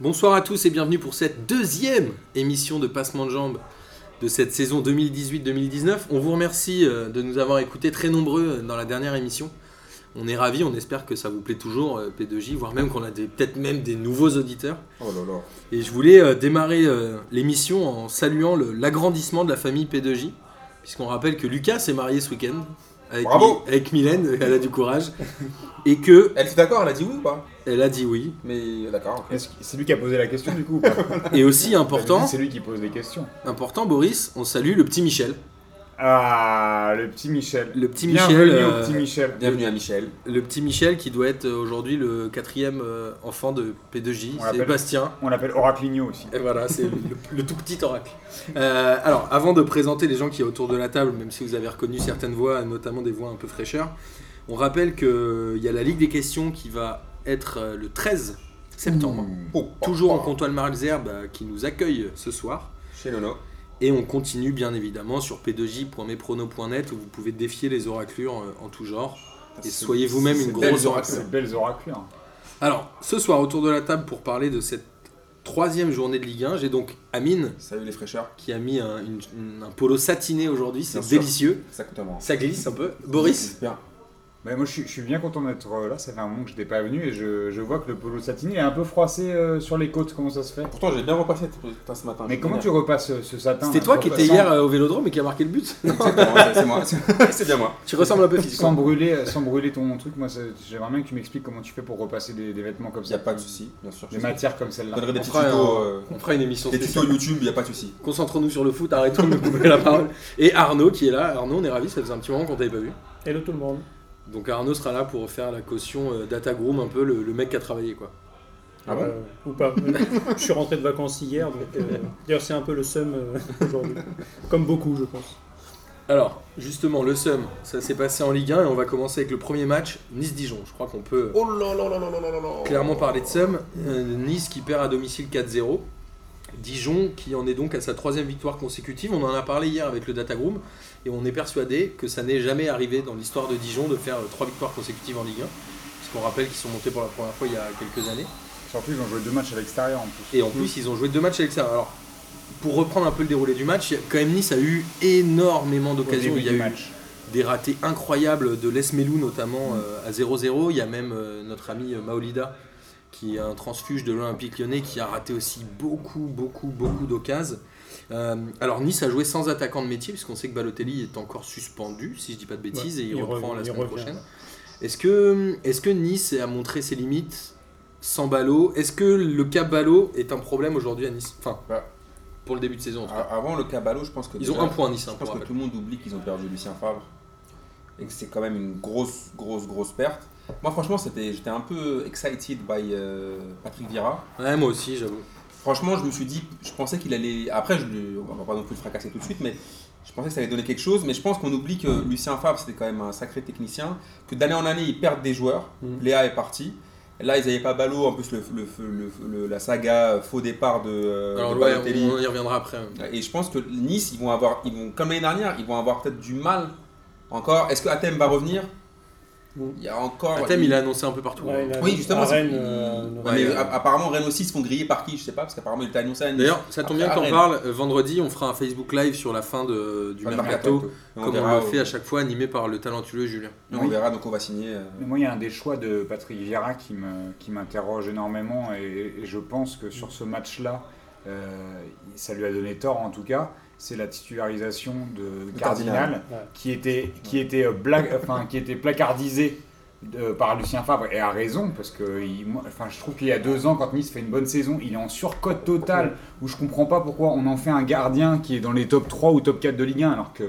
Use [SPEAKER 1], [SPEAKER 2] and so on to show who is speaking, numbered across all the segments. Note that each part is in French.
[SPEAKER 1] Bonsoir à tous et bienvenue pour cette deuxième émission de Passement de Jambes de cette saison 2018-2019. On vous remercie euh, de nous avoir écoutés très nombreux euh, dans la dernière émission. On est ravis, on espère que ça vous plaît toujours, euh, P2J, voire même qu'on a des- peut-être même des nouveaux auditeurs.
[SPEAKER 2] Oh là là.
[SPEAKER 1] Et je voulais euh, démarrer euh, l'émission en saluant le- l'agrandissement de la famille P2J, puisqu'on rappelle que Lucas s'est marié ce week-end avec,
[SPEAKER 2] Bravo
[SPEAKER 1] avec Mylène, elle a du courage, et que
[SPEAKER 2] Elle était d'accord, elle a dit oui ou pas
[SPEAKER 1] elle a dit oui.
[SPEAKER 2] Mais d'accord. ok.
[SPEAKER 3] Est-ce que- C'est lui qui a posé la question du coup. ou pas
[SPEAKER 1] Et aussi important,
[SPEAKER 3] C'est lui qui pose des questions.
[SPEAKER 1] important Boris, on salue le petit Michel.
[SPEAKER 3] Ah, le petit Michel.
[SPEAKER 1] Le petit
[SPEAKER 3] Bienvenue
[SPEAKER 1] Michel,
[SPEAKER 3] au
[SPEAKER 1] euh,
[SPEAKER 3] petit Michel.
[SPEAKER 2] Bienvenue à Michel.
[SPEAKER 1] Le petit Michel qui doit être euh, aujourd'hui le quatrième euh, enfant de P2J,
[SPEAKER 3] On
[SPEAKER 1] c'est
[SPEAKER 3] l'appelle-
[SPEAKER 1] Bastien.
[SPEAKER 3] On l'appelle Oraclinho aussi.
[SPEAKER 1] Et voilà, c'est le, le tout petit oracle. Euh, alors, avant de présenter les gens qui sont autour de la table, même si vous avez reconnu certaines voix, notamment des voix un peu fraîcheurs, on rappelle qu'il y a la Ligue des questions qui va être euh, le 13 septembre.
[SPEAKER 3] Mmh.
[SPEAKER 2] Oh, oh,
[SPEAKER 1] Toujours
[SPEAKER 2] oh.
[SPEAKER 1] en comptoir Malzerbe euh, qui nous accueille ce soir.
[SPEAKER 2] Chez Nono.
[SPEAKER 1] Et on continue bien évidemment sur p2j.meprono.net où vous pouvez défier les oraclures euh, en tout genre. Et
[SPEAKER 3] C'est-
[SPEAKER 1] soyez vous-même
[SPEAKER 3] c'est
[SPEAKER 1] une
[SPEAKER 3] belles
[SPEAKER 1] grosse
[SPEAKER 3] orac-
[SPEAKER 1] oraclure.
[SPEAKER 3] C'est belles hein. oraclures.
[SPEAKER 1] Alors, ce soir, autour de la table pour parler de cette troisième journée de Ligue 1, j'ai donc Amine
[SPEAKER 2] Salut les fraîcheurs.
[SPEAKER 1] qui a mis un, une- une- un polo satiné aujourd'hui, c'est
[SPEAKER 2] Bien sûr.
[SPEAKER 1] délicieux.
[SPEAKER 2] Ça coûte un bras.
[SPEAKER 1] Ça glisse un peu. Boris
[SPEAKER 2] Super.
[SPEAKER 3] Bah, moi je suis, je suis bien content d'être euh, là, ça fait un moment que je n'étais pas venu et je, je vois que le polo satini est un peu froissé euh, sur les côtes, comment ça se fait
[SPEAKER 2] Pourtant, j'ai bien repassé cette- putain, ce matin.
[SPEAKER 3] Mais comment tu repasses euh, ce satin
[SPEAKER 1] C'était
[SPEAKER 3] là,
[SPEAKER 1] toi
[SPEAKER 3] sans-
[SPEAKER 1] qui étais
[SPEAKER 3] sans-
[SPEAKER 1] hier euh, au vélodrome et qui a marqué le but
[SPEAKER 2] Exactement, c'est- C'est moi. C'est c'est bien moi.
[SPEAKER 1] Tu ressembles un peu
[SPEAKER 3] Sans
[SPEAKER 1] physiquement.
[SPEAKER 3] brûler, euh, sans brûler ton truc, moi ça- j'aimerais bien que tu m'expliques comment tu fais pour repasser des, des vêtements comme
[SPEAKER 2] Il n'y
[SPEAKER 3] ça.
[SPEAKER 2] a pas de souci, bien sûr.
[SPEAKER 3] Des matières comme
[SPEAKER 2] Je
[SPEAKER 3] celle-là.
[SPEAKER 2] donnerai des
[SPEAKER 1] On
[SPEAKER 2] petits
[SPEAKER 1] fera
[SPEAKER 2] tutos.
[SPEAKER 1] un-
[SPEAKER 2] euh,
[SPEAKER 1] On fera une émission
[SPEAKER 2] Des tutos
[SPEAKER 1] spéciale.
[SPEAKER 2] YouTube, il n'y a pas de souci.
[SPEAKER 1] Concentrons-nous sur le foot, arrêtons de nous couper la parole. Et Arnaud qui est là. Arnaud, on est ravis, ça faisait un petit moment qu'on t'avait pas vu.
[SPEAKER 4] Hello tout le monde.
[SPEAKER 1] Donc Arnaud sera là pour faire la caution euh, Data Groom, un peu le, le mec qui a travaillé quoi.
[SPEAKER 2] Ah bon
[SPEAKER 4] Euh, Ou pas. je suis rentré de vacances hier, donc euh, d'ailleurs c'est un peu le seum euh, aujourd'hui. Comme beaucoup, je pense.
[SPEAKER 1] Alors, justement, le SUM, ça s'est passé en Ligue 1 et on va commencer avec le premier match, Nice-Dijon. Je crois qu'on peut
[SPEAKER 2] Oh là là là là là là là là.
[SPEAKER 1] clairement parler de SUM. Euh, nice qui perd à domicile 4-0. Dijon qui en est donc à sa troisième victoire consécutive. On en a parlé hier avec le Datagroom et on est persuadé que ça n'est jamais arrivé dans l'histoire de Dijon de faire euh, trois victoires consécutives en Ligue 1. Puisqu'on rappelle qu'ils sont montés pour la première fois il y a quelques années.
[SPEAKER 3] Surtout ils ont joué deux matchs à l'extérieur en plus.
[SPEAKER 1] Et en plus,
[SPEAKER 2] Mm.
[SPEAKER 1] ils ont joué deux matchs avec ça. Alors, pour reprendre un peu le déroulé du match, quand même Nice a eu énormément
[SPEAKER 3] Au début
[SPEAKER 1] d'occasions. Il y a
[SPEAKER 3] du
[SPEAKER 1] eu
[SPEAKER 3] match.
[SPEAKER 1] des ratés incroyables de Lesmelou notamment euh, à 0-0. Il y a même euh, notre ami euh, Maolida qui est un transfuge de l'Olympique lyonnais qui a raté aussi beaucoup, beaucoup, beaucoup d'occasions. Euh, alors Nice a joué sans attaquant de métier puisqu'on sait que Balotelli est encore suspendu, si je dis pas de bêtises,
[SPEAKER 4] Ouais,
[SPEAKER 1] et il,
[SPEAKER 4] il
[SPEAKER 1] reprend
[SPEAKER 4] revient,
[SPEAKER 1] la
[SPEAKER 4] il
[SPEAKER 1] semaine
[SPEAKER 4] revient.
[SPEAKER 1] prochaine. Est-ce que, est que Nice a montré ses limites sans Ballot Est-ce que le cas Ballot est un problème aujourd'hui à Nice Enfin,
[SPEAKER 2] Bah.
[SPEAKER 1] pour le début de saison en tout cas.
[SPEAKER 2] A- Avant le cabalot, je pense que.
[SPEAKER 1] Ils ont
[SPEAKER 2] déjà-
[SPEAKER 1] un point Nice, hein,
[SPEAKER 2] Je
[SPEAKER 1] pour
[SPEAKER 2] pense que
[SPEAKER 1] rappel.
[SPEAKER 2] tout le monde oublie qu'ils ont perdu Lucien Favre et que c'est quand même une grosse, grosse, grosse perte. Moi, franchement, c'était, j'étais un peu excited by euh, Patrick Vieira.
[SPEAKER 1] Ouais, moi aussi, j'avoue.
[SPEAKER 2] Franchement, je me suis dit, je pensais qu'il allait. Après, je lui- on va pas non plus le fracasser tout de suite, mais je pensais que ça allait donner quelque chose. Mais je pense qu'on oublie que Lucien Favre, c'était quand même un sacré technicien. Que d'année en année, ils perdent des joueurs.
[SPEAKER 1] Mhm.
[SPEAKER 2] Léa est parti. Là, ils n'avaient pas ballot. En plus, le, le- le- le- la saga euh, faux départ de, euh,
[SPEAKER 1] Alors
[SPEAKER 2] de
[SPEAKER 1] ouais,
[SPEAKER 2] Balotelli.
[SPEAKER 1] on y reviendra après.
[SPEAKER 2] Et je pense que Nice, ils vont avoir, ils vont, comme l'année dernière, ils vont avoir peut-être du mal encore. Est-ce que Athènes va revenir
[SPEAKER 4] Mm.
[SPEAKER 2] Il y a encore.
[SPEAKER 1] Athème, Ah, il a annoncé un peu partout.
[SPEAKER 4] Ouais, il a-
[SPEAKER 2] Oui, justement.
[SPEAKER 4] à
[SPEAKER 2] c'est-
[SPEAKER 4] Rennes,
[SPEAKER 2] il-
[SPEAKER 4] euh,
[SPEAKER 2] Ouais,
[SPEAKER 4] Nouvelle-
[SPEAKER 2] mais
[SPEAKER 1] ouais.
[SPEAKER 2] a- apparemment, Rennes aussi ils se font griller par qui Je sais pas, parce qu'apparemment, il était annoncé à Nice.
[SPEAKER 1] D'ailleurs, ça tombe bien que
[SPEAKER 2] Après,
[SPEAKER 1] t'en
[SPEAKER 2] à
[SPEAKER 1] parles. euh, Vendredi, on fera un Facebook Live sur la fin de- du
[SPEAKER 2] Pas de
[SPEAKER 1] mercato,
[SPEAKER 2] Et on
[SPEAKER 1] comme
[SPEAKER 2] verra,
[SPEAKER 1] on le fait
[SPEAKER 2] euh,
[SPEAKER 1] à chaque fois, animé par le talentueux Julien.
[SPEAKER 2] et On
[SPEAKER 3] Oui.
[SPEAKER 2] verra, donc on va signer. euh,
[SPEAKER 3] Mais moi, il y a un des choix de Patrick Vieira qui me- qui m'interroge énormément et, et je pense que sur ce match-là, euh, ça lui a donné tort en tout cas. C'est la titularisation de
[SPEAKER 2] De Cardinal.
[SPEAKER 3] Cardinal,
[SPEAKER 4] Ouais.
[SPEAKER 3] qui était qui était euh, bla- enfin qui était placardisé de- par Lucien Favre et à raison parce que il- moi, enfin je trouve qu'il y a deux ans quand Nice fait une bonne saison, il est en surcote totale où je comprends pas pourquoi on en fait un gardien qui est dans les top 3 ou top 4 de Ligue 1 alors que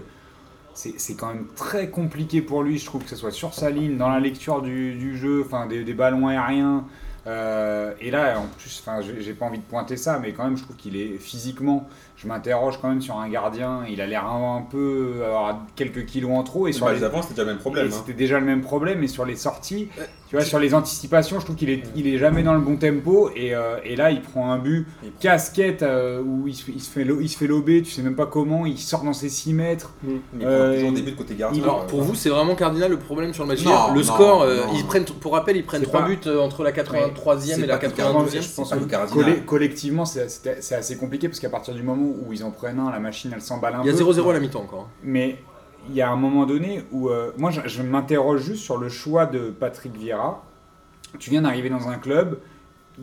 [SPEAKER 3] c'est c'est quand même très compliqué pour lui, je trouve que ce soit sur sa ligne, dans la lecture du, du jeu, enfin des, des ballons aériens. Euh, et là, en plus, enfin, j'ai j'ai pas envie de pointer ça, mais quand même, je trouve qu'il est physiquement. Je m'interroge quand même sur un gardien. Il a l'air un, un peu avoir quelques kilos en trop et
[SPEAKER 2] Sur
[SPEAKER 3] sur
[SPEAKER 2] les
[SPEAKER 3] les-
[SPEAKER 2] avant, c'était déjà le même
[SPEAKER 3] et
[SPEAKER 2] problème. hein. Euh,
[SPEAKER 3] C'était déjà le même problème, mais sur les sorties, Tu vois, sur les anticipations, je trouve qu'il est, il est jamais dans le bon tempo. Et, euh, et là, il prend un but
[SPEAKER 2] Il prend-
[SPEAKER 3] casquette euh, où il se, fait- il, se fait lo- il se fait lober, tu sais même pas comment, il sort dans ses 6 mètres.
[SPEAKER 2] Mais il prend toujours
[SPEAKER 3] Euh,
[SPEAKER 2] début de côté gardien.
[SPEAKER 1] Alors
[SPEAKER 2] euh,
[SPEAKER 1] pour vous, c'est vraiment cardinal le problème sur le match
[SPEAKER 2] Non,
[SPEAKER 1] d'hier. Le
[SPEAKER 2] non,
[SPEAKER 1] score, euh,
[SPEAKER 2] non.
[SPEAKER 1] ils prennent, pour rappel, ils prennent
[SPEAKER 3] C'est
[SPEAKER 1] 3
[SPEAKER 3] pas-
[SPEAKER 1] buts euh, entre la 83e
[SPEAKER 2] c'est
[SPEAKER 1] et la
[SPEAKER 2] pas du
[SPEAKER 1] 92e.
[SPEAKER 2] je pense pas que
[SPEAKER 3] colle-
[SPEAKER 2] Cardinal.
[SPEAKER 3] collectivement, c'est c'est- c'est assez compliqué parce qu'à partir du moment où ils en prennent un, la machine elle s'emballe un
[SPEAKER 1] Il y a
[SPEAKER 3] peu.
[SPEAKER 1] 0-0 à la mi-temps encore. hein.
[SPEAKER 3] Mais il y a un moment donné où euh, moi je, je m'interroge juste sur le choix de Patrick Vieira. Tu viens d'arriver dans un club,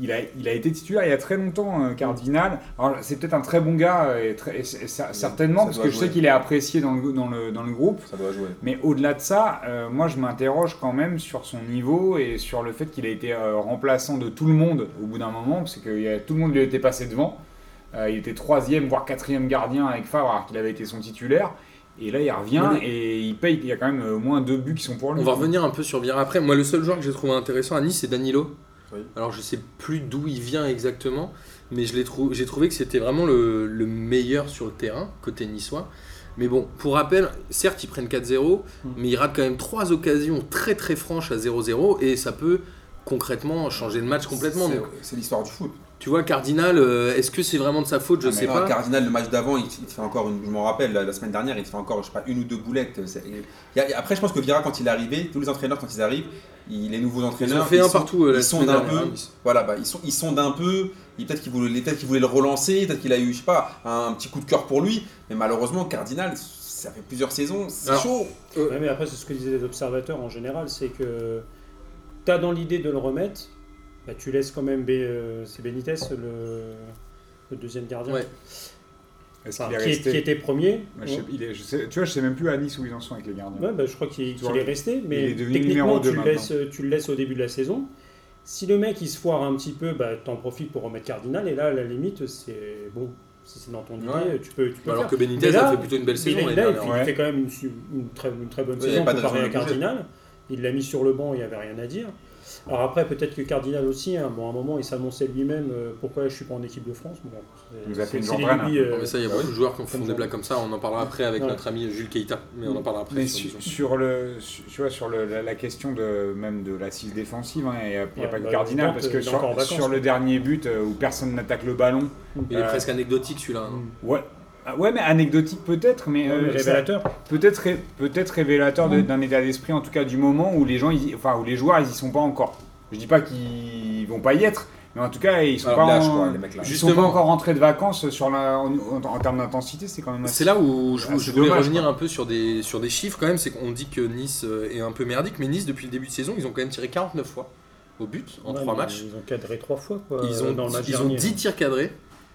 [SPEAKER 3] il a, il a été titulaire il y a très longtemps, euh, Cardinal. Alors c'est peut-être un très bon gars, euh, et très- et c- et ça-
[SPEAKER 2] Oui,
[SPEAKER 3] certainement,
[SPEAKER 2] ça
[SPEAKER 3] parce
[SPEAKER 2] doit
[SPEAKER 3] que je sais
[SPEAKER 2] jouer.
[SPEAKER 3] qu'il est apprécié dans le, dans le, dans le groupe.
[SPEAKER 2] Ça doit jouer.
[SPEAKER 3] Mais au-delà de ça, euh, moi je m'interroge quand même sur son niveau et sur le fait qu'il a été euh, remplaçant de tout le monde au bout d'un moment, parce que il y a- tout le monde lui était passé devant. Euh, il était troisième, voire quatrième gardien avec Favre, alors qu'il avait été son titulaire. Et là, il revient
[SPEAKER 1] Mais
[SPEAKER 3] et il paye. Il y a quand même euh, au moins deux buts qui sont pour lui.
[SPEAKER 1] On va revenir un peu sur Vieira après. Moi, le seul joueur que j'ai trouvé intéressant à Nice, c'est Danilo.
[SPEAKER 2] Oui.
[SPEAKER 1] Alors, je sais plus d'où il vient exactement, mais je l'ai trou- j'ai trouvé que c'était vraiment le, le meilleur sur le terrain, côté niçois. Mais bon, pour rappel, certes, ils prennent 4-0,
[SPEAKER 4] Mm.
[SPEAKER 1] mais ils ratent quand même trois occasions très très franches à 0-0, et ça peut concrètement changer le match complètement.
[SPEAKER 2] C'est- euh,
[SPEAKER 1] Donc,
[SPEAKER 2] C'est l'histoire du foot.
[SPEAKER 1] tu vois, Cardinal, euh, est-ce que c'est vraiment de sa faute Je
[SPEAKER 2] Ah, mais
[SPEAKER 1] sais
[SPEAKER 2] non,
[SPEAKER 1] pas.
[SPEAKER 2] Cardinal, le match d'avant, il, il te fait encore une. Je m'en rappelle, la, la semaine dernière, il te fait encore, je sais pas, une ou deux boulettes. C'est- il y a- après, je pense que Vira, quand il est arrivé, tous les entraîneurs, quand ils arrivent, ils- les nouveaux
[SPEAKER 1] Ils
[SPEAKER 2] entraîneurs.
[SPEAKER 1] ont fait un
[SPEAKER 2] sont-
[SPEAKER 1] partout euh, la
[SPEAKER 2] ils sont
[SPEAKER 1] semaine
[SPEAKER 2] d'un
[SPEAKER 1] dernière,
[SPEAKER 2] peu-
[SPEAKER 1] hein, Nice.
[SPEAKER 2] Voilà, bah, ils, sont, ils sondent un peu. il- Peut-être qu'il voulait, peut le relancer, peut-être qu'il a eu, je sais pas, un, petit coup de cœur pour lui. Mais malheureusement, Cardinal, ça fait plusieurs saisons, c'est
[SPEAKER 1] Alors,
[SPEAKER 2] chaud.
[SPEAKER 4] Ouais, mais après, c'est ce que disaient les observateurs en général, c'est que tu as dans l'idée de le remettre, bah, tu laisses quand même Bé- euh, c'est Benitez, le, le deuxième gardien,
[SPEAKER 1] Ouais.
[SPEAKER 3] Est-ce
[SPEAKER 4] Enfin,
[SPEAKER 3] qu'il est
[SPEAKER 4] qui, est-
[SPEAKER 3] resté
[SPEAKER 4] qui était premier.
[SPEAKER 3] Ouais, je sais- il est- je sais- Tu vois, je sais même plus à Nice où ils en sont avec les gardiens.
[SPEAKER 4] Ouais, bah, je crois qu'il
[SPEAKER 3] Tu vois,
[SPEAKER 4] qu'il est resté, mais
[SPEAKER 3] est devenu numéro
[SPEAKER 4] techniquement,
[SPEAKER 3] deux
[SPEAKER 4] tu le,
[SPEAKER 3] maintenant.
[SPEAKER 4] laisses, tu le laisses au début de la saison. Si le mec il se foire un petit peu, bah, t'en profites pour remettre Cardinal, et là, à la limite, c'est bon, si c'est dans ton idée,
[SPEAKER 2] Ouais.
[SPEAKER 4] tu peux, tu peux le
[SPEAKER 1] Alors
[SPEAKER 4] faire.
[SPEAKER 1] que Benitez
[SPEAKER 4] Mais là,
[SPEAKER 1] a fait plutôt une belle
[SPEAKER 4] Mais
[SPEAKER 1] saison.
[SPEAKER 4] là,
[SPEAKER 1] l'année
[SPEAKER 4] il,
[SPEAKER 1] dernière.
[SPEAKER 4] fait- il
[SPEAKER 3] ouais.
[SPEAKER 4] fait quand même une, su- une très, une très bonne
[SPEAKER 2] Ouais, il y
[SPEAKER 4] saison
[SPEAKER 2] a pas de
[SPEAKER 4] comparé à
[SPEAKER 2] raison de bouger.
[SPEAKER 4] Cardinal. Il l'a mis sur le banc, il n'y avait rien à dire. Alors après, peut-être que Cardinal aussi, hein, bon, à un moment, il s'annonçait lui-même euh, pourquoi je ne suis pas en équipe de France. Bon, c'est-
[SPEAKER 3] Il nous a fait
[SPEAKER 4] c'est-
[SPEAKER 3] une
[SPEAKER 4] c'est les
[SPEAKER 3] Jordan,
[SPEAKER 4] lubies, euh,
[SPEAKER 1] Non, mais ça, il y a
[SPEAKER 2] Bah
[SPEAKER 1] beaucoup de joueurs qui
[SPEAKER 4] Comme
[SPEAKER 1] font des
[SPEAKER 4] ça.
[SPEAKER 1] blagues comme ça. On en parlera après avec
[SPEAKER 4] Ouais.
[SPEAKER 1] notre ami Jules Keita. Mais on en parlera après.
[SPEAKER 3] Mais
[SPEAKER 1] sur
[SPEAKER 3] su-
[SPEAKER 1] le-
[SPEAKER 3] sur le, su- tu vois, sur le- la, la question de même de l'assise défensive, hein, il n'y a, il y a
[SPEAKER 4] Ouais,
[SPEAKER 3] pas que
[SPEAKER 4] bah,
[SPEAKER 3] Cardinal
[SPEAKER 4] Dante,
[SPEAKER 3] parce
[SPEAKER 4] il
[SPEAKER 3] que
[SPEAKER 4] est encore en
[SPEAKER 3] sur,
[SPEAKER 4] vacances, hein.
[SPEAKER 3] sur le dernier but euh, où personne n'attaque le ballon,
[SPEAKER 1] Il est
[SPEAKER 3] Euh,
[SPEAKER 1] presque anecdotique celui-là. hein.
[SPEAKER 3] ouais, Ah, ouais, mais anecdotique peut-être, mais euh,
[SPEAKER 4] euh,
[SPEAKER 3] ça-
[SPEAKER 4] révélateur.
[SPEAKER 3] peut-être ré- peut-être révélateur de- d'un état d'esprit en tout cas du moment où les gens, ils y- enfin où les joueurs, ils y sont pas encore. Je dis pas qu'ils vont pas y être, mais en tout cas ils sont
[SPEAKER 2] Alors,
[SPEAKER 3] pas,
[SPEAKER 2] lâche,
[SPEAKER 3] en-
[SPEAKER 2] quoi, les mecs là.
[SPEAKER 3] ils
[SPEAKER 1] Justement.
[SPEAKER 3] sont pas encore rentrés de vacances sur la, en, en- en termes d'intensité, c'est quand même. assez-
[SPEAKER 1] C'est là où je,
[SPEAKER 3] Ah,
[SPEAKER 1] je
[SPEAKER 3] c'est
[SPEAKER 1] voulais
[SPEAKER 3] dommage,
[SPEAKER 1] revenir un peu sur des, sur des chiffres quand même. C'est qu'on dit que Nice euh, est un peu merdique, mais Nice, depuis le début de saison, ils ont quand même tiré 49 fois au but en
[SPEAKER 4] Ouais,
[SPEAKER 1] 3
[SPEAKER 4] mais
[SPEAKER 1] matchs.
[SPEAKER 4] Ils ont cadré trois fois. quoi,
[SPEAKER 1] Ils ont,
[SPEAKER 4] dans le match
[SPEAKER 1] ils ont
[SPEAKER 4] dernier.
[SPEAKER 1] 10 tirs cadrés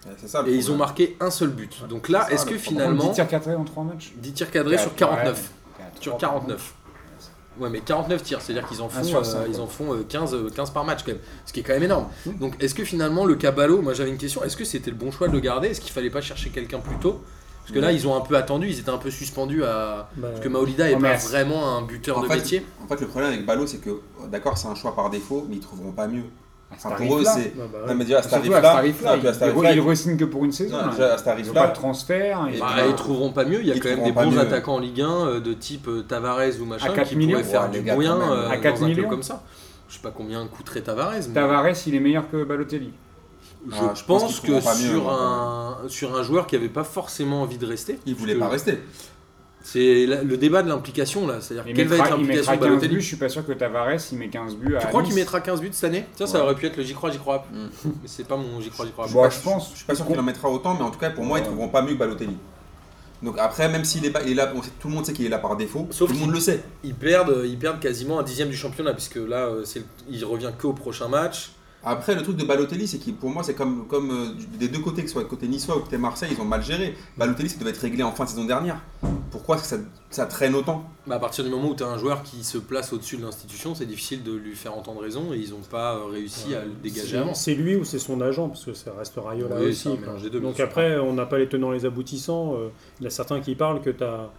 [SPEAKER 2] Ouais, C'est ça.
[SPEAKER 1] et
[SPEAKER 2] le
[SPEAKER 1] ils ont
[SPEAKER 2] problème.
[SPEAKER 1] marqué un seul but. Donc là,
[SPEAKER 2] C'est ça,
[SPEAKER 1] est-ce que
[SPEAKER 2] le problème.
[SPEAKER 3] On dit
[SPEAKER 1] finalement,
[SPEAKER 3] tir cadré en trois matchs.
[SPEAKER 1] 10 tirs cadrés sur
[SPEAKER 3] Ouais,
[SPEAKER 1] 49
[SPEAKER 3] ouais.
[SPEAKER 1] Sur 49. Ouais, mais 49 tirs, c'est-à-dire qu'ils en
[SPEAKER 3] Un
[SPEAKER 1] font,
[SPEAKER 3] Ah, sur
[SPEAKER 1] euh,
[SPEAKER 3] cinq, Mmh.
[SPEAKER 1] ils
[SPEAKER 3] quoi.
[SPEAKER 1] en font euh, 15, euh, 15 par match quand même, ce qui est quand même énorme. Donc est-ce que finalement le Caballo, moi j'avais une question, est-ce que c'était le bon choix de le garder Est-ce qu'il fallait pas chercher quelqu'un plus tôt Parce que là ils ont un peu attendu, ils étaient un peu suspendus à...
[SPEAKER 4] Bah,
[SPEAKER 1] Parce que Maolida est
[SPEAKER 3] Oh,
[SPEAKER 1] pas
[SPEAKER 3] merde.
[SPEAKER 1] vraiment un buteur
[SPEAKER 2] En
[SPEAKER 1] de
[SPEAKER 2] fait,
[SPEAKER 1] métier.
[SPEAKER 2] En fait, le problème avec Ballot, c'est que, euh, d'accord, c'est un choix par défaut, mais ils trouveront pas mieux.
[SPEAKER 3] À
[SPEAKER 2] Enfin, pour eux, c'est.
[SPEAKER 4] bah, bah, ouais.
[SPEAKER 2] Non, mais déjà, à ce
[SPEAKER 3] Surtout à ce
[SPEAKER 2] tarif-là,
[SPEAKER 3] tarif-là,
[SPEAKER 2] non, puis à ce tarif-là, ils-
[SPEAKER 3] ils ne re-signent que pour une saison.
[SPEAKER 2] non,
[SPEAKER 3] là.
[SPEAKER 2] déjà, à ce
[SPEAKER 3] Ils n'ont pas
[SPEAKER 2] tarif-là,
[SPEAKER 3] de transfert. ils-
[SPEAKER 2] Et
[SPEAKER 1] Bah,
[SPEAKER 2] puis,
[SPEAKER 1] ils trouveront pas mieux, il y a
[SPEAKER 2] ils
[SPEAKER 1] quand même des
[SPEAKER 2] trouveront pas
[SPEAKER 1] bons
[SPEAKER 2] mieux.
[SPEAKER 1] attaquants en Ligue 1 euh, de type euh, Tavares ou machin
[SPEAKER 3] À 4
[SPEAKER 1] qui
[SPEAKER 3] millions,
[SPEAKER 1] pourraient faire
[SPEAKER 2] ouais,
[SPEAKER 1] du
[SPEAKER 2] les gars,
[SPEAKER 1] moyen
[SPEAKER 2] quand même.
[SPEAKER 1] euh,
[SPEAKER 2] À
[SPEAKER 1] dans
[SPEAKER 3] 4
[SPEAKER 1] un club
[SPEAKER 3] millions.
[SPEAKER 1] comme ça. Je sais pas combien coûterait Tavares, mais
[SPEAKER 3] Tavares, il est meilleur que Balotelli.
[SPEAKER 1] je,
[SPEAKER 2] Ah,
[SPEAKER 1] pense,
[SPEAKER 2] je pense qu'ils
[SPEAKER 1] que
[SPEAKER 2] trouveront pas mieux,
[SPEAKER 1] sur,
[SPEAKER 2] moi,
[SPEAKER 1] un, sur un joueur qui avait pas forcément envie de rester,
[SPEAKER 2] ils voulaient
[SPEAKER 1] parce
[SPEAKER 2] pas
[SPEAKER 1] que-
[SPEAKER 2] rester.
[SPEAKER 1] C'est la- le débat de l'implication là, c'est-à-dire
[SPEAKER 3] Il
[SPEAKER 1] quelle va être
[SPEAKER 3] mettra, il
[SPEAKER 1] l'implication
[SPEAKER 3] mettra
[SPEAKER 1] de
[SPEAKER 3] 15
[SPEAKER 1] Balotelli
[SPEAKER 3] buts. Je suis pas sûr que Tavares, il met 15 buts à
[SPEAKER 1] Tu crois qu'il
[SPEAKER 3] Nice.
[SPEAKER 1] mettra 15 buts cette année Ça, ça
[SPEAKER 2] Ouais.
[SPEAKER 1] aurait pu être le j'y crois, j'y crois pas.
[SPEAKER 2] Mm.
[SPEAKER 1] Mais c'est pas mon j'y crois, j'y crois pas.
[SPEAKER 3] Bon, Bah, je pense.
[SPEAKER 2] Je suis pas sûr qu'il en mettra autant, mais en tout cas, pour moi, ils
[SPEAKER 3] Ouais.
[SPEAKER 2] trouveront pas mieux que Balotelli. Donc après, même s'il est, pas- il est là, on sait- tout le monde sait qu'il est là par défaut,
[SPEAKER 1] Sauf
[SPEAKER 2] tout le monde
[SPEAKER 1] qu'il-
[SPEAKER 2] le sait.
[SPEAKER 1] Ils perdent, euh, ils perdent quasiment un dixième du championnat, puisque là, euh, c'est le- il revient qu'au prochain match.
[SPEAKER 2] Après, le truc de Balotelli, c'est que pour moi, c'est comme, comme euh, du- des deux côtés, que ce soit côté niçois ou côté marseille, ils ont mal géré. Balotelli, ça devait être réglé en fin de saison dernière. Pourquoi est-ce que ça, ça traîne autant
[SPEAKER 1] Bah, à partir du moment où tu as un joueur qui se place au-dessus de l'institution, c'est difficile de lui faire entendre raison et ils n'ont pas euh, réussi à le dégager
[SPEAKER 4] C'est-
[SPEAKER 1] avant.
[SPEAKER 4] C'est lui ou c'est son agent, parce que ça reste Rayola
[SPEAKER 1] Oui, c'est
[SPEAKER 4] aussi.
[SPEAKER 1] un
[SPEAKER 4] quoi.
[SPEAKER 1] mélange des deux, bien
[SPEAKER 4] Donc
[SPEAKER 1] sûr.
[SPEAKER 4] après, on n'a pas les tenants les aboutissants. euh, Il y a certains qui parlent que tu as.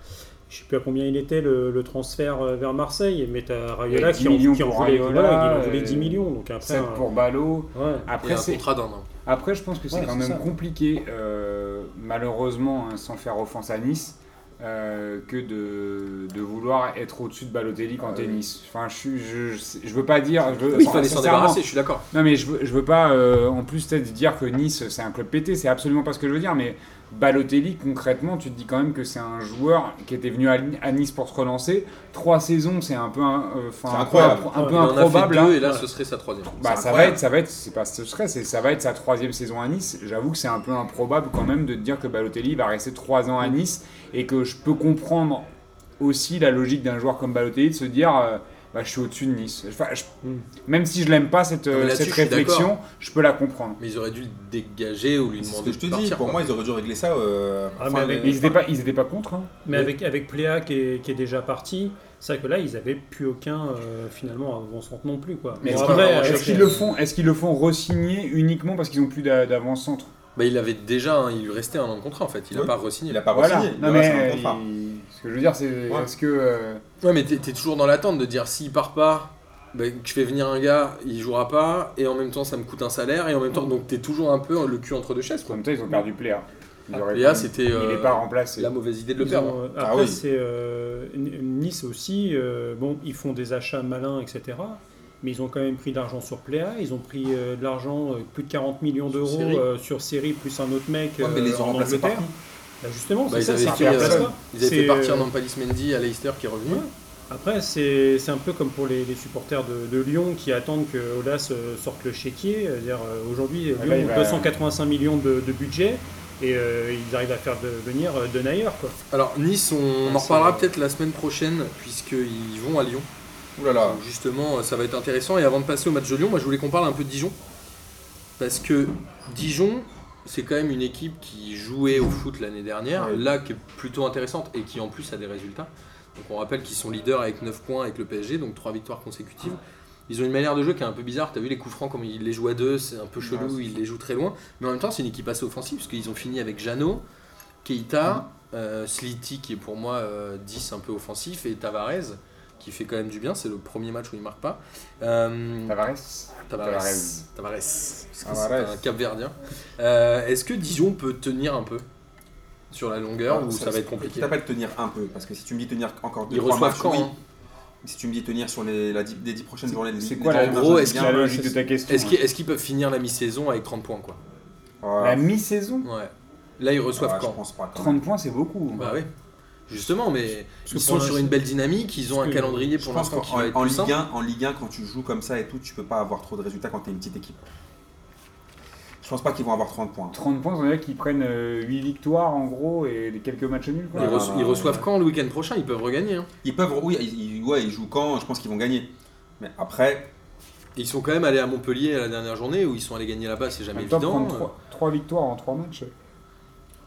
[SPEAKER 4] Je sais plus à combien il était le, le transfert euh, vers Marseille, mais tu as Rayola
[SPEAKER 3] Et 10
[SPEAKER 4] qui en,
[SPEAKER 3] millions
[SPEAKER 4] qui en
[SPEAKER 3] pour
[SPEAKER 4] voulait,
[SPEAKER 3] Raiola,
[SPEAKER 4] voilà, il en voulait
[SPEAKER 3] euh,
[SPEAKER 4] 10 millions. Donc après,
[SPEAKER 3] 7
[SPEAKER 4] euh,
[SPEAKER 3] pour Balo.
[SPEAKER 4] ouais.
[SPEAKER 1] Et
[SPEAKER 3] Après,
[SPEAKER 1] un
[SPEAKER 3] c'est-
[SPEAKER 1] contrat d'un an.
[SPEAKER 3] après, je pense que c'est
[SPEAKER 4] Ouais,
[SPEAKER 3] quand
[SPEAKER 4] c'est
[SPEAKER 3] même
[SPEAKER 4] ça.
[SPEAKER 3] compliqué, euh, malheureusement, hein, sans faire offense à Nice, euh, que de, de vouloir être au-dessus de Balotelli
[SPEAKER 2] Ah
[SPEAKER 3] qu'en tennis. Enfin, je, suis- je, je, je veux pas dire. Je veux,
[SPEAKER 1] Oui, il fallait s'en
[SPEAKER 3] sincèrement,
[SPEAKER 1] débarrasser, je suis d'accord.
[SPEAKER 3] Non, mais je veux, je veux pas, euh, en plus, peut-être dire que Nice, c'est un club pété, c'est absolument pas ce que je veux dire, mais Balotelli, concrètement, tu te dis quand même que c'est un joueur qui était venu à, à Nice pour se relancer. Trois saisons, c'est un peu, un, euh, 'fin,
[SPEAKER 2] C'est
[SPEAKER 3] un peu
[SPEAKER 2] incroyable.
[SPEAKER 3] impro- un peu
[SPEAKER 1] Il en a fait
[SPEAKER 3] improbable.
[SPEAKER 1] deux,
[SPEAKER 3] hein.
[SPEAKER 1] et là, ce serait sa troisième.
[SPEAKER 3] Bah,
[SPEAKER 2] C'est
[SPEAKER 3] ça va
[SPEAKER 2] incroyable.
[SPEAKER 3] être, ça va être, c'est pas ce serait, c'est ça va être sa troisième saison à Nice. J'avoue que c'est un peu improbable quand même de te dire que Balotelli va rester trois ans à Nice et que je peux comprendre aussi la logique d'un joueur comme Balotelli de se dire, euh, bah, je suis au-dessus de Nice. Enfin, je-
[SPEAKER 4] Mm.
[SPEAKER 3] même si je l'aime pas cette,
[SPEAKER 1] Non, mais
[SPEAKER 3] euh,
[SPEAKER 1] là-dessus,
[SPEAKER 3] cette
[SPEAKER 1] je suis
[SPEAKER 3] réflexion, je peux la comprendre.
[SPEAKER 1] Mais ils auraient dû le dégager ou lui
[SPEAKER 2] C'est
[SPEAKER 1] demander
[SPEAKER 2] ce que je
[SPEAKER 1] de
[SPEAKER 2] te dis.
[SPEAKER 1] partir.
[SPEAKER 2] Pour
[SPEAKER 1] quoi.
[SPEAKER 2] moi, ils auraient dû régler ça. euh,
[SPEAKER 4] Ah,
[SPEAKER 2] fin
[SPEAKER 4] mais
[SPEAKER 2] de-
[SPEAKER 4] avec-
[SPEAKER 3] Mais ils étaient pas, ils étaient pas contre. hein.
[SPEAKER 4] Mais avec, avec Pléa qui est, qui est déjà parti, c'est vrai que là, ils n'avaient plus aucun, euh, finalement, avancement non plus. Quoi.
[SPEAKER 3] Mais
[SPEAKER 4] Bon,
[SPEAKER 3] est-ce
[SPEAKER 4] après, euh,
[SPEAKER 3] qu'ils-
[SPEAKER 4] avec-
[SPEAKER 3] est-ce qu'ils le font, est-ce qu'ils le font re-signer uniquement parce qu'ils ont plus d'a- d'avant-centre
[SPEAKER 1] Bah, il avait déjà, hein, il lui restait un an de contrat en fait, il a
[SPEAKER 2] Oui.
[SPEAKER 1] pas re-signé.
[SPEAKER 2] Il a pas
[SPEAKER 3] Voilà.
[SPEAKER 2] re-signé.
[SPEAKER 3] Non
[SPEAKER 2] Il reste
[SPEAKER 3] mais
[SPEAKER 2] un contrat.
[SPEAKER 3] il- ce que je veux dire, c'est
[SPEAKER 2] Ouais.
[SPEAKER 3] est-ce que euh,
[SPEAKER 1] Ouais, mais t'es t'es toujours dans l'attente de dire s'il part pas, bah, que je fais venir un gars, il jouera pas, et en même temps ça me coûte un salaire, et en même temps donc t'es toujours un peu le cul entre deux chaises
[SPEAKER 3] en
[SPEAKER 1] quoi.
[SPEAKER 3] même temps ils ont perdu Pléa. Ils auraient
[SPEAKER 1] Et là
[SPEAKER 3] pas-
[SPEAKER 1] c'était
[SPEAKER 3] Il
[SPEAKER 1] euh,
[SPEAKER 3] n'est pas remplacé.
[SPEAKER 1] la mauvaise idée de le hein.
[SPEAKER 4] Ils
[SPEAKER 1] perdre.
[SPEAKER 4] ont, euh,
[SPEAKER 2] Ah
[SPEAKER 4] après,
[SPEAKER 2] oui.
[SPEAKER 4] c'est euh, N- Nice aussi. euh, bon, ils font des achats malins, etc. Mais ils ont quand même pris de l'argent sur Pléa. Ils ont pris euh, de l'argent, euh, plus de 40 millions d'euros
[SPEAKER 1] Série.
[SPEAKER 4] euh, sur série, plus un autre mec
[SPEAKER 2] Ouais, mais
[SPEAKER 4] euh,
[SPEAKER 2] les ont
[SPEAKER 4] en
[SPEAKER 2] remplacés par
[SPEAKER 4] Angleterre. Bah, justement,
[SPEAKER 1] Bah,
[SPEAKER 4] c'est
[SPEAKER 1] ils
[SPEAKER 4] ça,
[SPEAKER 1] avaient
[SPEAKER 4] c'est un
[SPEAKER 1] fait,
[SPEAKER 4] remplacement.
[SPEAKER 3] euh,
[SPEAKER 1] Ils avaient fait
[SPEAKER 4] C'est,
[SPEAKER 1] partir
[SPEAKER 4] euh,
[SPEAKER 1] dans Mendy à Leicester qui est revenu.
[SPEAKER 4] Ouais. Après, c'est c'est un peu comme pour les, les supporters de, de Lyon qui attendent que Olas euh, sorte le chéquier. C'est-à-dire, euh, aujourd'hui,
[SPEAKER 3] Ah,
[SPEAKER 2] bah,
[SPEAKER 3] là, il
[SPEAKER 4] Lyon,
[SPEAKER 3] va-
[SPEAKER 4] 285 millions de, de budget et euh, ils arrivent à faire de- venir euh, Denayer. Quoi.
[SPEAKER 1] Alors Nice, on en
[SPEAKER 4] Ouais,
[SPEAKER 1] reparlera
[SPEAKER 4] c'est-
[SPEAKER 1] peut-être la semaine prochaine puisqu'ils vont à Lyon.
[SPEAKER 2] Ouh là là.
[SPEAKER 1] Donc, justement, euh, ça va être intéressant. Et avant de passer au match de Lyon, moi je voulais qu'on parle un peu de Dijon. Parce que Dijon, c'est quand même une équipe qui jouait au foot l'année dernière,
[SPEAKER 2] Ouais.
[SPEAKER 1] là qui est plutôt intéressante et qui en plus a des résultats. Donc on rappelle qu'ils sont leaders avec 9 points avec le PSG, donc 3 victoires consécutives. Ils ont une manière de jeu qui est un peu bizarre. T'as vu les coups francs, comme ils les jouent à deux, c'est un peu chelou,
[SPEAKER 2] Ouais, c'est
[SPEAKER 1] ils les jouent très loin. Mais en même temps, c'est une équipe assez offensive, parce qu'ils ont fini avec Jano, Keita, euh, Sliti, qui est pour moi euh, 10 un peu offensif, et Tavares, qui fait quand même du bien. C'est le premier match où il marque pas. Euh,
[SPEAKER 3] Tavares
[SPEAKER 1] Tavares.
[SPEAKER 3] Tavares.
[SPEAKER 1] Tavares. Parce que
[SPEAKER 2] Tavares.
[SPEAKER 1] C'est un capverdien. Euh, Est-ce que Dijon peut tenir un peu sur la
[SPEAKER 2] Ah,
[SPEAKER 1] longueur ou ça, va être compliqué
[SPEAKER 2] T'as pas le tenir un peu, parce que si tu me dis tenir encore deux,
[SPEAKER 1] Ils
[SPEAKER 2] trois
[SPEAKER 1] reçoivent
[SPEAKER 2] matchs,
[SPEAKER 1] quand
[SPEAKER 2] oui.
[SPEAKER 1] hein
[SPEAKER 2] Si tu me dis tenir sur les, la dix- les dix prochaines journées de
[SPEAKER 3] C'est
[SPEAKER 2] Ligue-
[SPEAKER 3] quoi
[SPEAKER 2] des
[SPEAKER 3] la,
[SPEAKER 2] dernières
[SPEAKER 1] gros,
[SPEAKER 2] journées de
[SPEAKER 1] est-ce
[SPEAKER 2] Ligue
[SPEAKER 3] la
[SPEAKER 2] un,
[SPEAKER 3] logique de ta question
[SPEAKER 1] Est-ce qu'ils est-ce qu'ils peuvent finir la mi-saison avec 30 points quoi
[SPEAKER 2] ouais.
[SPEAKER 3] La mi-saison
[SPEAKER 1] Ouais. Là, ils reçoivent
[SPEAKER 2] Ouais, Ah, je
[SPEAKER 1] quand
[SPEAKER 2] pense pas. quand même.
[SPEAKER 3] 30 points, c'est beaucoup.
[SPEAKER 1] Bah oui. Justement, mais
[SPEAKER 4] Parce que
[SPEAKER 1] ils
[SPEAKER 4] pour
[SPEAKER 1] sont sur
[SPEAKER 4] l'instant-
[SPEAKER 1] une belle dynamique, ils ont
[SPEAKER 4] parce
[SPEAKER 1] un
[SPEAKER 4] que
[SPEAKER 1] calendrier
[SPEAKER 2] Je
[SPEAKER 1] pour
[SPEAKER 2] pense
[SPEAKER 1] l'instant qui
[SPEAKER 2] qu'en
[SPEAKER 1] va être
[SPEAKER 2] en
[SPEAKER 1] plus
[SPEAKER 2] Ligue
[SPEAKER 1] simple.
[SPEAKER 2] 1, en Ligue 1, quand tu joues comme ça et tout, tu peux pas avoir trop de résultats quand t'es une petite équipe. Je pense pas qu'ils vont avoir 30 points.
[SPEAKER 3] 30 points, ça veut dire qu'ils prennent 8 victoires en gros et des- quelques matchs nuls.
[SPEAKER 1] Ils,
[SPEAKER 3] Quoi.
[SPEAKER 2] Ouais.
[SPEAKER 1] reço- ils reçoivent quand le week-end prochain Ils peuvent regagner. hein.
[SPEAKER 2] Ils peuvent, oui, ils, ils- ouais, ils jouent quand, je pense qu'ils vont gagner. Mais après,
[SPEAKER 1] Ils sont quand même allés à Montpellier à la dernière journée où ils sont allés gagner là-bas, c'est
[SPEAKER 3] En
[SPEAKER 1] jamais
[SPEAKER 3] même temps,
[SPEAKER 1] évident.
[SPEAKER 3] prendre 3, victoires en 3 matchs.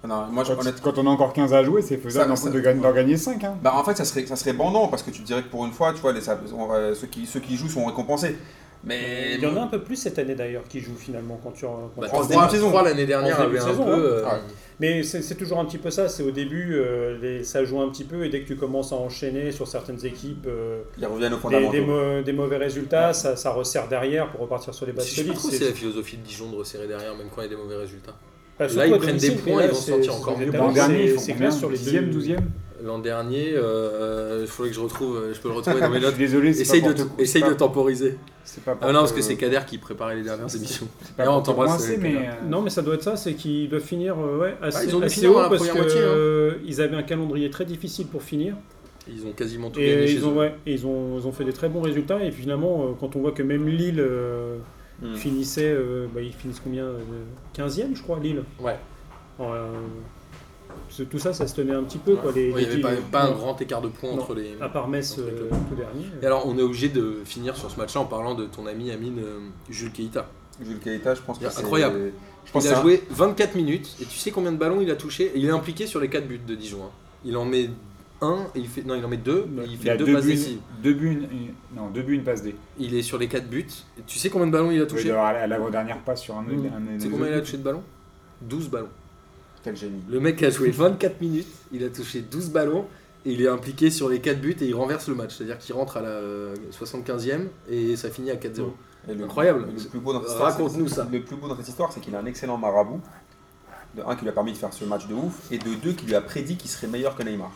[SPEAKER 2] non, moi, je,
[SPEAKER 3] Quand,
[SPEAKER 2] honnêtement,
[SPEAKER 3] quand on a encore 15 à jouer, c'est faisable
[SPEAKER 2] Ça-
[SPEAKER 3] d'en
[SPEAKER 2] ça-
[SPEAKER 3] de gagner- d'en gagner 5. Hein.
[SPEAKER 2] Bah en fait ça serait ça serait bandant parce que tu te dirais que pour une fois tu vois les, ça- on va- ceux qui ceux qui jouent sont récompensés. Mais
[SPEAKER 4] Il y en a un peu plus cette année d'ailleurs qui joue finalement quand tu quand
[SPEAKER 1] Bah,
[SPEAKER 4] tu
[SPEAKER 2] en
[SPEAKER 1] trois-
[SPEAKER 4] regardes.
[SPEAKER 2] début de saison.
[SPEAKER 1] trois l'année dernière
[SPEAKER 4] En début
[SPEAKER 1] avait
[SPEAKER 4] de
[SPEAKER 1] un
[SPEAKER 4] saison, hein. bah,
[SPEAKER 1] peu. euh,
[SPEAKER 2] Ah,
[SPEAKER 4] Mais c'est c'est toujours un petit peu ça, c'est au début, euh, les- ça joue un petit peu et dès que tu commences à enchaîner sur certaines équipes euh,
[SPEAKER 2] ils reviennent au
[SPEAKER 4] des,
[SPEAKER 2] fondamentaux.
[SPEAKER 4] des mau- des mauvais résultats, ça, ça resserre derrière pour repartir sur les bases
[SPEAKER 1] Je sais pas
[SPEAKER 4] solides.
[SPEAKER 1] trop
[SPEAKER 4] C'est-
[SPEAKER 1] c'est la philosophie de Dijon de resserrer derrière, même quand il y a des mauvais résultats.
[SPEAKER 4] Bah, surtout
[SPEAKER 1] ils
[SPEAKER 4] à
[SPEAKER 1] prennent
[SPEAKER 4] domicile,
[SPEAKER 1] des points,
[SPEAKER 4] mais là,
[SPEAKER 1] ils vont se
[SPEAKER 4] c'est-
[SPEAKER 1] sentir
[SPEAKER 4] c'est
[SPEAKER 1] encore
[SPEAKER 4] les
[SPEAKER 1] mieux.
[SPEAKER 4] étapes,
[SPEAKER 1] L'an
[SPEAKER 3] L'an dernier,
[SPEAKER 4] c'est-
[SPEAKER 3] ils
[SPEAKER 4] c'est
[SPEAKER 3] font
[SPEAKER 4] clair
[SPEAKER 3] combien
[SPEAKER 4] sur les
[SPEAKER 3] 10e, 12e
[SPEAKER 1] L'an dernier, euh, il faudrait que je retrouve, euh, je peux le retrouver dans mes
[SPEAKER 3] Je suis
[SPEAKER 1] notes.
[SPEAKER 3] désolé, c'est
[SPEAKER 1] Essaye
[SPEAKER 3] pas
[SPEAKER 1] de,
[SPEAKER 3] pour te- c'est
[SPEAKER 1] essaye
[SPEAKER 3] pas-
[SPEAKER 1] de temporiser.
[SPEAKER 3] c'est pas
[SPEAKER 1] Ah
[SPEAKER 3] pour
[SPEAKER 1] non, parce
[SPEAKER 3] te-
[SPEAKER 1] que c'est Kader qui préparait les dernières émissions.
[SPEAKER 3] c'est pas
[SPEAKER 1] Non, on
[SPEAKER 3] pour te
[SPEAKER 1] t'embrasse,
[SPEAKER 3] coincer,
[SPEAKER 1] euh, Ah,
[SPEAKER 3] mais. euh,
[SPEAKER 4] Non, mais ça doit être ça, c'est qu'ils doivent finir euh, ouais, assez,
[SPEAKER 1] ils ont dû
[SPEAKER 4] assez
[SPEAKER 1] finir dans
[SPEAKER 4] haut
[SPEAKER 1] la
[SPEAKER 4] parce
[SPEAKER 1] première
[SPEAKER 4] que,
[SPEAKER 1] moitié, hein.
[SPEAKER 4] euh, ils avaient un calendrier très difficile pour finir.
[SPEAKER 1] Ils ont quasiment tout gagné
[SPEAKER 4] Et
[SPEAKER 1] chez
[SPEAKER 4] ils ont,
[SPEAKER 1] eux.
[SPEAKER 4] ouais, et ils, ont, ils ont fait des très bons résultats. Et puis finalement, euh, quand on voit que même Lille euh,
[SPEAKER 2] Hmm.
[SPEAKER 4] finissait, euh, bah, ils finissent combien euh, 15e, je crois, Lille.
[SPEAKER 1] Ouais.
[SPEAKER 4] Euh, c'est- tout ça, ça se tenait un petit peu. Quoi, les,
[SPEAKER 1] Ouais, il
[SPEAKER 4] les-
[SPEAKER 1] n'y avait
[SPEAKER 4] les-
[SPEAKER 1] pas, pas un
[SPEAKER 4] non,
[SPEAKER 1] grand écart de points
[SPEAKER 4] Non.
[SPEAKER 1] entre les.
[SPEAKER 4] À part Metz,
[SPEAKER 1] entre les
[SPEAKER 4] euh,
[SPEAKER 1] clubs.
[SPEAKER 4] tout dernier.
[SPEAKER 1] Et alors, on est obligé de finir sur ce match-là en parlant de ton ami Amine euh, Jules Keita.
[SPEAKER 2] Jules Keita, je pense que
[SPEAKER 1] Il est
[SPEAKER 2] c'est
[SPEAKER 1] incroyable.
[SPEAKER 2] Je pense
[SPEAKER 1] Il
[SPEAKER 2] que
[SPEAKER 1] a
[SPEAKER 2] c'est un-
[SPEAKER 1] joué 24 minutes et tu sais combien de ballons il a touché Et Il est impliqué sur les 4 buts de Dijon. hein. Il en met un et il fait. Non, il en met deux. mais il
[SPEAKER 3] Il
[SPEAKER 1] fait
[SPEAKER 3] a
[SPEAKER 1] deux,
[SPEAKER 3] deux
[SPEAKER 1] passes
[SPEAKER 3] buts,
[SPEAKER 1] décisives.
[SPEAKER 3] deux buts, une- non, deux buts, une passe D.
[SPEAKER 1] Il est sur les 4 buts. Et tu sais combien de ballons il a
[SPEAKER 3] Il doit y
[SPEAKER 1] touché
[SPEAKER 3] avoir la- l'avant-dernière passe sur un.
[SPEAKER 1] Mm.
[SPEAKER 3] un- un-
[SPEAKER 1] Tu sais
[SPEAKER 3] un-
[SPEAKER 1] combien il a touché de ballons 12 ballons.
[SPEAKER 2] Quel génie.
[SPEAKER 1] Le mec a joué 24 minutes, il a touché 12 ballons et il est impliqué sur les 4 buts et il renverse le match. C'est-à-dire qu'il rentre à la euh, 75e et ça finit à 4-0.
[SPEAKER 2] Et le-
[SPEAKER 1] Incroyable.
[SPEAKER 2] Le plus beau dans cette histoire,
[SPEAKER 1] Raconte-nous
[SPEAKER 2] c'est-
[SPEAKER 1] ça.
[SPEAKER 2] Le plus beau dans cette histoire, c'est qu'il a un excellent marabout. de un qui lui a permis de faire ce match de ouf, et de deux qui lui a prédit qu'il serait meilleur que Neymar.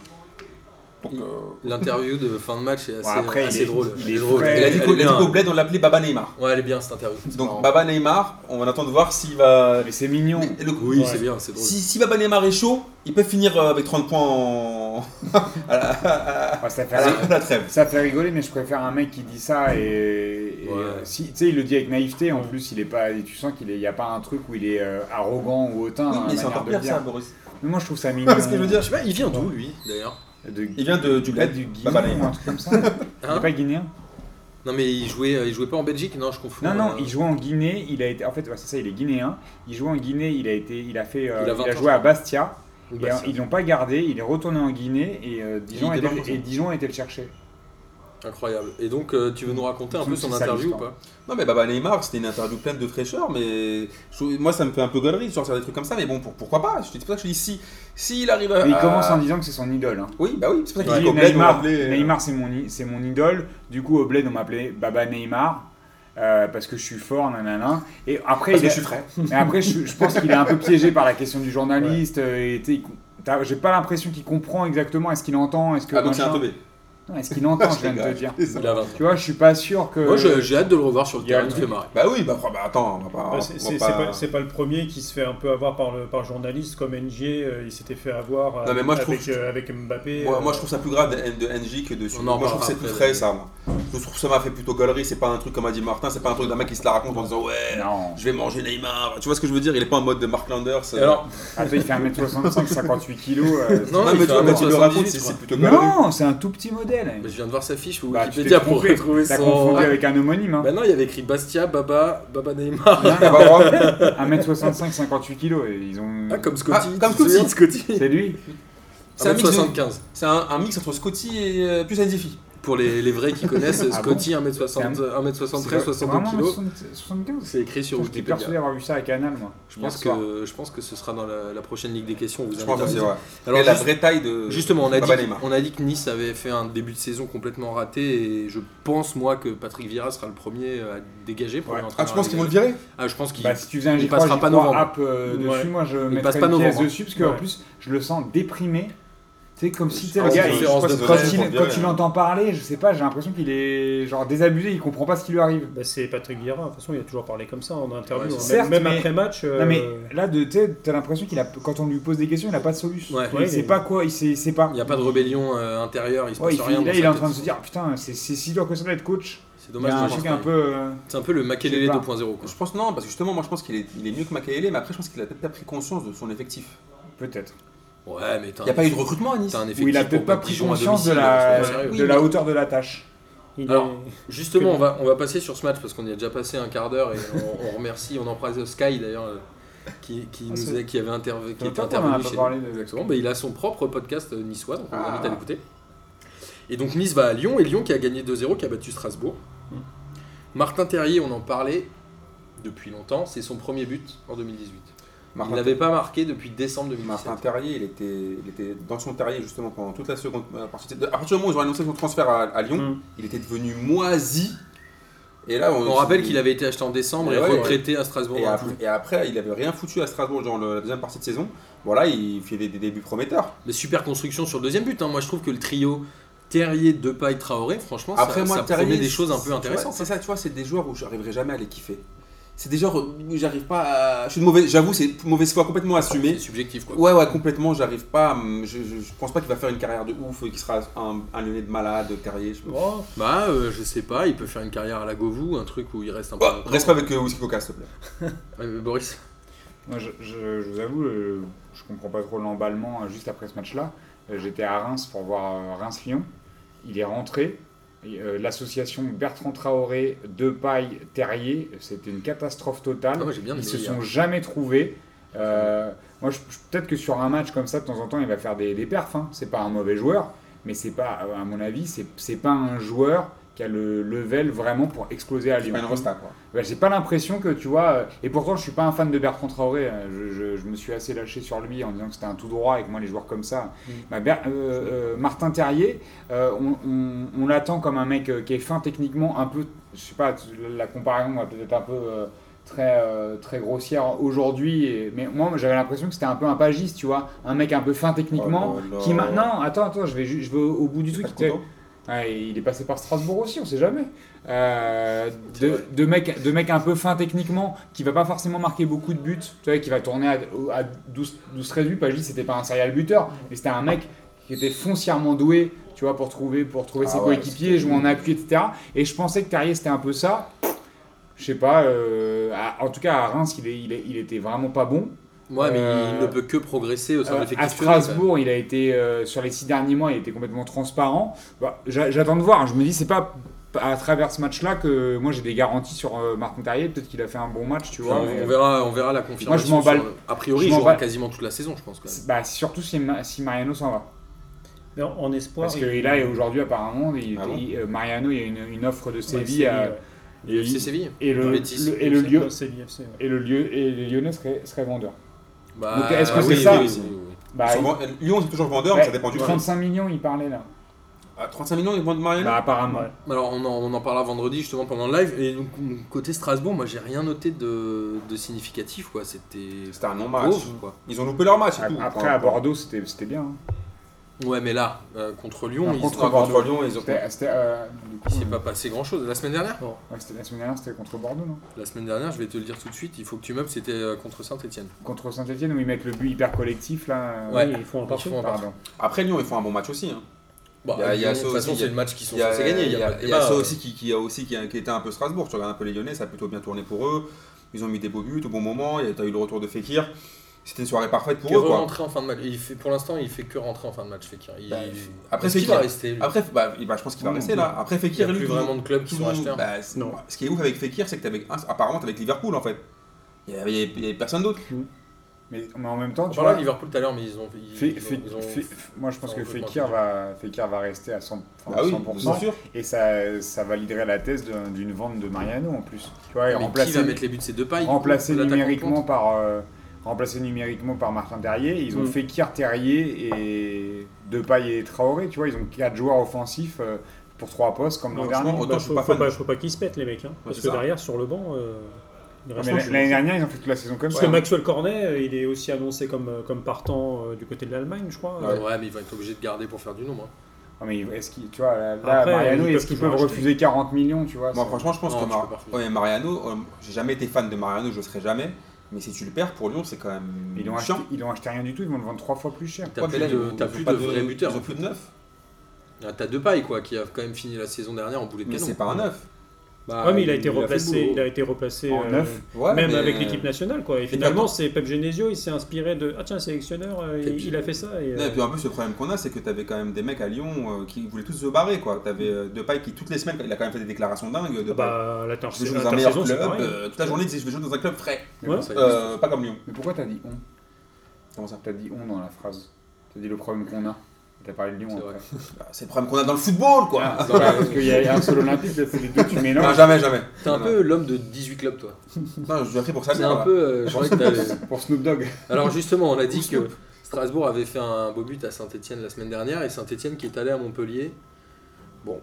[SPEAKER 2] Donc,
[SPEAKER 1] Il-
[SPEAKER 2] euh,
[SPEAKER 1] L'interview de fin de match est assez,
[SPEAKER 3] Ouais, après,
[SPEAKER 1] assez
[SPEAKER 3] il est-
[SPEAKER 1] drôle.
[SPEAKER 3] il
[SPEAKER 1] Elle
[SPEAKER 3] est
[SPEAKER 1] drôle.
[SPEAKER 3] frais.
[SPEAKER 2] il a dit
[SPEAKER 1] Elle
[SPEAKER 2] qu'au
[SPEAKER 1] est
[SPEAKER 2] il a dit
[SPEAKER 1] bien.
[SPEAKER 2] qu'au Bled, on l'appelait Baba Neymar.
[SPEAKER 1] Ouais, elle est bien cette interview. C'est marrant.
[SPEAKER 2] Donc Baba Neymar, on attend de voir s'il va.
[SPEAKER 3] Ah, Mais c'est mignon.
[SPEAKER 2] Et le-
[SPEAKER 1] Oui,
[SPEAKER 4] Ouais.
[SPEAKER 1] c'est bien, c'est drôle.
[SPEAKER 2] Si, si Baba Neymar est chaud, il peut finir euh, avec 30 points en... à, la, à
[SPEAKER 3] Ouais, ça, fait,
[SPEAKER 2] la- à la trêve.
[SPEAKER 3] ça fait rigoler, mais je préfère un mec qui dit ça et, et,
[SPEAKER 1] Ouais.
[SPEAKER 3] euh, si, tu sais, il le dit avec naïveté. En plus, il est pas, tu sens qu'il n'y a pas un truc où il est euh, arrogant ou hautain.
[SPEAKER 2] Oui,
[SPEAKER 3] dans la
[SPEAKER 2] mais c'est
[SPEAKER 3] manière
[SPEAKER 2] encore
[SPEAKER 3] de
[SPEAKER 2] pire
[SPEAKER 3] le dire.
[SPEAKER 2] ça, Boris.
[SPEAKER 3] Mais moi, je trouve ça mignon. euh,
[SPEAKER 2] Ce que je veux dire,
[SPEAKER 1] Je sais pas, il vient d'où lui d'ailleurs
[SPEAKER 3] De-
[SPEAKER 2] Il vient de, Euh, du Bah,
[SPEAKER 3] Pas
[SPEAKER 2] bled.
[SPEAKER 3] du
[SPEAKER 2] Baba
[SPEAKER 3] Guinéen ou un
[SPEAKER 2] Neymar.
[SPEAKER 3] truc comme ça Il
[SPEAKER 1] Hein
[SPEAKER 3] est pas guinéen
[SPEAKER 1] Non mais il jouait, euh, il jouait pas en Belgique, non je confonds.
[SPEAKER 3] Non, non,
[SPEAKER 1] euh,
[SPEAKER 3] il jouait en Guinée, il a été... En fait, ouais, c'est ça, il est guinéen. Il jouait en Guinée, il a, été, il a, fait,
[SPEAKER 1] Il a
[SPEAKER 3] euh, il a
[SPEAKER 1] 20 ans.
[SPEAKER 3] joué à Bastia.
[SPEAKER 1] ou
[SPEAKER 3] et, euh,
[SPEAKER 1] Bastia.
[SPEAKER 3] ils l'ont pas gardé, il est retourné en Guinée et, euh, Dijon,
[SPEAKER 1] Il
[SPEAKER 3] a
[SPEAKER 1] débarque
[SPEAKER 3] été,
[SPEAKER 1] ensemble.
[SPEAKER 3] et Dijon a été le chercher.
[SPEAKER 1] Incroyable. Et donc euh, tu veux nous raconter un
[SPEAKER 3] Tout
[SPEAKER 1] peu
[SPEAKER 3] ce
[SPEAKER 1] son
[SPEAKER 3] qui s'allume,
[SPEAKER 1] interview ou
[SPEAKER 3] quoi.
[SPEAKER 1] pas
[SPEAKER 2] Non, mais Baba Neymar, c'était une interview pleine de fraîcheur, mais je- moi, ça me fait un peu galerie de sortir des trucs comme ça, mais bon, pour- pourquoi pas Je- C'est pour ça que je dis si, si il arrive à.
[SPEAKER 3] Mais il commence
[SPEAKER 2] à-
[SPEAKER 3] en disant que c'est son idole. hein.
[SPEAKER 2] Oui, bah oui, c'est pour ça
[SPEAKER 3] Il
[SPEAKER 2] qu'il
[SPEAKER 3] dit
[SPEAKER 2] dit qu'au bled, on
[SPEAKER 3] Neymar,
[SPEAKER 2] l'appelait, euh,
[SPEAKER 3] Neymar, c'est mon, i- c'est mon idole. Du coup, au bled, on m'appelait Baba Neymar. euh, parce que je suis fort, nanana. Et après,
[SPEAKER 2] Parce que
[SPEAKER 3] il a-
[SPEAKER 2] je suis frais.
[SPEAKER 3] Mais après, je, je pense qu'il est un peu piégé par la question du journaliste. euh, et tu sais, il co- t'as- J'ai pas l'impression qu'il comprend exactement. Est-ce qu'il entend Est-ce que
[SPEAKER 2] Ah, donc c'est un
[SPEAKER 3] machin
[SPEAKER 2] teubé.
[SPEAKER 3] Non, Est-ce qu'il entend Je
[SPEAKER 2] Je
[SPEAKER 3] viens de te
[SPEAKER 2] rigole.
[SPEAKER 3] dire.
[SPEAKER 1] Il a 20 ans.
[SPEAKER 3] Tu vois, je suis pas sûr que.
[SPEAKER 1] Moi je- j'ai hâte de le revoir sur le
[SPEAKER 3] Euh, il y a
[SPEAKER 1] terrain,
[SPEAKER 3] un
[SPEAKER 1] il me fait marrer.
[SPEAKER 2] Bah oui, bah, bah, attends, on va pas.
[SPEAKER 3] Ah,
[SPEAKER 4] Bah,
[SPEAKER 2] on
[SPEAKER 4] c'est
[SPEAKER 2] va
[SPEAKER 4] c'est- c'est
[SPEAKER 2] pas-
[SPEAKER 4] pas, c'est pas le premier qui se fait un peu avoir par le, par le journaliste, comme NG, euh, il s'était fait avoir euh,
[SPEAKER 2] Non, mais moi, je
[SPEAKER 4] avec,
[SPEAKER 2] trouve-
[SPEAKER 4] euh, avec Mbappé.
[SPEAKER 2] Moi,
[SPEAKER 4] euh,
[SPEAKER 2] moi, je trouve ça plus grave de, de NJ que de
[SPEAKER 1] On en
[SPEAKER 2] Moi, je trouve
[SPEAKER 1] parlera
[SPEAKER 2] que c'est plus
[SPEAKER 1] après, euh,
[SPEAKER 2] frais,
[SPEAKER 1] mais-
[SPEAKER 2] ça. moi. Je trouve que ça m'a fait plutôt galerie. C'est pas un truc comme a dit Martin, c'est pas un truc d'un mec qui se la raconte en disant Ouais,
[SPEAKER 3] Non.
[SPEAKER 2] je vais manger Neymar. Tu vois ce que je veux dire Il est pas en mode de Mark Landers.
[SPEAKER 1] Et
[SPEAKER 2] euh,
[SPEAKER 1] alors
[SPEAKER 3] Attends, ah, il fait 1m65, 58 kilos. euh,
[SPEAKER 1] Non,
[SPEAKER 2] Non,
[SPEAKER 1] il
[SPEAKER 2] mais
[SPEAKER 1] fait
[SPEAKER 2] tu vois, quand tu le
[SPEAKER 1] 1m78,
[SPEAKER 2] racontes, c'est
[SPEAKER 1] je crois.
[SPEAKER 2] c'est plutôt galerie.
[SPEAKER 3] non, c'est un tout petit modèle.
[SPEAKER 1] Mais je viens de voir sa fiche sur
[SPEAKER 3] Bah, tu t'es
[SPEAKER 1] Wikipédia pour
[SPEAKER 3] trompé.
[SPEAKER 1] retrouver
[SPEAKER 3] T'as
[SPEAKER 1] son.
[SPEAKER 2] Ah.
[SPEAKER 3] confondu avec un homonyme. Hein.
[SPEAKER 1] Bah non, il y avait écrit Bastia, Baba, Baba Neymar.
[SPEAKER 3] Non,
[SPEAKER 2] Ah, bah, bravo.
[SPEAKER 3] 1m65, 58 kilos. et Ils ont.
[SPEAKER 1] Ah, comme Scotty.
[SPEAKER 2] Ah, comme
[SPEAKER 1] tu te souviens de Scotty.
[SPEAKER 3] C'est lui
[SPEAKER 2] C'est un mix de-
[SPEAKER 1] 1m75.
[SPEAKER 2] C'est un, un mix entre Scotty et euh, plus Ndifi.
[SPEAKER 1] Pour les, les vrais qui connaissent,
[SPEAKER 3] Ah
[SPEAKER 1] Scotty
[SPEAKER 3] C'est un-
[SPEAKER 1] 1m60, 1m73,
[SPEAKER 3] C'est- c'est
[SPEAKER 1] 62
[SPEAKER 3] vraiment
[SPEAKER 1] kg.
[SPEAKER 3] 60 75
[SPEAKER 1] C'est écrit sur
[SPEAKER 3] J'étais
[SPEAKER 1] Wikipédia.
[SPEAKER 3] persuadé d'avoir vu ça à Canal, moi.
[SPEAKER 1] Je pense, que, je pense que ce sera dans la, la prochaine Ligue des questions. on Vous
[SPEAKER 2] Je pense
[SPEAKER 1] invite à-
[SPEAKER 2] aussi, ouais.
[SPEAKER 1] Alors,
[SPEAKER 2] Et la
[SPEAKER 1] juste-
[SPEAKER 2] vraie taille de.
[SPEAKER 1] justement, on a, dit,
[SPEAKER 2] Baba Neymar.
[SPEAKER 1] on a dit que Nice avait fait un début de saison complètement raté et je pense, moi, que Patrick Vieira sera le premier à dégager. Pour
[SPEAKER 3] Ouais.
[SPEAKER 2] Ah, tu penses qu'ils vont le virer
[SPEAKER 1] Ah, je pense qu'il.
[SPEAKER 3] Bah, si tu faisais un
[SPEAKER 1] il
[SPEAKER 3] J3,
[SPEAKER 1] passera
[SPEAKER 3] J3
[SPEAKER 1] pas novembre.
[SPEAKER 3] app euh, dessus,
[SPEAKER 4] Ouais.
[SPEAKER 3] moi je
[SPEAKER 1] passe
[SPEAKER 3] mettrais
[SPEAKER 1] pas
[SPEAKER 3] une pièce
[SPEAKER 1] novembre.
[SPEAKER 3] dessus parce que en
[SPEAKER 4] Ouais.
[SPEAKER 3] plus je le sens déprimé. Tu sais, comme si t'es
[SPEAKER 2] Ah,
[SPEAKER 3] le
[SPEAKER 2] c'est
[SPEAKER 3] gars,
[SPEAKER 2] une
[SPEAKER 3] il-
[SPEAKER 1] conférence
[SPEAKER 2] je pense
[SPEAKER 1] de
[SPEAKER 2] que
[SPEAKER 3] quand
[SPEAKER 2] c'est
[SPEAKER 1] presse,
[SPEAKER 3] il,
[SPEAKER 2] vrai,
[SPEAKER 3] quand
[SPEAKER 2] virer,
[SPEAKER 3] il
[SPEAKER 2] hein.
[SPEAKER 3] entend parler, je sais pas, j'ai l'impression qu'il est genre désabusé, il comprend pas ce qui lui arrive.
[SPEAKER 4] bah, c'est Patrick Vieira, de toute façon, il a toujours parlé comme ça en interview.
[SPEAKER 1] Ouais,
[SPEAKER 4] même
[SPEAKER 3] certes,
[SPEAKER 4] même
[SPEAKER 3] mais-
[SPEAKER 4] après match. euh,
[SPEAKER 3] Non mais là, de- tu sais, t'as l'impression qu'il a, quand on lui pose des questions, il a pas de solution.
[SPEAKER 1] Ouais.
[SPEAKER 3] il
[SPEAKER 4] Ouais,
[SPEAKER 3] sait
[SPEAKER 4] il-
[SPEAKER 3] pas quoi, il sait, sait pas.
[SPEAKER 1] Il n'y a pas de rébellion euh, intérieure, il se
[SPEAKER 3] Ouais,
[SPEAKER 1] passe
[SPEAKER 3] il fait-
[SPEAKER 1] rien.
[SPEAKER 3] là,
[SPEAKER 1] dans
[SPEAKER 3] il est
[SPEAKER 1] sa
[SPEAKER 3] en train de
[SPEAKER 1] tête.
[SPEAKER 3] se dire, putain, c'est c'est si dur que ça d'être coach.
[SPEAKER 1] C'est
[SPEAKER 3] Il y
[SPEAKER 1] dommage.
[SPEAKER 3] a
[SPEAKER 1] je
[SPEAKER 3] un
[SPEAKER 1] pense
[SPEAKER 3] truc
[SPEAKER 1] pas.
[SPEAKER 3] un peu. euh,
[SPEAKER 1] C'est un peu le Makelele
[SPEAKER 3] Je sais pas.
[SPEAKER 1] 2.0. quoi.
[SPEAKER 2] Je pense non, parce que justement, moi je pense qu'il est, il est mieux que Makaele, mais après je pense qu'il a peut-être pas pris conscience de son effectif.
[SPEAKER 3] Peut-être.
[SPEAKER 1] Ouais, mais t'as
[SPEAKER 2] Il n'y a
[SPEAKER 1] un-
[SPEAKER 2] pas eu de recrutement à Nice.
[SPEAKER 1] t'as un
[SPEAKER 3] Ou
[SPEAKER 1] effectif
[SPEAKER 3] il a
[SPEAKER 1] pour
[SPEAKER 3] peut-être pas
[SPEAKER 1] battre
[SPEAKER 3] pris
[SPEAKER 1] Dijon à
[SPEAKER 3] conscience de
[SPEAKER 1] domicile,
[SPEAKER 3] la,
[SPEAKER 1] euh, soyons sérieux.
[SPEAKER 3] de la hauteur de la tâche.
[SPEAKER 4] il
[SPEAKER 1] Alors,
[SPEAKER 4] est-
[SPEAKER 1] Justement, on va, on va passer sur ce match parce qu'on y a déjà passé un quart d'heure et on, on remercie, on embrasse Sky d'ailleurs euh, qui, qui,
[SPEAKER 3] Ah,
[SPEAKER 1] nous
[SPEAKER 3] c'est-
[SPEAKER 1] a- qui avait intervenu, qui
[SPEAKER 3] Ça
[SPEAKER 1] était
[SPEAKER 3] va pas, on en a
[SPEAKER 1] intervenu
[SPEAKER 3] pas
[SPEAKER 1] chez
[SPEAKER 3] parlé
[SPEAKER 1] nous.
[SPEAKER 3] de-
[SPEAKER 1] Exactement. Bah, il a son propre podcast euh, niçois, donc on vous
[SPEAKER 2] Ah.
[SPEAKER 1] invite à l'écouter. Et donc Nice va à Lyon et Lyon qui a gagné 2-0, qui a battu Strasbourg.
[SPEAKER 2] Mm.
[SPEAKER 1] Martin Terrier, on en parlait depuis longtemps, c'est son premier but en 2018. il
[SPEAKER 2] Martin,
[SPEAKER 1] n'avait pas marqué depuis décembre 2017.
[SPEAKER 2] Martin Terrier, il était, il était dans son terrier justement pendant toute la seconde euh, partie. De- À partir du moment où ils ont annoncé son transfert à, à Lyon,
[SPEAKER 4] Mm.
[SPEAKER 2] il était devenu moisi. Et là,
[SPEAKER 1] On rappelle qu'il avait été acheté en décembre et,
[SPEAKER 2] Ouais, ouais.
[SPEAKER 1] retraité à Strasbourg.
[SPEAKER 2] Et
[SPEAKER 1] dans la
[SPEAKER 2] après,
[SPEAKER 1] foulée.
[SPEAKER 2] et après, il avait rien foutu à Strasbourg dans le- la deuxième partie de saison. Voilà, il fait des, des débuts prometteurs.
[SPEAKER 1] Mais super construction sur le deuxième but. hein. Moi, je trouve que le trio Terrier, Depay, Traoré, franchement,
[SPEAKER 2] Après,
[SPEAKER 1] ça,
[SPEAKER 2] moi,
[SPEAKER 1] ça
[SPEAKER 2] Terrier,
[SPEAKER 1] promet des choses un
[SPEAKER 2] tu
[SPEAKER 1] peu
[SPEAKER 2] vois,
[SPEAKER 1] intéressantes. hein.
[SPEAKER 2] C'est ça, tu vois, c'est des joueurs où j'arriverai jamais à les kiffer. C'est des joueurs où j'arrive pas à. Je suis de mauvaise. J'avoue, c'est une mauvaise foi complètement assumée.
[SPEAKER 1] C'est subjectif, quoi.
[SPEAKER 2] Ouais, ouais, complètement, j'arrive pas. à me- Je, je, je pense pas qu'il va faire une carrière de ouf, qu'il sera un, un Lyonnais de malade, terrier. Je...
[SPEAKER 4] Oh,
[SPEAKER 1] Bah, euh, je sais pas, il peut faire une carrière à la Govou, un truc où il reste un peu.
[SPEAKER 2] Oh, reste pas avec euh, Whisky Coca, s'il te plaît.
[SPEAKER 1] Ouais, mais Boris,
[SPEAKER 3] Moi, je, je- je vous avoue, euh, je comprends pas trop l'emballement euh, juste après ce match-là. Euh, J'étais à Reims pour voir euh, Reims-Lyon. Il est rentré. Et, euh, L'association Bertrand Traoré, Depaille, Terrier, c'était une catastrophe totale.
[SPEAKER 1] Ah, moi, j'ai bien
[SPEAKER 3] Ils
[SPEAKER 1] aimé
[SPEAKER 3] se
[SPEAKER 1] hier.
[SPEAKER 3] sont jamais trouvés. Euh, moi, je- je- peut-être que sur un match comme ça, de temps en temps, il va faire des, des perfs. hein. C'est pas un mauvais joueur, mais c'est pas, à mon avis, c'est c'est pas un joueur qui a le level vraiment pour exploser à
[SPEAKER 2] C'est
[SPEAKER 3] Lyon.
[SPEAKER 2] pas une resta, quoi.
[SPEAKER 3] Bah, j'ai pas l'impression que tu vois. euh, Et pourtant, je suis pas un fan de Bertrand Traoré. hein, Je, je- je me suis assez lâché sur lui en disant que c'était un tout droit et que moi, les joueurs comme ça.
[SPEAKER 4] Mm.
[SPEAKER 3] Bah, Ber- euh, euh, Martin Terrier, euh, on, on- on l'attend comme un mec euh, qui est fin techniquement, un peu. Je sais pas, tu- la comparaison va peut-être un peu. euh, très, euh, très grossière aujourd'hui. et- Mais moi, j'avais l'impression que c'était un peu un pagiste, tu vois. Un mec un peu fin techniquement.
[SPEAKER 2] Oh là là.
[SPEAKER 3] qui maintenant. Attends, attends, je vais, ju- je vais au au bout du
[SPEAKER 2] T'es
[SPEAKER 3] truc.
[SPEAKER 2] pas content
[SPEAKER 3] Ouais, Ah, il est passé par Strasbourg aussi, on sait jamais. Euh, de, de, mec, de mec un peu fin techniquement, qui va pas forcément marquer beaucoup de buts, tu vois, qui va tourner à, à 12, 12 réduits. Pagis, c'était pas un serial buteur, mais c'était un mec qui était foncièrement doué, tu vois, pour trouver, pour trouver
[SPEAKER 2] Ah
[SPEAKER 3] ses
[SPEAKER 2] ouais,
[SPEAKER 3] coéquipiers,
[SPEAKER 2] c'était-
[SPEAKER 3] jouer en appui, etc. Et je pensais que Terrier, c'était un peu ça. Je sais pas, euh, à- en tout cas à Reims, il, est- il, est- il était vraiment pas bon.
[SPEAKER 1] Ouais, mais
[SPEAKER 3] Euh,
[SPEAKER 1] il ne peut que progresser au sein de
[SPEAKER 3] Euh,
[SPEAKER 1] l'effectif.
[SPEAKER 3] à Strasbourg, il a été euh, sur les six derniers mois, il était complètement transparent. Bah, j'a- J'attends de voir. Je me dis, c'est pas à travers ce match-là que moi j'ai des garanties sur euh, Marc Terrier. Peut-être qu'il a fait un bon match, tu
[SPEAKER 1] Enfin,
[SPEAKER 3] vois.
[SPEAKER 1] on,
[SPEAKER 3] mais-
[SPEAKER 1] on verra, on verra la confirmation.
[SPEAKER 3] je m'emballe.
[SPEAKER 1] sur le- A priori,
[SPEAKER 3] Je
[SPEAKER 1] il jouera
[SPEAKER 3] m'emballe.
[SPEAKER 1] quasiment toute la saison, je pense. Quand même.
[SPEAKER 3] C'est- bah, surtout si, Ma- si Mariano s'en va.
[SPEAKER 4] Mais en en espoir.
[SPEAKER 3] Parce que
[SPEAKER 4] il-
[SPEAKER 3] là, et aujourd'hui, apparemment, il-
[SPEAKER 2] Ah bon
[SPEAKER 3] il- euh, Mariano, il y a une, une offre de
[SPEAKER 4] Ouais,
[SPEAKER 3] Séville.
[SPEAKER 4] Séville, euh,
[SPEAKER 3] à-
[SPEAKER 4] ouais.
[SPEAKER 1] Et FC Séville
[SPEAKER 3] et le,
[SPEAKER 1] Betis.
[SPEAKER 3] le- et le lieu
[SPEAKER 4] Non, Séville FC, ouais.
[SPEAKER 3] et le lieu et les Lyonnais seraient, seraient vendeurs.
[SPEAKER 1] Bah,
[SPEAKER 3] Donc, est-ce que
[SPEAKER 1] oui,
[SPEAKER 3] c'est
[SPEAKER 1] oui,
[SPEAKER 3] ça
[SPEAKER 1] oui, oui, oui.
[SPEAKER 3] Bah,
[SPEAKER 2] Ils sont
[SPEAKER 3] il-
[SPEAKER 2] vend- Lyon, c'est toujours vendeur, mais
[SPEAKER 3] ouais,
[SPEAKER 2] ça dépend du prix.
[SPEAKER 3] 35 millions, il parlait là.
[SPEAKER 2] Ah, 35 millions, ils vendent Mariano
[SPEAKER 3] Bah, apparemment.
[SPEAKER 4] Ouais.
[SPEAKER 1] Alors on en, on en parlera vendredi justement pendant le live. Et donc côté Strasbourg, moi j'ai rien noté de, de significatif quoi. C'était.
[SPEAKER 2] C'était un non-match.
[SPEAKER 1] Pauvre.
[SPEAKER 2] quoi. Ils ont loupé leur match, c'est tout.
[SPEAKER 3] Après, à Bordeaux, c'était c'était bien. hein.
[SPEAKER 1] Ouais mais là, euh, contre Lyon,
[SPEAKER 3] Non,
[SPEAKER 1] il
[SPEAKER 3] contre
[SPEAKER 1] s'est-
[SPEAKER 2] Contre Bordeaux, Lyon, ils ont.
[SPEAKER 3] C'était c'était, euh, du coup,
[SPEAKER 1] il s'est pas passé grand chose. La semaine dernière
[SPEAKER 3] Ouais, c'était la semaine dernière, c'était contre Bordeaux, non
[SPEAKER 1] La semaine dernière, je vais te le dire tout de suite, il faut que tu meubles, c'était euh, contre Saint-Etienne.
[SPEAKER 3] Contre Saint-Etienne, où ils mettent le but hyper collectif, là. euh,
[SPEAKER 1] Ouais.
[SPEAKER 4] Oui, il faut un partout.
[SPEAKER 1] Franchement,
[SPEAKER 3] Pardon.
[SPEAKER 2] Après, Lyon, ils font un bon match aussi. hein.
[SPEAKER 1] Bah,
[SPEAKER 2] Il y a- il y a
[SPEAKER 1] de
[SPEAKER 2] ça
[SPEAKER 1] toute
[SPEAKER 2] aussi,
[SPEAKER 1] façon,
[SPEAKER 2] il y a-
[SPEAKER 1] c'est le match qu'ils sont
[SPEAKER 2] Il y a-
[SPEAKER 1] censés gagner.
[SPEAKER 2] Il y
[SPEAKER 1] pas
[SPEAKER 2] a,
[SPEAKER 1] de
[SPEAKER 2] il y a
[SPEAKER 1] débat,
[SPEAKER 2] ça
[SPEAKER 1] euh.
[SPEAKER 2] aussi qui, qui a aussi qui, qui était un peu Strasbourg. Tu regardes un peu les Lyonnais, ça a plutôt bien tourné pour eux. Ils ont mis des beaux buts au bon moment. Il y a- T'as eu le retour de Fekir. C'était une soirée parfaite pour
[SPEAKER 1] Que
[SPEAKER 2] eux. Quoi.
[SPEAKER 1] rentrer en fin de match. Il fait, pour l'instant, il fait que rentrer en fin de match, Fekir. Il,
[SPEAKER 2] Bah,
[SPEAKER 1] après,
[SPEAKER 2] après,
[SPEAKER 1] Est-ce qu'il
[SPEAKER 2] Fekir-
[SPEAKER 1] va rester. lui
[SPEAKER 2] Après, bah, il- bah, je pense qu'il va
[SPEAKER 3] Non,
[SPEAKER 2] rester
[SPEAKER 3] non.
[SPEAKER 2] là. Après,
[SPEAKER 1] Il n'y a
[SPEAKER 2] Fekir,
[SPEAKER 1] plus
[SPEAKER 2] lui, tout le
[SPEAKER 1] vraiment
[SPEAKER 2] monde-
[SPEAKER 1] de clubs qui
[SPEAKER 2] tout
[SPEAKER 1] sont
[SPEAKER 2] le monde-
[SPEAKER 1] rachetés. hein.
[SPEAKER 2] bah, c'est-
[SPEAKER 4] Non.
[SPEAKER 2] Ce qui est ouf avec Fekir, c'est que t'avais un- apparemment t'avais avec Liverpool en fait. Il n'y avait, il y avait personne d'autre.
[SPEAKER 3] Mais, mais en même temps,
[SPEAKER 1] On
[SPEAKER 3] tu
[SPEAKER 1] parlait de
[SPEAKER 3] vois.
[SPEAKER 1] Liverpool tout à l'heure, mais ils ont. ils-
[SPEAKER 3] Fe-
[SPEAKER 1] ils ont-
[SPEAKER 3] Fe-
[SPEAKER 1] ils ont-
[SPEAKER 3] Fe- moi, je pense
[SPEAKER 1] ils
[SPEAKER 3] que
[SPEAKER 1] ont-
[SPEAKER 3] Fekir va, Fekir va rester à 100%, enfin,
[SPEAKER 2] Ah oui,
[SPEAKER 3] 100%,
[SPEAKER 2] bien sûr.
[SPEAKER 3] et ça, ça validerait la thèse d'un- d'une vente de Mariano en plus. Tu vois, et
[SPEAKER 1] Mais qui
[SPEAKER 3] remplacer,
[SPEAKER 1] va mettre les buts de ces deux pailles
[SPEAKER 3] remplacer
[SPEAKER 1] L'attaquant
[SPEAKER 3] numériquement
[SPEAKER 1] plante.
[SPEAKER 3] par euh, remplacer numériquement par Martin Terrier. Ils ont
[SPEAKER 4] Mm.
[SPEAKER 3] Fekir, Terrier et Depay et Traoré. Tu vois, ils ont quatre joueurs offensifs euh, pour trois postes comme l'an
[SPEAKER 2] Non,
[SPEAKER 3] dernier.
[SPEAKER 2] franchement,
[SPEAKER 4] Bah,
[SPEAKER 2] Autant je suis
[SPEAKER 4] faut,
[SPEAKER 2] pas
[SPEAKER 4] faut
[SPEAKER 2] fan.
[SPEAKER 4] pas, faut pas qu'ils se pètent les mecs, hein, parce
[SPEAKER 2] c'est
[SPEAKER 4] que
[SPEAKER 2] ça.
[SPEAKER 4] derrière sur le banc, euh, il reste
[SPEAKER 3] Mais
[SPEAKER 4] un
[SPEAKER 3] la-
[SPEAKER 4] jeu.
[SPEAKER 3] L'année dernière, ils ont fait toute la saison comme
[SPEAKER 4] Parce
[SPEAKER 3] ça.
[SPEAKER 4] que Maxwell Cornet, euh, il est aussi annoncé comme, euh, comme partant euh, du côté de l'Allemagne, je crois.
[SPEAKER 2] Ah
[SPEAKER 1] Ouais. Ouais, mais ils vont être obligés de garder pour faire du nombre. hein.
[SPEAKER 3] Ah, mais est-ce qu'ils, tu vois, là, là,
[SPEAKER 4] Après,
[SPEAKER 3] Mariano,
[SPEAKER 4] ils peuvent
[SPEAKER 3] est-ce qu'ils
[SPEAKER 4] toujours
[SPEAKER 3] peuvent
[SPEAKER 4] acheter.
[SPEAKER 3] refuser 40 millions, tu vois
[SPEAKER 2] Moi,
[SPEAKER 3] ça-
[SPEAKER 2] franchement, je pense
[SPEAKER 1] Non,
[SPEAKER 2] que
[SPEAKER 1] tu
[SPEAKER 2] Mar-
[SPEAKER 1] peux pas refuser.
[SPEAKER 2] ouais, Mariano, euh, j'ai jamais été fan de Mariano, je le serai jamais. Mais si tu le perds pour Lyon, c'est quand même
[SPEAKER 3] ils, ont acheté,
[SPEAKER 2] chiant.
[SPEAKER 3] ils ont acheté rien du tout, ils vont le vendre trois fois plus cher.
[SPEAKER 1] T'as
[SPEAKER 2] Ouais,
[SPEAKER 1] plus
[SPEAKER 2] mais là,
[SPEAKER 1] de,
[SPEAKER 2] ils-
[SPEAKER 1] t'as
[SPEAKER 2] ils ont
[SPEAKER 1] plus
[SPEAKER 2] pas
[SPEAKER 1] de vrais buteurs.
[SPEAKER 2] Ils ont plus de neuf.
[SPEAKER 1] Ah, T'as deux pailles quoi, qui a quand même fini la saison dernière en boulet de
[SPEAKER 2] Mais
[SPEAKER 1] canon.
[SPEAKER 2] c'est pas un neuf.
[SPEAKER 1] Bah,
[SPEAKER 4] Ouais, Ah, mais il
[SPEAKER 2] Ah,
[SPEAKER 4] a été
[SPEAKER 1] fait le
[SPEAKER 4] replacé,
[SPEAKER 1] boulot.
[SPEAKER 4] il a été replacé
[SPEAKER 3] En
[SPEAKER 4] euh,
[SPEAKER 3] neuf.
[SPEAKER 2] Ouais,
[SPEAKER 4] même
[SPEAKER 2] mais- euh,
[SPEAKER 4] avec l'équipe nationale, quoi. Et
[SPEAKER 2] t'attends.
[SPEAKER 4] finalement, c'est Pep Genesio, il s'est inspiré de ah tiens, sélectionneur, euh,
[SPEAKER 1] Et puis-
[SPEAKER 4] il, il a fait ça. Et,
[SPEAKER 2] Non,
[SPEAKER 4] euh,
[SPEAKER 2] et puis en plus, le problème qu'on a, c'est que t'avais quand même des mecs à Lyon euh, qui voulaient tous se barrer. quoi. T'avais euh, Depay qui, toutes les semaines, il a quand même fait des déclarations dingues. Depay.
[SPEAKER 4] bah, la
[SPEAKER 2] je vais jouer dans un meilleur
[SPEAKER 4] saison, c'est
[SPEAKER 2] club.
[SPEAKER 4] pareil.
[SPEAKER 2] euh, toute la journée, il disait, je vais jouer dans un club frais.
[SPEAKER 3] Mais,
[SPEAKER 4] Ouais.
[SPEAKER 3] pour-
[SPEAKER 1] Ça,
[SPEAKER 2] Euh, pas comme Lyon.
[SPEAKER 3] mais pourquoi t'as dit on
[SPEAKER 2] Comment ça
[SPEAKER 3] T'as dit on dans la phrase. T'as dit le problème qu'on a. T'as parlé de Lyon
[SPEAKER 1] C'est
[SPEAKER 3] après.
[SPEAKER 2] Bah, C'est le problème qu'on a dans le football, quoi.
[SPEAKER 3] Ah, c'est pas parce qu'il y a un seul olympique, là, c'est les deux, tu
[SPEAKER 2] Non,
[SPEAKER 3] mélanges.
[SPEAKER 2] jamais, jamais.
[SPEAKER 1] T'es un
[SPEAKER 2] Non,
[SPEAKER 1] peu l'homme de 18 clubs toi.
[SPEAKER 2] Non, je suis appris pour ça.
[SPEAKER 1] C'est
[SPEAKER 2] mais
[SPEAKER 1] un
[SPEAKER 2] voilà.
[SPEAKER 1] peu. euh, je croyais que t'avais-
[SPEAKER 3] Pour Snoop Dogg.
[SPEAKER 1] Alors justement, on a dit
[SPEAKER 2] Snoop.
[SPEAKER 1] que Strasbourg avait fait un beau but à Saint-Etienne la semaine dernière et Saint-Etienne qui est allé à Montpellier. Bon,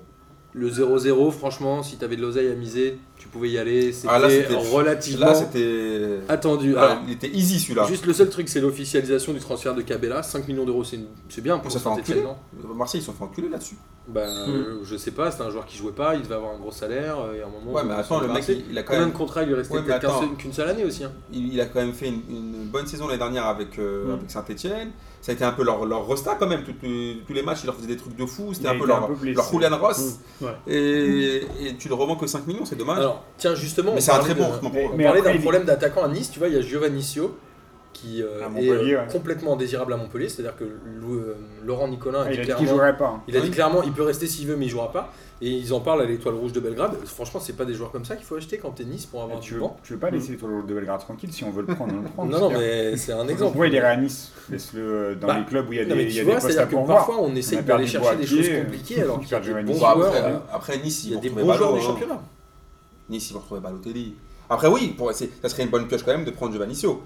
[SPEAKER 1] le 0-0, franchement, si t'avais de l'oseille à miser, tu pouvais y aller. C'était
[SPEAKER 2] Ah, là, c'était-
[SPEAKER 1] relativement
[SPEAKER 2] Là, c'était.
[SPEAKER 1] attendu.
[SPEAKER 2] Là,
[SPEAKER 1] Alors,
[SPEAKER 2] il était easy celui-là.
[SPEAKER 1] Ah. juste le seul truc, c'est l'officialisation du transfert de Cabella. 5 millions d'euros, c'est une- c'est bien pour
[SPEAKER 2] Ça fait enculer.
[SPEAKER 1] Saint-Etienne, non
[SPEAKER 2] Marseille, ils se sont fait enculer là-dessus.
[SPEAKER 1] Bah, euh, je sais pas, c'était un joueur qui jouait pas, il devait avoir un gros salaire euh, et à un moment.
[SPEAKER 2] Ouais, mais
[SPEAKER 1] on
[SPEAKER 2] attends,
[SPEAKER 1] s'en
[SPEAKER 2] le mec,
[SPEAKER 1] débarrassait.
[SPEAKER 2] il, il a quand
[SPEAKER 1] Combien
[SPEAKER 2] même,
[SPEAKER 1] de contrats il lui restait
[SPEAKER 2] Ouais, mais
[SPEAKER 1] peut-être qu'un
[SPEAKER 2] attends.
[SPEAKER 1] seul- qu'une seule année aussi. hein.
[SPEAKER 2] il, il a quand même fait une, une bonne saison l'année dernière avec, euh,
[SPEAKER 4] Mm.
[SPEAKER 2] avec Saint-Etienne. Ça a été un peu leur, leur resta quand même. Tout- tout- tous les matchs, ils leur faisaient des trucs de fou.
[SPEAKER 3] Il
[SPEAKER 2] C'était
[SPEAKER 3] a
[SPEAKER 2] un peu
[SPEAKER 3] été
[SPEAKER 2] leur,
[SPEAKER 3] un peu blessé.
[SPEAKER 2] leur Julian Ross.
[SPEAKER 4] Mm. Ouais.
[SPEAKER 2] Et, et tu le revends que 5 millions, c'est dommage.
[SPEAKER 1] Alors, tiens, justement. on
[SPEAKER 2] mais c'est un
[SPEAKER 1] parlait
[SPEAKER 2] très
[SPEAKER 1] de-
[SPEAKER 2] bon recrutement pour eux.
[SPEAKER 1] On
[SPEAKER 3] Mais
[SPEAKER 1] parlait
[SPEAKER 3] après,
[SPEAKER 1] d'un
[SPEAKER 3] il-
[SPEAKER 1] problème d'attaquant à Nice, tu vois, il y a Giovannicio qui euh,
[SPEAKER 3] À
[SPEAKER 1] est euh,
[SPEAKER 3] Montpellier, ouais.
[SPEAKER 1] complètement désirable à Montpellier, c'est-à-dire que Lou- euh, Laurent Nicolin a
[SPEAKER 3] Ah,
[SPEAKER 1] dit
[SPEAKER 3] il a dit qu'il
[SPEAKER 1] clairement,
[SPEAKER 3] jouerait pas. hein.
[SPEAKER 1] il a dit
[SPEAKER 2] Oui.
[SPEAKER 1] clairement, il peut rester s'il veut, mais il jouera pas. Et ils en parlent à l'étoile rouge de Belgrade. Franchement, c'est pas des joueurs comme ça qu'il faut acheter quand t'es Nice pour avoir
[SPEAKER 3] Et Tu
[SPEAKER 1] du
[SPEAKER 3] veux,
[SPEAKER 1] banc.
[SPEAKER 3] tu veux pas laisser le de Belgrade tranquille si on veut le prendre, on le prend.
[SPEAKER 1] Hmm. Non, non, mais c'est un exemple.
[SPEAKER 3] Pourquoi il irait à Nice Laisse-le euh, dans
[SPEAKER 1] Bah,
[SPEAKER 3] les clubs où il y a
[SPEAKER 1] Non, mais
[SPEAKER 3] des, il y
[SPEAKER 1] tu
[SPEAKER 3] a des
[SPEAKER 1] vois,
[SPEAKER 3] postes à
[SPEAKER 1] c'est-à-dire que
[SPEAKER 3] pourvoir.
[SPEAKER 1] parfois on essaye
[SPEAKER 3] a
[SPEAKER 1] d'aller
[SPEAKER 3] perdu
[SPEAKER 1] chercher des
[SPEAKER 3] Boakier,
[SPEAKER 1] choses compliquées alors
[SPEAKER 3] tu
[SPEAKER 1] qu'il y a
[SPEAKER 3] perds
[SPEAKER 1] des
[SPEAKER 3] Giovanni.
[SPEAKER 1] bons
[SPEAKER 2] Bon, bah,
[SPEAKER 1] joueurs,
[SPEAKER 2] après,
[SPEAKER 1] euh,
[SPEAKER 2] après, Nice,
[SPEAKER 1] il y a
[SPEAKER 2] ils vont
[SPEAKER 1] des
[SPEAKER 2] retrouver
[SPEAKER 1] bons joueurs
[SPEAKER 2] Ballot.
[SPEAKER 1] du
[SPEAKER 2] hein.
[SPEAKER 1] championnat.
[SPEAKER 2] Nice, ils vont retrouver Balotelli. Après, oui, pour, c'est- ça serait une bonne pioche quand même de prendre Giovannicio.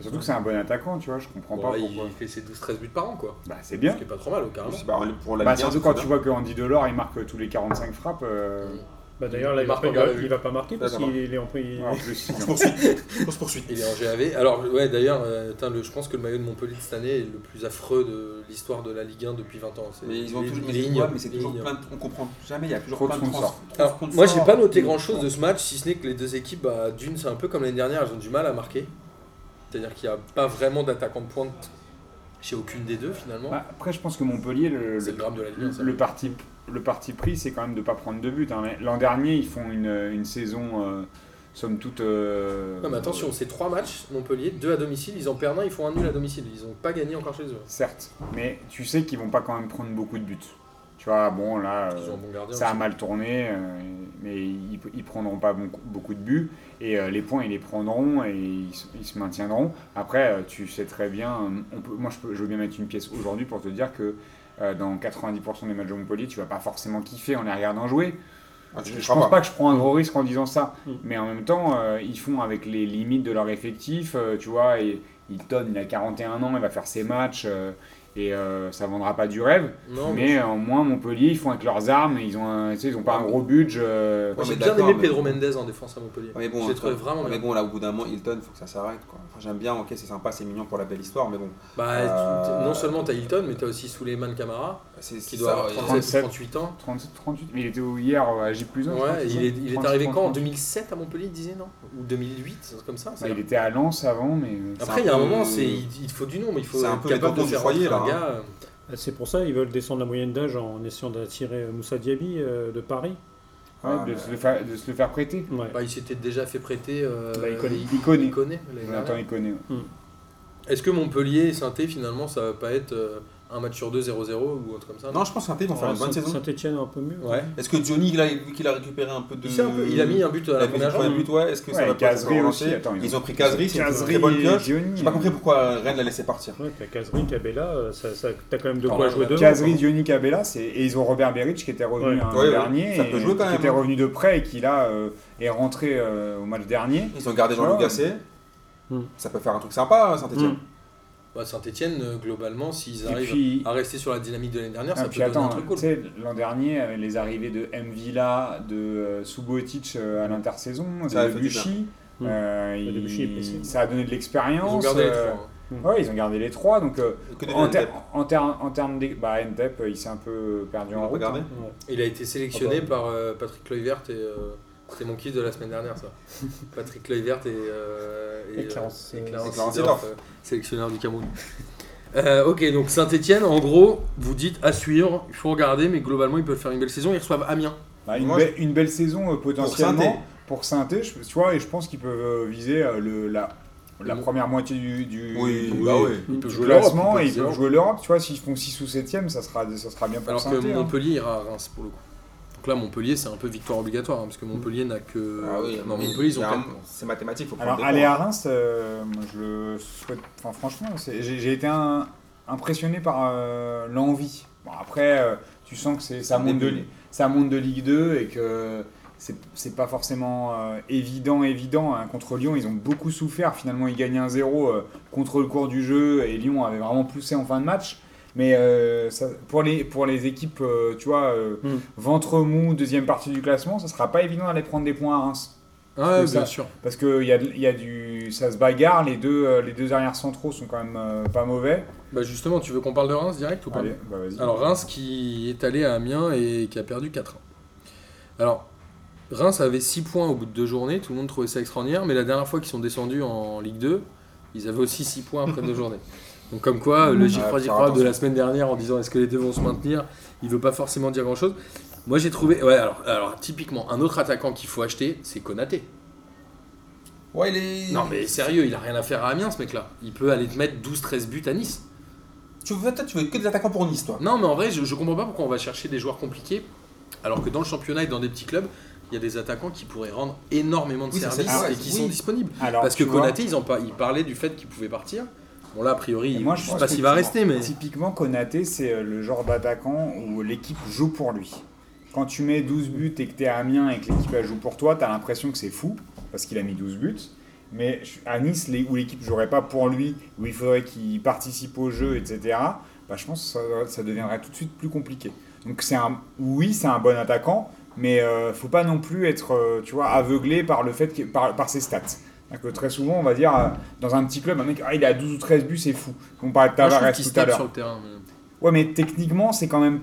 [SPEAKER 3] Surtout que c'est un bon attaquant, tu vois, je comprends
[SPEAKER 1] Bon,
[SPEAKER 3] pas
[SPEAKER 1] là,
[SPEAKER 3] pourquoi.
[SPEAKER 1] Il fait ses 12-13 buts par an, quoi.
[SPEAKER 3] Bah, c'est
[SPEAKER 1] Ce
[SPEAKER 3] bien.
[SPEAKER 1] qui est pas trop mal, au carrément.
[SPEAKER 2] Aussi, bah, Pour la
[SPEAKER 3] Bah,
[SPEAKER 2] Ligue un,
[SPEAKER 3] surtout
[SPEAKER 2] c'est
[SPEAKER 3] quand
[SPEAKER 2] très
[SPEAKER 3] tu
[SPEAKER 2] bien.
[SPEAKER 3] vois que Andy Delors il marque tous les 45 frappes. euh,
[SPEAKER 4] Bah, D'ailleurs, là, il,
[SPEAKER 1] Marque
[SPEAKER 4] va pas, il
[SPEAKER 1] encore
[SPEAKER 4] va-
[SPEAKER 1] la vue.
[SPEAKER 4] il va pas marquer parce
[SPEAKER 2] ça marque.
[SPEAKER 4] qu'il est en il-
[SPEAKER 3] En plus,
[SPEAKER 2] On se
[SPEAKER 3] non.
[SPEAKER 2] poursuit. On se poursuit.
[SPEAKER 1] Il est en GAV. Alors, ouais, d'ailleurs, euh, putain, le- je pense que le maillot de Montpellier de cette année est le plus affreux de l'histoire de la Ligue 1 depuis 20 ans. C'est-
[SPEAKER 2] Mais ils ont
[SPEAKER 1] il-
[SPEAKER 2] toujours, mais
[SPEAKER 1] il est
[SPEAKER 2] c'est-
[SPEAKER 1] ignoble,
[SPEAKER 2] mais c'est
[SPEAKER 1] il est
[SPEAKER 2] toujours
[SPEAKER 1] ignoble.
[SPEAKER 2] plein de, on comprend jamais, il y a toujours
[SPEAKER 3] Trop de
[SPEAKER 2] plein de
[SPEAKER 3] sponsors.
[SPEAKER 2] trans- trop de
[SPEAKER 1] Alors,
[SPEAKER 2] sponsors.
[SPEAKER 1] moi, j'ai pas noté grand chose de ce match, si ce n'est que les deux équipes, bah, d'une, c'est un peu comme l'année dernière, elles ont du mal à marquer. C'est-à-dire qu'il n'y a pas vraiment d'attaquant de pointe chez aucune des deux, finalement.
[SPEAKER 3] Bah, après, je pense que Montpellier, le,
[SPEAKER 1] c'est
[SPEAKER 3] le,
[SPEAKER 1] le drame de la Ligue 1. ça.
[SPEAKER 3] le parti, le parti pris, c'est quand même de ne pas prendre de but. hein. L'an dernier, ils font une, une saison, euh, somme toute. euh,
[SPEAKER 1] Non, mais attention, c'est trois matchs, Montpellier, deux à domicile, ils en perdent un, ils font un nul à domicile. Ils n'ont pas gagné encore chez eux.
[SPEAKER 3] Certes, mais tu sais qu'ils vont pas quand même prendre beaucoup de buts. Tu vois, bon, là.
[SPEAKER 1] Ils
[SPEAKER 3] euh,
[SPEAKER 1] ont un bon gardien.
[SPEAKER 3] Ça a
[SPEAKER 1] aussi.
[SPEAKER 3] mal tourné, euh, mais ils, ils prendront pas beaucoup- beaucoup de buts. Et euh, les points, ils les prendront et ils, se- ils se maintiendront. Après, euh, tu sais très bien, euh, on peut, moi je, peux- je veux bien mettre une pièce aujourd'hui pour te dire que euh, dans 90% des matchs de Montpellier, tu vas pas forcément kiffer en les regardant jouer.
[SPEAKER 2] Ah, tu
[SPEAKER 3] Je,
[SPEAKER 2] les
[SPEAKER 3] je
[SPEAKER 2] feras
[SPEAKER 3] pense pas que je prends un gros risque en disant ça.
[SPEAKER 4] Mm.
[SPEAKER 3] Mais en même temps, euh, ils font avec les limites de leur effectif, euh, tu vois. Et, il donne, il a 41 ans, il va faire ses matchs euh, et euh, ça vendra pas du rêve.
[SPEAKER 1] Non, mais-
[SPEAKER 3] Mais euh, au moins Montpellier, ils font avec leurs armes, et ils ont, un- tu sais, ils ont pas un gros budget. euh,
[SPEAKER 1] Moi,
[SPEAKER 2] Ouais,
[SPEAKER 1] j'ai
[SPEAKER 2] mais
[SPEAKER 1] bien
[SPEAKER 2] d'accord,
[SPEAKER 1] aimé
[SPEAKER 2] mais-
[SPEAKER 1] Pedro Mendes en défense à Montpellier.
[SPEAKER 2] Ouais, mais bon,
[SPEAKER 1] je l'ai trouvé
[SPEAKER 2] toi-
[SPEAKER 1] vraiment
[SPEAKER 2] Ouais,
[SPEAKER 1] bien.
[SPEAKER 2] Mais bon, là, au bout d'un moment, Hilton, faut que ça s'arrête. quoi. Enfin, J'aime bien, ok, c'est sympa, c'est mignon pour la belle histoire, mais bon,
[SPEAKER 1] Bah, tu-
[SPEAKER 2] Euh,
[SPEAKER 1] Non seulement t'as Hilton, mais t'as aussi Souleymane Camara,
[SPEAKER 2] c'est
[SPEAKER 1] qui
[SPEAKER 2] c'est
[SPEAKER 1] doit
[SPEAKER 2] ça.
[SPEAKER 1] avoir
[SPEAKER 2] et-
[SPEAKER 1] 37
[SPEAKER 3] 37.
[SPEAKER 1] ou 38 ans.
[SPEAKER 3] 37, 38, mais il était où hier euh, à J plus 1
[SPEAKER 1] Ouais, il est, il est arrivé quand En 2007 à Montpellier, il disait non Ou 2008, un truc comme ça c'est-
[SPEAKER 3] Bah, Il était à Lens avant, mais euh,
[SPEAKER 2] c'est
[SPEAKER 1] Après,
[SPEAKER 2] un
[SPEAKER 1] il y a un
[SPEAKER 2] peu-
[SPEAKER 1] moment, c'est il il faut du nombre, il faut
[SPEAKER 2] c'est un
[SPEAKER 1] être
[SPEAKER 2] peu les
[SPEAKER 1] capable de
[SPEAKER 2] tontons du
[SPEAKER 1] faire
[SPEAKER 2] foyer,
[SPEAKER 1] rentrer un
[SPEAKER 2] là, hein.
[SPEAKER 1] gars. euh,
[SPEAKER 4] Bah, C'est pour ça ils veulent descendre la moyenne d'âge en essayant d'attirer euh, Moussa Diaby euh, de Paris.
[SPEAKER 3] ouais,
[SPEAKER 2] Ah,
[SPEAKER 3] de,
[SPEAKER 2] mais-
[SPEAKER 3] se le faire, de se le faire prêter.
[SPEAKER 4] Ouais.
[SPEAKER 1] bah, il s'était déjà fait prêter. euh,
[SPEAKER 4] Bah, il connaît.
[SPEAKER 3] Il connaît.
[SPEAKER 1] il connaît, l'année
[SPEAKER 3] Jonathan,
[SPEAKER 1] dernière.
[SPEAKER 3] il connaît. ouais.
[SPEAKER 1] Est-ce que Montpellier et Saint-Étienne finalement, ça va pas être euh, un match sur deux 0-0 ou autre comme ça
[SPEAKER 2] Non, je pense qu'un pays va faire une bonne saison.
[SPEAKER 4] Saint-Etienne un peu mieux.
[SPEAKER 1] Ouais.
[SPEAKER 2] Est-ce que Johnny, là, vu qu'il a récupéré un peu de.
[SPEAKER 1] Il, s'est un peu- il a mis un but à
[SPEAKER 2] la
[SPEAKER 1] la première jambe.
[SPEAKER 2] but, ouais, est-ce que ça
[SPEAKER 3] Ouais,
[SPEAKER 2] va pas se
[SPEAKER 3] Cazerie
[SPEAKER 2] relancer
[SPEAKER 3] aussi, attends,
[SPEAKER 2] ils,
[SPEAKER 3] ils
[SPEAKER 2] ont pris Cazerie, c'est une
[SPEAKER 3] Cazerie
[SPEAKER 2] très bonne
[SPEAKER 3] et
[SPEAKER 2] coche.
[SPEAKER 3] Diony. euh,
[SPEAKER 2] J'ai pas compris pourquoi Rennes l'a laissé partir.
[SPEAKER 4] Ouais, t'as Kazri, Cabella, euh, ça, ça- t'as quand même de
[SPEAKER 1] Ah
[SPEAKER 4] quoi
[SPEAKER 1] ouais,
[SPEAKER 4] jouer
[SPEAKER 1] ouais.
[SPEAKER 4] devant.
[SPEAKER 3] Cazerie, Diony, Cabella, c'est- et ils ont Robert Beric qui était revenu
[SPEAKER 4] Ouais.
[SPEAKER 3] un
[SPEAKER 2] Ouais, ouais,
[SPEAKER 3] dernier,
[SPEAKER 2] ça peut
[SPEAKER 3] et-
[SPEAKER 2] jouer quand
[SPEAKER 3] qui
[SPEAKER 2] même,
[SPEAKER 3] était
[SPEAKER 2] hein.
[SPEAKER 3] revenu de près et qui là euh, est rentré euh, au match dernier.
[SPEAKER 2] Ils ont gardé Jean-Luc
[SPEAKER 3] Ouais.
[SPEAKER 2] Gasset.
[SPEAKER 4] Hmm.
[SPEAKER 2] Ça peut faire un truc sympa, hein, Saint-Etienne.
[SPEAKER 4] Mm.
[SPEAKER 1] Bah, Saint-Etienne, euh, globalement, s'ils
[SPEAKER 3] Et
[SPEAKER 1] arrivent
[SPEAKER 3] puis,
[SPEAKER 1] à rester sur la dynamique de l'année dernière,
[SPEAKER 3] Ah,
[SPEAKER 1] ça peut
[SPEAKER 3] puis
[SPEAKER 1] donner un
[SPEAKER 3] attends,
[SPEAKER 1] truc cool.
[SPEAKER 3] tu sais, l'an dernier, avec les arrivées de M. Villa, de euh, Subotic euh, à l'intersaison,
[SPEAKER 2] Ça
[SPEAKER 3] de
[SPEAKER 2] a fait du bien.
[SPEAKER 3] Debuchy,
[SPEAKER 4] Mm.
[SPEAKER 3] euh,
[SPEAKER 4] Le
[SPEAKER 3] il-
[SPEAKER 4] Debuchy est blessé.
[SPEAKER 3] ça a donné de
[SPEAKER 1] Ils ont
[SPEAKER 3] l'expérience.
[SPEAKER 1] gardé les
[SPEAKER 3] euh,
[SPEAKER 1] trois. hein.
[SPEAKER 3] Ouais, ils ont gardé les trois. Donc, euh,
[SPEAKER 2] Que des
[SPEAKER 3] en,
[SPEAKER 2] Nantais.
[SPEAKER 1] E
[SPEAKER 3] ter- en, ter- en termes de. Bah, Ntep, il s'est un peu perdu
[SPEAKER 2] On
[SPEAKER 3] en
[SPEAKER 2] peut
[SPEAKER 3] route.
[SPEAKER 2] regarder.
[SPEAKER 3] hein.
[SPEAKER 4] Ouais.
[SPEAKER 1] Il a été sélectionné
[SPEAKER 4] Ah bah.
[SPEAKER 1] par euh, Patrick Kluivert et euh, c'était mon kiff de la semaine dernière ça. Patrick Kluivert et, euh,
[SPEAKER 4] Et Clarence,
[SPEAKER 1] et
[SPEAKER 4] euh,
[SPEAKER 1] Clarence
[SPEAKER 2] et Clarence
[SPEAKER 1] Seedorf, euh, sélectionneur du Cameroun. Euh, ok donc Saint-Etienne en gros vous dites à suivre, il faut regarder mais globalement ils peuvent faire une belle saison, ils reçoivent Amiens.
[SPEAKER 3] Bah, une,
[SPEAKER 2] Moi,
[SPEAKER 3] belle- une belle saison euh,
[SPEAKER 2] Saint-Étienne.
[SPEAKER 3] potentiellement pour Saint-Étienne, je- tu vois, et je pense qu'ils peuvent euh, viser euh, le, la, la
[SPEAKER 1] Oui.
[SPEAKER 3] première moitié du, du,
[SPEAKER 2] Oui,
[SPEAKER 3] du-
[SPEAKER 2] bah
[SPEAKER 3] du
[SPEAKER 2] oui.
[SPEAKER 1] Ils peuvent jouer
[SPEAKER 3] classement
[SPEAKER 1] l'Europe,
[SPEAKER 3] et
[SPEAKER 1] ils
[SPEAKER 3] ils
[SPEAKER 1] peuvent
[SPEAKER 3] peuvent jouer l'Europe. Tu vois, s'ils font 6 ou 7ème, ça sera, ça sera bien pour
[SPEAKER 1] Alors que
[SPEAKER 3] Saint-Étienne, hein.
[SPEAKER 1] Montpellier ira à Reims pour le coup. Donc là Montpellier c'est un peu victoire obligatoire hein, parce que Montpellier n'a que...
[SPEAKER 2] Ah oui,
[SPEAKER 1] non
[SPEAKER 2] mais
[SPEAKER 1] Montpellier ils ont
[SPEAKER 2] il y a un-
[SPEAKER 1] quatre points.
[SPEAKER 2] C'est mathématique, faut prendre
[SPEAKER 3] Alors
[SPEAKER 2] des
[SPEAKER 3] aller
[SPEAKER 2] points.
[SPEAKER 3] à Reims, euh, moi, je le souhaite. Enfin franchement, c'est- j'ai j'ai été un- impressionné par euh, l'envie. Bon après, euh, tu sens que c'est ça monte de
[SPEAKER 2] Début.
[SPEAKER 3] ça monte de Ligue 2 et que c'est c'est pas forcément euh, évident évident. hein. Contre Lyon, ils ont beaucoup souffert. Finalement, ils gagnaient 1-0 euh, contre le cours du jeu et Lyon avait vraiment poussé en fin de match. Mais euh, ça- pour, les, pour les équipes, euh, tu vois, euh,
[SPEAKER 4] Mm.
[SPEAKER 2] Hmm.
[SPEAKER 3] ventre mou, deuxième partie du classement, ça sera pas évident d'aller prendre des points à Reims.
[SPEAKER 1] Ah ouais,
[SPEAKER 3] ça.
[SPEAKER 1] bien sûr.
[SPEAKER 3] Parce que y a, de- y a du, ça se bagarre, les deux, euh, les deux arrières centraux sont quand même euh, pas mauvais.
[SPEAKER 1] Bah justement tu veux qu'on parle de Reims direct ou pas
[SPEAKER 3] Allez, bah vas-y.
[SPEAKER 1] Alors Reims qui est allé à Amiens et qui a perdu 4-1. Alors Reims avait 6 points au bout de deux journées, tout le monde trouvait ça extraordinaire, mais la dernière fois qu'ils sont descendus en Ligue 2, ils avaient aussi 6 points après deux journées. Donc comme quoi, euh, le j'y
[SPEAKER 2] Ah,
[SPEAKER 1] crois, j'y
[SPEAKER 2] faire
[SPEAKER 1] crois de
[SPEAKER 2] attention.
[SPEAKER 1] la semaine dernière en disant est-ce que les deux vont se maintenir, il veut pas forcément dire grand-chose. Moi j'ai trouvé, ouais alors, alors typiquement un autre attaquant qu'il faut acheter, c'est Konaté.
[SPEAKER 2] Ouais, il est.
[SPEAKER 1] Non mais sérieux, il a rien à faire à Amiens ce mec-là. Il peut aller te mettre 12-13 buts à Nice.
[SPEAKER 2] Tu veux, toi, tu veux que des attaquants pour Nice, toi.
[SPEAKER 1] Non, mais en vrai, je, je comprends pas pourquoi on va chercher des joueurs compliqués, alors que dans le championnat et dans des petits clubs, il y a des attaquants qui pourraient rendre énormément de
[SPEAKER 2] Oui, ça,
[SPEAKER 1] services
[SPEAKER 2] c'est- ah ouais,
[SPEAKER 1] et qui
[SPEAKER 2] oui.
[SPEAKER 1] sont disponibles.
[SPEAKER 3] Alors,
[SPEAKER 1] Parce que
[SPEAKER 3] tu vois,
[SPEAKER 1] Konaté, ils, en par- ils parlaient du fait qu'il pouvait partir. Bon, là, a priori,
[SPEAKER 3] Et moi,
[SPEAKER 1] je
[SPEAKER 3] je
[SPEAKER 1] sais
[SPEAKER 3] pense
[SPEAKER 1] pas
[SPEAKER 3] que
[SPEAKER 1] s'il va rester, mais.
[SPEAKER 3] typiquement, Konaté, c'est euh, le genre d'attaquant où l'équipe joue pour lui. Quand tu mets 12 buts et que t'es à Amiens et que l'équipe elle joue pour toi, t'as l'impression que c'est fou, parce qu'il a mis 12 buts. Mais je- à Nice, les- où l'équipe jouerait pas pour lui, où il faudrait qu'il participe au jeu, etc., bah, je pense que ça, ça deviendrait tout de suite plus compliqué. Donc c'est un, oui, c'est un bon attaquant, mais euh, faut pas non plus être, euh, tu vois, aveuglé par le fait que, par, par ses stats. C'est-à-dire Que très souvent, on va dire, euh, dans un petit club, un mec, ah, il a 12 ou 13 buts, c'est fou. On parlait de
[SPEAKER 1] Moi, je trouve
[SPEAKER 3] Tavares
[SPEAKER 1] qu'il se
[SPEAKER 3] tout à
[SPEAKER 1] tape
[SPEAKER 3] l'heure.
[SPEAKER 1] sur le terrain. mais-
[SPEAKER 3] Ouais, mais techniquement, c'est quand même.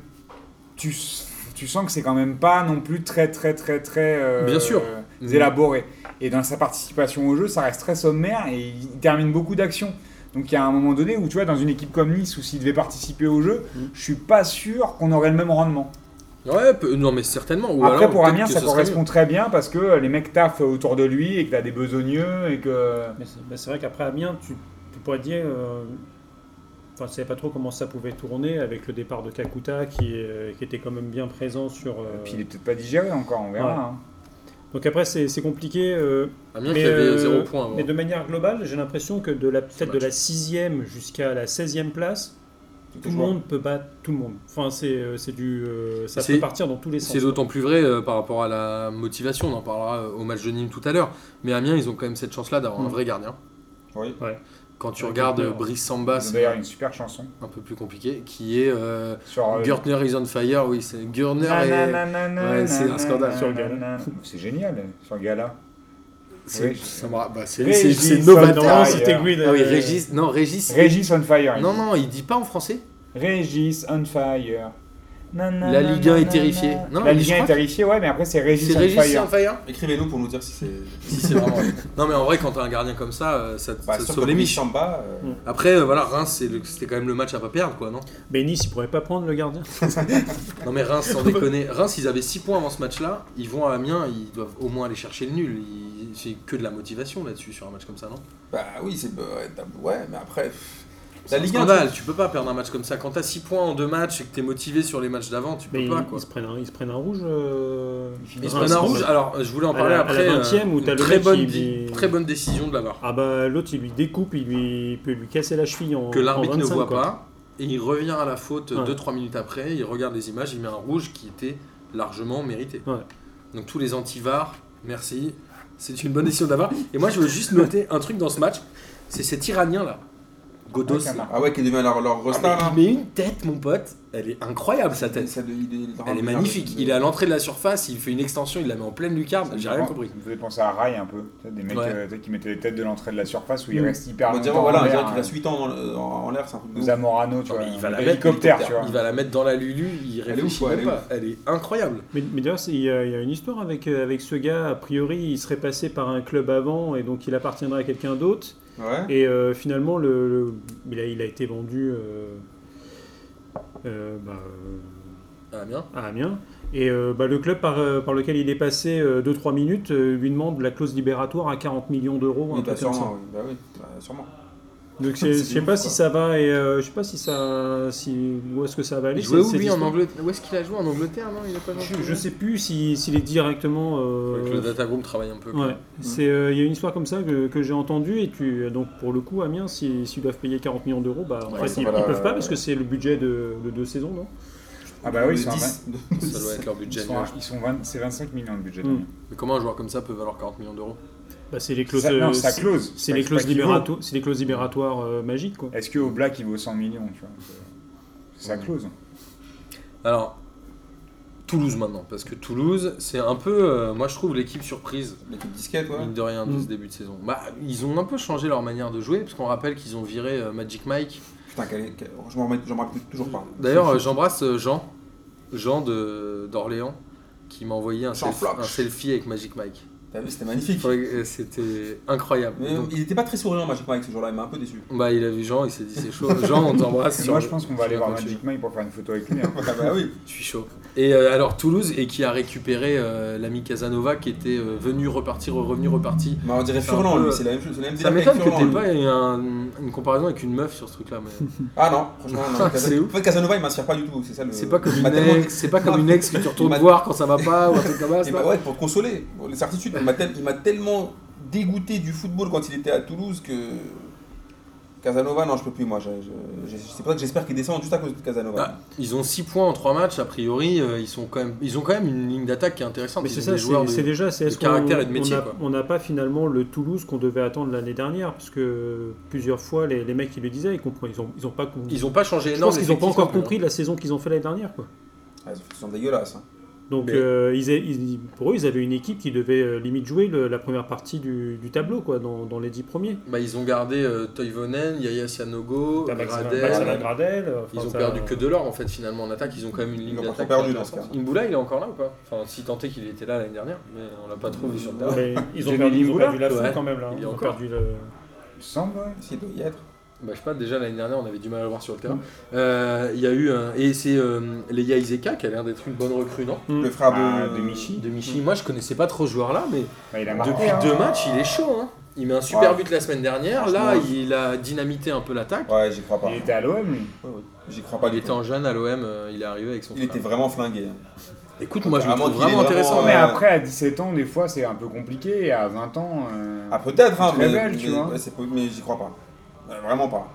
[SPEAKER 3] Tu, s- tu sens que c'est quand même pas non plus très, très, très, très. euh,
[SPEAKER 1] Bien sûr.
[SPEAKER 3] euh, élaboré. Et dans sa participation au jeu, ça reste très sommaire et il termine beaucoup d'actions. Donc il y a un moment donné où, tu vois, dans une équipe comme Nice, où s'il devait participer au jeu,
[SPEAKER 1] Mm.
[SPEAKER 2] Mhm.
[SPEAKER 3] je suis pas sûr qu'on aurait le même rendement.
[SPEAKER 1] Ouais, peu- non, mais certainement. Ou
[SPEAKER 3] Après,
[SPEAKER 1] alors,
[SPEAKER 3] pour
[SPEAKER 1] peut-être
[SPEAKER 3] Amiens,
[SPEAKER 1] que
[SPEAKER 3] ça
[SPEAKER 1] ce serait
[SPEAKER 3] correspond très bien parce que les mecs taffent autour de lui et que t'as des besogneux et que. euh,
[SPEAKER 4] Mais c'est mais c'est vrai qu'après Amiens, tu, tu pourrais dire. euh, Enfin, je savais pas trop comment ça pouvait tourner avec le départ de Kakuta qui, euh, qui était quand même bien présent sur. euh,
[SPEAKER 3] Et puis il est peut-être pas digéré encore, on verra.
[SPEAKER 4] Ouais.
[SPEAKER 1] Bah,
[SPEAKER 3] hein.
[SPEAKER 4] Donc après, c'est c'est compliqué. euh,
[SPEAKER 1] mieux. Amiens
[SPEAKER 4] mais,
[SPEAKER 1] qui avait
[SPEAKER 4] euh,
[SPEAKER 1] 0 points avant.
[SPEAKER 4] mais de manière globale, j'ai l'impression que de la peut-être de
[SPEAKER 1] match.
[SPEAKER 4] la sixième jusqu'à la 16e place,
[SPEAKER 2] Tout
[SPEAKER 4] tout le monde peut battre tout le monde. Enfin, c'est euh, c'est du euh, ça
[SPEAKER 1] C'est-
[SPEAKER 4] peut partir dans tous les sens.
[SPEAKER 1] C'est d'autant plus vrai euh, par rapport à la motivation, on en parlera euh, au match de Nîmes tout à l'heure. Mais Amiens, ils ont quand même cette chance-là d'avoir
[SPEAKER 3] Hmm.
[SPEAKER 1] un
[SPEAKER 4] Mm.
[SPEAKER 1] vrai gardien.
[SPEAKER 2] Oui.
[SPEAKER 1] Quand tu
[SPEAKER 4] Ouais,
[SPEAKER 1] regardes
[SPEAKER 4] Gertner.
[SPEAKER 1] euh, Brice
[SPEAKER 3] Ils
[SPEAKER 1] Samba,
[SPEAKER 3] ont
[SPEAKER 1] c'est
[SPEAKER 3] D'ailleurs, une super chanson
[SPEAKER 1] un peu plus compliqué, qui est euh,
[SPEAKER 3] sur euh,
[SPEAKER 1] Gertner is on fire, oui, c'est Gertner et-
[SPEAKER 3] Nananana,
[SPEAKER 1] Ouais, c'est un scandale.
[SPEAKER 3] nananana.
[SPEAKER 4] Sur le gala.
[SPEAKER 3] C'est génial, sur le gala.
[SPEAKER 1] c'est-
[SPEAKER 3] Oui.
[SPEAKER 1] ça me ra- bah, c'est- c'est
[SPEAKER 3] Régis
[SPEAKER 1] c'est
[SPEAKER 3] on
[SPEAKER 1] novateur.
[SPEAKER 3] fire.
[SPEAKER 4] c'était Guide,
[SPEAKER 1] Ah oui,
[SPEAKER 4] euh,
[SPEAKER 1] Régis, non, Régis.
[SPEAKER 3] Régis on fire. il
[SPEAKER 1] Non,
[SPEAKER 3] dit.
[SPEAKER 1] non, il dit pas en français.
[SPEAKER 3] Régis on fire. Nanana,
[SPEAKER 1] La Ligue 1 est
[SPEAKER 3] nanana.
[SPEAKER 1] terrifiée. Non,
[SPEAKER 3] la
[SPEAKER 1] mais
[SPEAKER 3] Ligue
[SPEAKER 1] je
[SPEAKER 3] 1 est
[SPEAKER 1] crois que-
[SPEAKER 3] terrifiée, ouais, mais après c'est Régis
[SPEAKER 1] C'est
[SPEAKER 3] on
[SPEAKER 1] Régis c'est
[SPEAKER 3] fire.
[SPEAKER 1] on fire
[SPEAKER 2] Écrivez-nous pour nous dire si c'est.
[SPEAKER 1] Si, c'est vraiment. non, mais en vrai, quand t'as un gardien comme ça, euh, ça,
[SPEAKER 2] Bah,
[SPEAKER 1] ça te
[SPEAKER 2] sauf
[SPEAKER 1] sauve
[SPEAKER 2] que
[SPEAKER 1] les
[SPEAKER 2] Brice
[SPEAKER 1] miches.
[SPEAKER 2] Samba, euh,
[SPEAKER 4] Mm.
[SPEAKER 1] Après, euh, voilà, Reims, c'est le- c'était quand même le match à pas perdre, quoi, non
[SPEAKER 4] Mais Nice, ils pourraient pas prendre le gardien.
[SPEAKER 1] Non mais Reims, sans déconner, Reims, ils avaient 6 points avant ce match-là. Ils vont à Amiens, ils doivent au moins aller chercher le nul. Ils- C'est que de la motivation là-dessus sur un match comme ça, non
[SPEAKER 2] Bah oui, c'est. bah, ouais, t'as- Ouais, mais après. pff,
[SPEAKER 1] C'est
[SPEAKER 2] La
[SPEAKER 1] un
[SPEAKER 2] Ligue 1.
[SPEAKER 1] scandale, tu peux pas perdre un match comme ça. Quand t'as 6 points en deux matchs et que t'es motivé sur les matchs d'avant, tu peux
[SPEAKER 4] Mais ils,
[SPEAKER 1] pas quoi.
[SPEAKER 4] ils se prennent un, ils se prennent un rouge. euh,
[SPEAKER 1] Ils se
[SPEAKER 4] Reims,
[SPEAKER 1] prennent un
[SPEAKER 4] en
[SPEAKER 1] rouge,
[SPEAKER 4] fait.
[SPEAKER 1] alors euh, je voulais en
[SPEAKER 4] À
[SPEAKER 1] parler
[SPEAKER 4] la- à la
[SPEAKER 1] après. euh,
[SPEAKER 4] 20e où
[SPEAKER 1] une
[SPEAKER 4] t'as le
[SPEAKER 1] très,
[SPEAKER 4] mec
[SPEAKER 1] bonne
[SPEAKER 4] qui-
[SPEAKER 1] di- très bonne décision de la VAR.
[SPEAKER 4] Ah bah l'autre il lui découpe, il lui il peut lui casser la cheville en
[SPEAKER 1] que l'arbitre
[SPEAKER 4] en
[SPEAKER 1] ne
[SPEAKER 4] 25,
[SPEAKER 1] voit
[SPEAKER 4] quoi.
[SPEAKER 1] pas. Et il revient à la faute
[SPEAKER 4] Ouais.
[SPEAKER 1] 2-3 minutes après, il regarde les images, il met un rouge qui était largement mérité.
[SPEAKER 4] Ouais.
[SPEAKER 1] Donc tous les anti-VAR, merci, c'est une bonne décision d'avoir. Et moi je veux juste noter un truc dans ce match, c'est cet Iranien là, Godos.
[SPEAKER 3] Ouais,
[SPEAKER 1] là.
[SPEAKER 2] Ah ouais, qui devient leur, leur hein. rostar
[SPEAKER 1] Il met une tête mon pote, elle est incroyable sa tête.
[SPEAKER 2] hein,
[SPEAKER 1] Elle est
[SPEAKER 2] Oh,
[SPEAKER 1] magnifique, il est à l'entrée de la surface, il fait une extension, il la met en pleine lucarne, j'ai rien compris.
[SPEAKER 3] Vous avez pensé à Rai un peu, tu sais, des mecs
[SPEAKER 1] Ouais.
[SPEAKER 3] euh, tu sais, qui mettaient les têtes de l'entrée de la surface où ils
[SPEAKER 4] Mm.
[SPEAKER 3] restent hyper
[SPEAKER 2] On va dire,
[SPEAKER 3] longtemps.
[SPEAKER 2] voilà,
[SPEAKER 3] en
[SPEAKER 2] on
[SPEAKER 3] l'air,
[SPEAKER 2] dirait qu'il
[SPEAKER 3] hein.
[SPEAKER 2] a 8 ans en, en- en l'air, c'est un truc de. ouf.
[SPEAKER 3] Zamorano, tu
[SPEAKER 1] Non,
[SPEAKER 3] vois.
[SPEAKER 1] mais il va la mettre,
[SPEAKER 3] L'hélicoptère, tu vois.
[SPEAKER 1] Il va la mettre dans la Lulu, il
[SPEAKER 2] Elle est
[SPEAKER 1] réfléchit
[SPEAKER 2] ouf, ouais,
[SPEAKER 1] même
[SPEAKER 2] elle est
[SPEAKER 1] pas, elle est incroyable.
[SPEAKER 4] Mais, mais d'ailleurs, c'est- il y, a il y a une histoire avec, euh, avec ce gars. A priori, il serait passé par un club avant et donc il appartiendrait à quelqu'un d'autre.
[SPEAKER 2] Ouais.
[SPEAKER 4] Et euh, finalement, le, le- il, a, il a été vendu euh, euh, bah, euh,
[SPEAKER 1] Ah bien.
[SPEAKER 4] à Amiens. Et euh, bah, le club par, euh, par lequel il est passé 2-3 minutes euh, lui demande la clause libératoire à 40 millions d'euros. un
[SPEAKER 2] Oui,
[SPEAKER 4] truc
[SPEAKER 2] bah,
[SPEAKER 4] comme ça.
[SPEAKER 2] sûrement, oui. Bah oui, bah, sûrement.
[SPEAKER 4] Donc c'est- je
[SPEAKER 2] C'est
[SPEAKER 4] sais
[SPEAKER 2] ouf,
[SPEAKER 4] pas si
[SPEAKER 2] quoi.
[SPEAKER 4] ça va et euh, je sais pas si ça si où est-ce que ça va aller.
[SPEAKER 1] Il jouait
[SPEAKER 4] cette-
[SPEAKER 1] où
[SPEAKER 4] cette
[SPEAKER 1] lui en
[SPEAKER 4] histoire.
[SPEAKER 1] Angleterre Où est-ce qu'il a joué en Angleterre Non, il a pas joué.
[SPEAKER 4] je, je sais plus si- s'il est directement. euh,
[SPEAKER 1] Avec le data group travaille un peu. quoi.
[SPEAKER 4] Ouais, c'est euh, il y a une histoire comme ça que, que j'ai entendue et tu donc pour le coup Amiens si- s'ils doivent payer 40 millions d'euros bah en
[SPEAKER 1] Ouais,
[SPEAKER 4] fait,
[SPEAKER 2] ça
[SPEAKER 4] ils,
[SPEAKER 2] va
[SPEAKER 4] ils
[SPEAKER 2] la-
[SPEAKER 4] peuvent pas parce que c'est le budget de, de deux saisons non
[SPEAKER 3] Ah bah oui,
[SPEAKER 2] Le
[SPEAKER 3] c'est un
[SPEAKER 2] 10.
[SPEAKER 1] Ça doit être leur
[SPEAKER 3] Ils
[SPEAKER 1] budget.
[SPEAKER 3] sont,
[SPEAKER 1] annuel.
[SPEAKER 3] ils sont 20 c'est 25 millions de budget.
[SPEAKER 4] Mm.
[SPEAKER 3] d'année.
[SPEAKER 1] Mais comment un joueur comme ça peut valoir 40 millions d'euros
[SPEAKER 4] bah, c'est les clauses
[SPEAKER 3] Ça- Non,
[SPEAKER 4] euh,
[SPEAKER 3] ça
[SPEAKER 4] c'est-
[SPEAKER 3] close.
[SPEAKER 4] c'est les
[SPEAKER 3] Pas-
[SPEAKER 4] clauses
[SPEAKER 3] pas qu'il vaut.
[SPEAKER 4] libératoires c'est les clauses libératoires euh, magiques quoi
[SPEAKER 3] Est-ce qu'au black il vaut 100 millions tu vois C'est ça close.
[SPEAKER 1] Alors, Toulouse maintenant, parce que Toulouse, c'est un peu, euh, moi je trouve, l'équipe surprise,
[SPEAKER 2] L'équipe disquette, ouais.
[SPEAKER 1] mine de rien, de
[SPEAKER 4] Mm.
[SPEAKER 1] ce début de saison. Bah, ils ont un peu changé leur manière de jouer, parce qu'on rappelle qu'ils ont viré euh, Magic Mike.
[SPEAKER 2] Putain, quelle est- quelle- je m'en remets- je m'en rappelle toujours pas.
[SPEAKER 1] D'ailleurs, euh, j'embrasse euh, Jean, Jean de- d'Orléans, qui m'a envoyé un,
[SPEAKER 2] Jean
[SPEAKER 1] self-
[SPEAKER 2] Floch.
[SPEAKER 1] un selfie avec Magic Mike.
[SPEAKER 2] T'as vu, c'était magnifique.
[SPEAKER 1] Faudrait que- euh, C'était incroyable.
[SPEAKER 2] Mais, euh,
[SPEAKER 1] Donc,
[SPEAKER 2] il était pas très souriant, Magic Mike, ce jour-là, il m'a un peu déçu.
[SPEAKER 1] bah, il a vu Jean, il s'est dit c'est chaud. Jean, on t'embrasse. sur
[SPEAKER 3] Moi
[SPEAKER 1] le-
[SPEAKER 3] je pense qu'on
[SPEAKER 1] sur
[SPEAKER 3] va aller
[SPEAKER 1] la
[SPEAKER 3] voir
[SPEAKER 1] clôture.
[SPEAKER 3] Magic Mike pour faire une photo avec lui. hein.
[SPEAKER 2] Ah bah oui.
[SPEAKER 1] Je suis chaud. Et euh, alors Toulouse, et qui a récupéré euh, l'ami Casanova qui était euh, venu repartir, revenu reparti.
[SPEAKER 2] Bah, on dirait
[SPEAKER 1] C'est un
[SPEAKER 2] Furlan,
[SPEAKER 1] peu-
[SPEAKER 2] lui, c'est la même chose. c'est la même
[SPEAKER 1] Ça
[SPEAKER 2] délire
[SPEAKER 1] m'étonne que
[SPEAKER 2] qu'avec
[SPEAKER 1] t'aies
[SPEAKER 2] Furlan,
[SPEAKER 1] pas un- une comparaison avec une meuf sur ce truc-là. Mais...
[SPEAKER 2] lui. Ah non, franchement, non. Casa-
[SPEAKER 1] C'est ouf.
[SPEAKER 2] En fait, Casanova, il m'inspire pas du tout, c'est ça le.
[SPEAKER 1] C'est pas comme
[SPEAKER 2] il m'a
[SPEAKER 1] une
[SPEAKER 2] tellement-
[SPEAKER 1] ex, c'est pas comme une ex que tu
[SPEAKER 2] Il
[SPEAKER 1] retournes
[SPEAKER 2] m'a-
[SPEAKER 1] voir quand ça va pas ou un truc comme ça.
[SPEAKER 2] Et bah ouais, pour te consoler, pour les certitudes, il m'a tel- il m'a tellement dégoûté du football quand il était à Toulouse que. Casanova, non, je peux plus, moi. je- je- je- C'est pour ça que j'espère qu'il descend juste à cause de Casanova.
[SPEAKER 1] Ah, ils ont 6 points en 3 matchs, a priori, euh, ils, sont quand même, ils ont quand même une ligne d'attaque qui est intéressante.
[SPEAKER 4] mais
[SPEAKER 1] Ils
[SPEAKER 4] c'est
[SPEAKER 1] ont
[SPEAKER 4] ça
[SPEAKER 1] des joueurs
[SPEAKER 4] c'est
[SPEAKER 1] de-
[SPEAKER 4] c'est déjà c'est
[SPEAKER 1] de
[SPEAKER 4] est-ce
[SPEAKER 1] caractère
[SPEAKER 4] qu'on-
[SPEAKER 1] et de métier,
[SPEAKER 4] on a-
[SPEAKER 1] quoi.
[SPEAKER 4] on n'a pas finalement le Toulouse qu'on devait attendre l'année dernière parce que plusieurs fois les, les mecs ils le disaient ils comprennent ils ont ils ont pas compris
[SPEAKER 1] Ils ont pas changé
[SPEAKER 4] je
[SPEAKER 1] énormément.
[SPEAKER 4] pense qu'ils ont pas encore compris la saison qu'ils ont fait l'année dernière quoi
[SPEAKER 2] Ah, ils sont dégueulasses. hein.
[SPEAKER 4] Donc
[SPEAKER 1] Mais-
[SPEAKER 4] euh, ils a- ils- pour eux, ils avaient une équipe qui devait euh, limite jouer le- la première partie du, du tableau, quoi, dans, dans les dix premiers.
[SPEAKER 1] Bah, ils ont gardé euh, Toivonen, Yaya Sianogo,
[SPEAKER 4] T'as Max-
[SPEAKER 1] Bah, Gradel.
[SPEAKER 4] Max Van Gradel, euh, enfin,
[SPEAKER 1] Ils ont
[SPEAKER 4] ça-
[SPEAKER 1] perdu que de l'or en fait finalement en attaque. Ils ont quand même une
[SPEAKER 2] Ils
[SPEAKER 1] ligne
[SPEAKER 2] l'ont pas
[SPEAKER 1] d'attaque.
[SPEAKER 2] trop perdu,
[SPEAKER 1] qui est
[SPEAKER 2] dans ce
[SPEAKER 1] intéressante. Imboula il est encore là ou pas Enfin si tant est qu'il était là l'année dernière, mais on l'a pas trouvé sur le terrain.
[SPEAKER 4] Mais ils ont
[SPEAKER 3] Johnny
[SPEAKER 4] perdu, ils ont
[SPEAKER 3] Lingula
[SPEAKER 4] perdu la fin
[SPEAKER 1] Ouais.
[SPEAKER 4] quand même là.
[SPEAKER 1] Il est
[SPEAKER 4] Ils ont
[SPEAKER 1] encore.
[SPEAKER 4] perdu le-
[SPEAKER 3] Il me semble. ouais.
[SPEAKER 2] S'il doit y être.
[SPEAKER 1] Bah, je sais pas, déjà l'année dernière on avait du mal à le voir sur le terrain. Euh, Il y a eu un. Et c'est euh, Leia Iseka qui a l'air d'être une bonne recrue, non
[SPEAKER 2] Le frère
[SPEAKER 3] Ah,
[SPEAKER 2] de,
[SPEAKER 3] de Michi.
[SPEAKER 1] De Michi. Moi je connaissais pas trop ce joueur là, mais
[SPEAKER 3] Bah, il a marqué.
[SPEAKER 1] depuis
[SPEAKER 3] hein.
[SPEAKER 1] deux matchs il est chaud. Hein. Il met un super
[SPEAKER 2] Ouais.
[SPEAKER 1] but la semaine dernière. Là
[SPEAKER 2] Franchement,
[SPEAKER 1] il a dynamité un peu l'attaque.
[SPEAKER 2] Ouais, j'y crois pas.
[SPEAKER 3] Il était à l'OM, lui.
[SPEAKER 2] J'y crois pas
[SPEAKER 1] Il
[SPEAKER 2] du
[SPEAKER 1] était
[SPEAKER 2] tout.
[SPEAKER 1] en jeune à l'OM, euh, il est arrivé avec son.
[SPEAKER 2] Il était
[SPEAKER 1] frère.
[SPEAKER 2] vraiment flingué. hein.
[SPEAKER 1] Écoute, moi je le
[SPEAKER 2] Apparemment
[SPEAKER 1] trouve
[SPEAKER 2] qu'il est
[SPEAKER 1] vraiment
[SPEAKER 2] vraiment,
[SPEAKER 1] intéressant.
[SPEAKER 2] euh,
[SPEAKER 3] Mais après, à 17 ans, des fois, c'est un peu compliqué. Et à 20 ans. euh,
[SPEAKER 2] Ah, peut-être, hein,
[SPEAKER 3] Très
[SPEAKER 2] mais,
[SPEAKER 3] belle, tu
[SPEAKER 2] mais-
[SPEAKER 3] vois.
[SPEAKER 2] ouais, c'est possible, mais j'y crois pas. Euh, Vraiment pas.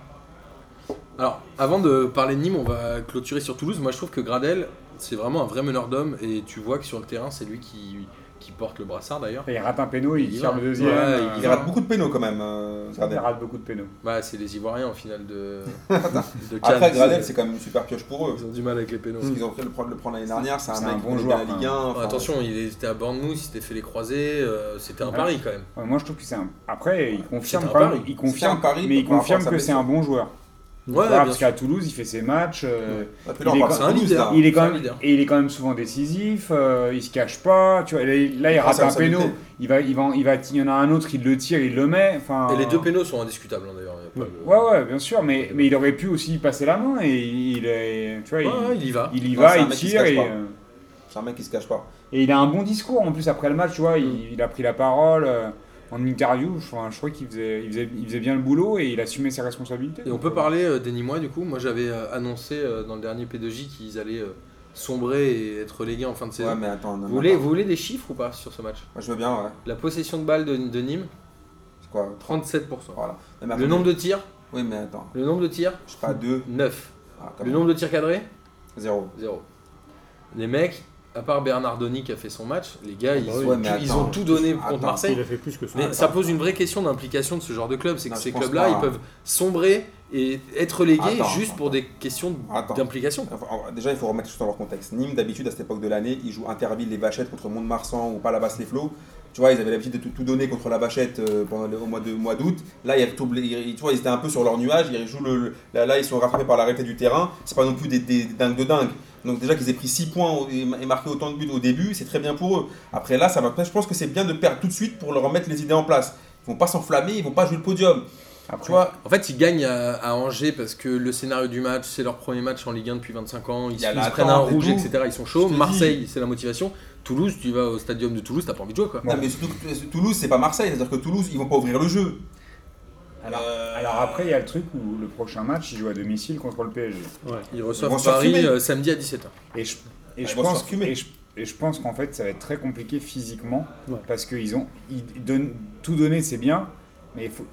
[SPEAKER 1] Alors, avant de parler de Nîmes, on va clôturer sur Toulouse. Moi, je trouve que Gradel, c'est vraiment un vrai meneur d'homme. Et tu vois que sur le terrain, c'est lui qui, qui porte le brassard d'ailleurs.
[SPEAKER 3] Il rate un péno, il
[SPEAKER 1] Il y
[SPEAKER 3] tire
[SPEAKER 1] va.
[SPEAKER 3] le deuxième.
[SPEAKER 1] Ouais,
[SPEAKER 3] euh,
[SPEAKER 2] Il rate beaucoup de pénaux quand même, euh,
[SPEAKER 3] Il
[SPEAKER 2] Gradel.
[SPEAKER 3] rate beaucoup de péno.
[SPEAKER 1] Bah, c'est les Ivoiriens en finale de, de Cannes.
[SPEAKER 2] Après, Gradel, c'est quand même une super pioche pour eux.
[SPEAKER 1] Ils ont du mal avec les pénaux.
[SPEAKER 2] Parce qu'ils ont fait le prendre le prendre l'année dernière, c'est un
[SPEAKER 3] C'est
[SPEAKER 2] mec
[SPEAKER 3] un bon
[SPEAKER 2] qui connaît
[SPEAKER 3] joueur,
[SPEAKER 2] bien la Ligue 1.
[SPEAKER 1] Bon,
[SPEAKER 2] enfin,
[SPEAKER 1] attention, il était à Bournemouth, il s'était fait les croisés. euh, c'était un
[SPEAKER 3] Ouais.
[SPEAKER 1] pari quand même.
[SPEAKER 3] Ouais, Euh, moi, je trouve que c'est un. Après, il confirme
[SPEAKER 1] C'est un
[SPEAKER 3] pas.
[SPEAKER 1] pari.
[SPEAKER 2] C'est
[SPEAKER 3] Il
[SPEAKER 2] un
[SPEAKER 3] confirme,
[SPEAKER 2] pari
[SPEAKER 3] mais il
[SPEAKER 2] par rapport à
[SPEAKER 3] confirme
[SPEAKER 2] sa
[SPEAKER 3] que c'est un bon joueur.
[SPEAKER 1] Ouais,
[SPEAKER 3] Voilà,
[SPEAKER 1] bien
[SPEAKER 3] parce
[SPEAKER 1] sûr.
[SPEAKER 3] qu'à Toulouse, il fait ses matchs. euh,
[SPEAKER 2] Ah, puis là, on
[SPEAKER 3] il
[SPEAKER 2] parle
[SPEAKER 3] est
[SPEAKER 1] quand-
[SPEAKER 2] de
[SPEAKER 1] c'est un
[SPEAKER 2] Toulouse,
[SPEAKER 1] leader.
[SPEAKER 2] là.
[SPEAKER 3] Il est quand
[SPEAKER 1] c'est un
[SPEAKER 3] même,
[SPEAKER 1] leader.
[SPEAKER 3] et il est quand même souvent décisif, euh, il se cache pas, tu vois, là, il- là, il
[SPEAKER 2] Il
[SPEAKER 3] rate
[SPEAKER 2] prend
[SPEAKER 3] un
[SPEAKER 2] sa
[SPEAKER 3] péno,
[SPEAKER 2] responsabilité.
[SPEAKER 3] il va, il va, il va, il y en a un autre, il le tire, il le met, enfin.
[SPEAKER 1] Et les deux pénaux sont indiscutables hein, d'ailleurs. il y a pas le-
[SPEAKER 3] Ah. Ouais, ouais, bien sûr, mais, mais il aurait pu aussi passer la main et il est, tu vois,
[SPEAKER 1] Ouais, ouais,
[SPEAKER 3] il,
[SPEAKER 1] il y va.
[SPEAKER 3] il y
[SPEAKER 2] Non,
[SPEAKER 3] va,
[SPEAKER 2] c'est un
[SPEAKER 3] il
[SPEAKER 2] mec qui se
[SPEAKER 3] tire
[SPEAKER 2] cache
[SPEAKER 3] et,
[SPEAKER 2] pas.
[SPEAKER 3] euh,
[SPEAKER 2] C'est un mec qui se cache pas.
[SPEAKER 3] et il a un bon discours en plus après le match, tu vois, il, il a pris la parole euh, en interview, je, enfin, je crois qu'il faisait, il faisait, il faisait bien le boulot et il assumait ses responsabilités.
[SPEAKER 1] Et on peut parler euh, des Nîmois du coup. Moi j'avais euh, annoncé euh, dans le dernier P2J qu'ils allaient euh, sombrer et être relégués en fin de saison.
[SPEAKER 2] Ouais, mais attends,
[SPEAKER 1] vous,
[SPEAKER 2] non, non,
[SPEAKER 1] voulez,
[SPEAKER 2] pas.
[SPEAKER 1] vous voulez des chiffres ou pas sur ce match
[SPEAKER 2] Moi, je veux bien, ouais.
[SPEAKER 1] La possession de balle de, de Nîmes,
[SPEAKER 2] C'est quoi
[SPEAKER 1] 37%.
[SPEAKER 2] Voilà. Non, mais
[SPEAKER 1] Le
[SPEAKER 2] attendez.
[SPEAKER 1] nombre de tirs,
[SPEAKER 2] Oui, mais attends.
[SPEAKER 1] le nombre de tirs,
[SPEAKER 2] Je sais pas, 2.
[SPEAKER 1] 9.
[SPEAKER 2] Ah, quand
[SPEAKER 1] Le
[SPEAKER 2] même.
[SPEAKER 1] nombre de tirs cadrés,
[SPEAKER 2] Zéro.
[SPEAKER 1] 0. Les mecs, à part Bernardoni qui a fait son match, les gars, ils,
[SPEAKER 4] bah
[SPEAKER 1] ont,
[SPEAKER 4] oui. Ouais,
[SPEAKER 1] tout,
[SPEAKER 2] mais
[SPEAKER 1] ils
[SPEAKER 2] attends.
[SPEAKER 1] ont tout donné contre
[SPEAKER 2] Attends.
[SPEAKER 1] Marseille.
[SPEAKER 4] Il a fait plus que ça.
[SPEAKER 1] Mais ça pose une vraie question d'implication de ce genre de club, c'est que
[SPEAKER 2] Non,
[SPEAKER 1] ces
[SPEAKER 2] Ah, je pense
[SPEAKER 1] clubs-là,
[SPEAKER 2] pas. hein.
[SPEAKER 1] ils peuvent sombrer et être relégués
[SPEAKER 2] Attends,
[SPEAKER 1] juste
[SPEAKER 2] attends.
[SPEAKER 1] pour des questions
[SPEAKER 2] Attends.
[SPEAKER 1] d'implication.
[SPEAKER 2] Enfin, Déjà, il faut remettre les choses dans leur contexte. Nîmes, d'habitude, à cette époque de l'année, ils jouent Interville, les Vachettes contre Mont-de-Marsan ou Palavas, les Flots. Tu vois, ils avaient l'habitude de tout, tout donner contre la Vachette euh, pendant le- au mois de- mois d'août. Là, il y a tout, blé- ils- tu vois, ils étaient un peu sur leur nuage. Ils jouent le, le- là, là, ils sont rattrapés par la réalité du terrain. C'est pas non plus des, des- des dingues de dingues. Donc déjà qu'ils aient pris 6 points au- et et marqué autant de buts au début, c'est très bien pour eux. Après là, ça va. Je pense que c'est bien de perdre tout de suite pour leur remettre les idées en place. Ils vont pas s'enflammer, ils vont pas jouer le podium.
[SPEAKER 3] Après,
[SPEAKER 2] Tu vois,
[SPEAKER 1] En fait, ils gagnent à, à Angers parce que le scénario du match, c'est leur premier match en Ligue 1 depuis 25 ans. Ils,
[SPEAKER 2] Il y a
[SPEAKER 1] ils
[SPEAKER 2] la
[SPEAKER 1] prennent un
[SPEAKER 2] attente et
[SPEAKER 1] rouge,
[SPEAKER 2] tout.
[SPEAKER 1] etc. Ils sont chauds.
[SPEAKER 2] Je te
[SPEAKER 1] Marseille, c'est la motivation. Toulouse, tu vas au stadium de Toulouse, t'as pas envie de jouer quoi.
[SPEAKER 2] Non, mais surtout que Toulouse, c'est pas Marseille. C'est-à-dire que Toulouse, ils vont pas ouvrir le jeu.
[SPEAKER 3] alors,
[SPEAKER 2] Euh,
[SPEAKER 3] alors après, il y a le truc où le prochain match, il joue à domicile contre le PSG.
[SPEAKER 1] Ils
[SPEAKER 2] Ils vont
[SPEAKER 1] reçoivent
[SPEAKER 2] se faire
[SPEAKER 1] Paris
[SPEAKER 2] fumer.
[SPEAKER 1] euh, samedi à 17h.
[SPEAKER 3] Et je, et
[SPEAKER 2] Ah,
[SPEAKER 3] je
[SPEAKER 2] ils vont se
[SPEAKER 3] pense
[SPEAKER 2] faire fumer.
[SPEAKER 3] et je- et je pense qu'en fait, ça va être très compliqué physiquement
[SPEAKER 4] Ouais.
[SPEAKER 3] parce qu'ils ont ils donnent- tout donné, c'est bien, mais il faut-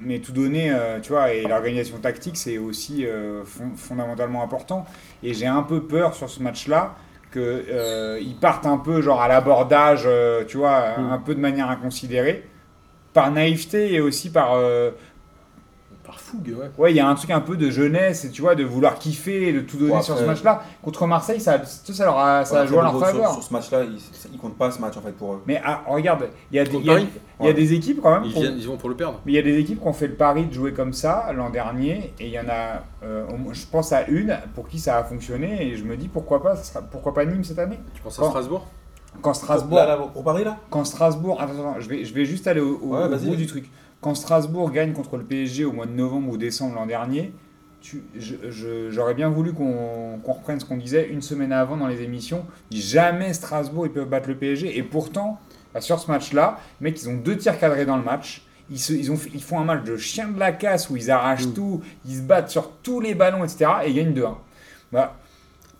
[SPEAKER 3] mais tout donné, euh, tu vois, et l'organisation tactique, c'est aussi euh, fon- fondamentalement important. Et j'ai un peu peur sur ce match-là que euh, ils partent un peu genre à l'abordage, euh, tu vois,
[SPEAKER 4] Mm.
[SPEAKER 3] un peu de manière inconsidérée, par naïveté et aussi par euh,
[SPEAKER 1] Par fougue, ouais.
[SPEAKER 3] Ouais, il y a un truc un peu de jeunesse, et tu vois, de vouloir kiffer, et de tout donner
[SPEAKER 2] Bon,
[SPEAKER 3] sur ce
[SPEAKER 2] après-
[SPEAKER 3] match-là. Contre Marseille, ça, ça, ça leur a, ça a
[SPEAKER 2] Voilà,
[SPEAKER 3] joué en leur
[SPEAKER 2] sur-
[SPEAKER 3] faveur.
[SPEAKER 2] Sur, ce match-là, ils, ils comptent pas ce match en fait pour euh, eux.
[SPEAKER 3] Mais ah, regarde, il y, a des-
[SPEAKER 1] Contre
[SPEAKER 3] il y a-
[SPEAKER 1] Paris
[SPEAKER 3] il y a des équipes quand même.
[SPEAKER 1] Ils,
[SPEAKER 3] qu'on-
[SPEAKER 1] viennent, ils vont pour le perdre.
[SPEAKER 3] Mais il y a des équipes qui ont fait le pari de jouer comme ça l'an dernier, et il y en a, euh, au moins- je pense à une pour qui ça a fonctionné, et je me dis pourquoi pas, ce sera- pourquoi pas Nîmes cette année
[SPEAKER 1] Tu penses à
[SPEAKER 3] Quand-
[SPEAKER 1] Strasbourg
[SPEAKER 3] Quand Strasbourg,
[SPEAKER 2] Là, là, pour Paris là
[SPEAKER 3] quand Strasbourg, attends, attends, je vais, je vais juste aller au, au-
[SPEAKER 2] Ouais,
[SPEAKER 3] au
[SPEAKER 2] vas-y.
[SPEAKER 3] bout du truc. Quand Strasbourg gagne contre le PSG au mois de novembre ou décembre l'an dernier, tu- je- je- j'aurais bien voulu qu'on qu'on reprenne ce qu'on disait une semaine avant dans les émissions. Jamais Strasbourg ils peuvent battre le PSG et pourtant bah, sur ce match-là, mec ils ont deux tirs cadrés dans le match. Ils, se- ils ont, fait- ils font un match de chien de la casse où ils arrachent tout, ils se battent sur tous les ballons, etc. et ils gagnent 2-1. Bah,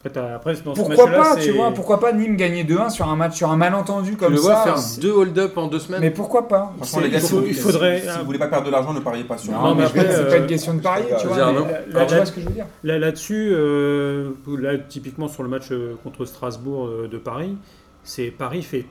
[SPEAKER 4] Après, t'as- après, dans ce
[SPEAKER 3] pourquoi
[SPEAKER 4] match-là,
[SPEAKER 3] pas,
[SPEAKER 4] c'est-
[SPEAKER 3] tu vois, pourquoi pas Nîmes gagner 2-1 sur un match, sur un malentendu
[SPEAKER 1] Tu
[SPEAKER 3] comme
[SPEAKER 1] le
[SPEAKER 3] ça
[SPEAKER 1] vois faire deux hold-up en deux semaines
[SPEAKER 3] Mais pourquoi pas
[SPEAKER 2] Franchement,
[SPEAKER 4] C'est-
[SPEAKER 2] les gars,
[SPEAKER 4] il
[SPEAKER 2] si
[SPEAKER 4] faut-
[SPEAKER 2] vous,
[SPEAKER 4] il faudrait-
[SPEAKER 2] si vous voulez pas perdre de l'argent, ne pariez pas sur
[SPEAKER 3] Non,
[SPEAKER 2] eux.
[SPEAKER 4] Non,
[SPEAKER 3] mais,
[SPEAKER 4] mais
[SPEAKER 3] je veux dire,
[SPEAKER 4] après,
[SPEAKER 3] c'est pas
[SPEAKER 4] euh,
[SPEAKER 3] une question de parier,
[SPEAKER 2] je
[SPEAKER 3] tu
[SPEAKER 2] veux
[SPEAKER 3] vois.
[SPEAKER 1] dire,
[SPEAKER 3] mais-
[SPEAKER 1] non.
[SPEAKER 3] Alors,
[SPEAKER 4] La-
[SPEAKER 3] tu
[SPEAKER 4] la-
[SPEAKER 3] vois ce que je veux dire
[SPEAKER 4] Là, là-dessus, euh, là, typiquement sur le match euh, contre Strasbourg euh, de Paris, c'est Paris fait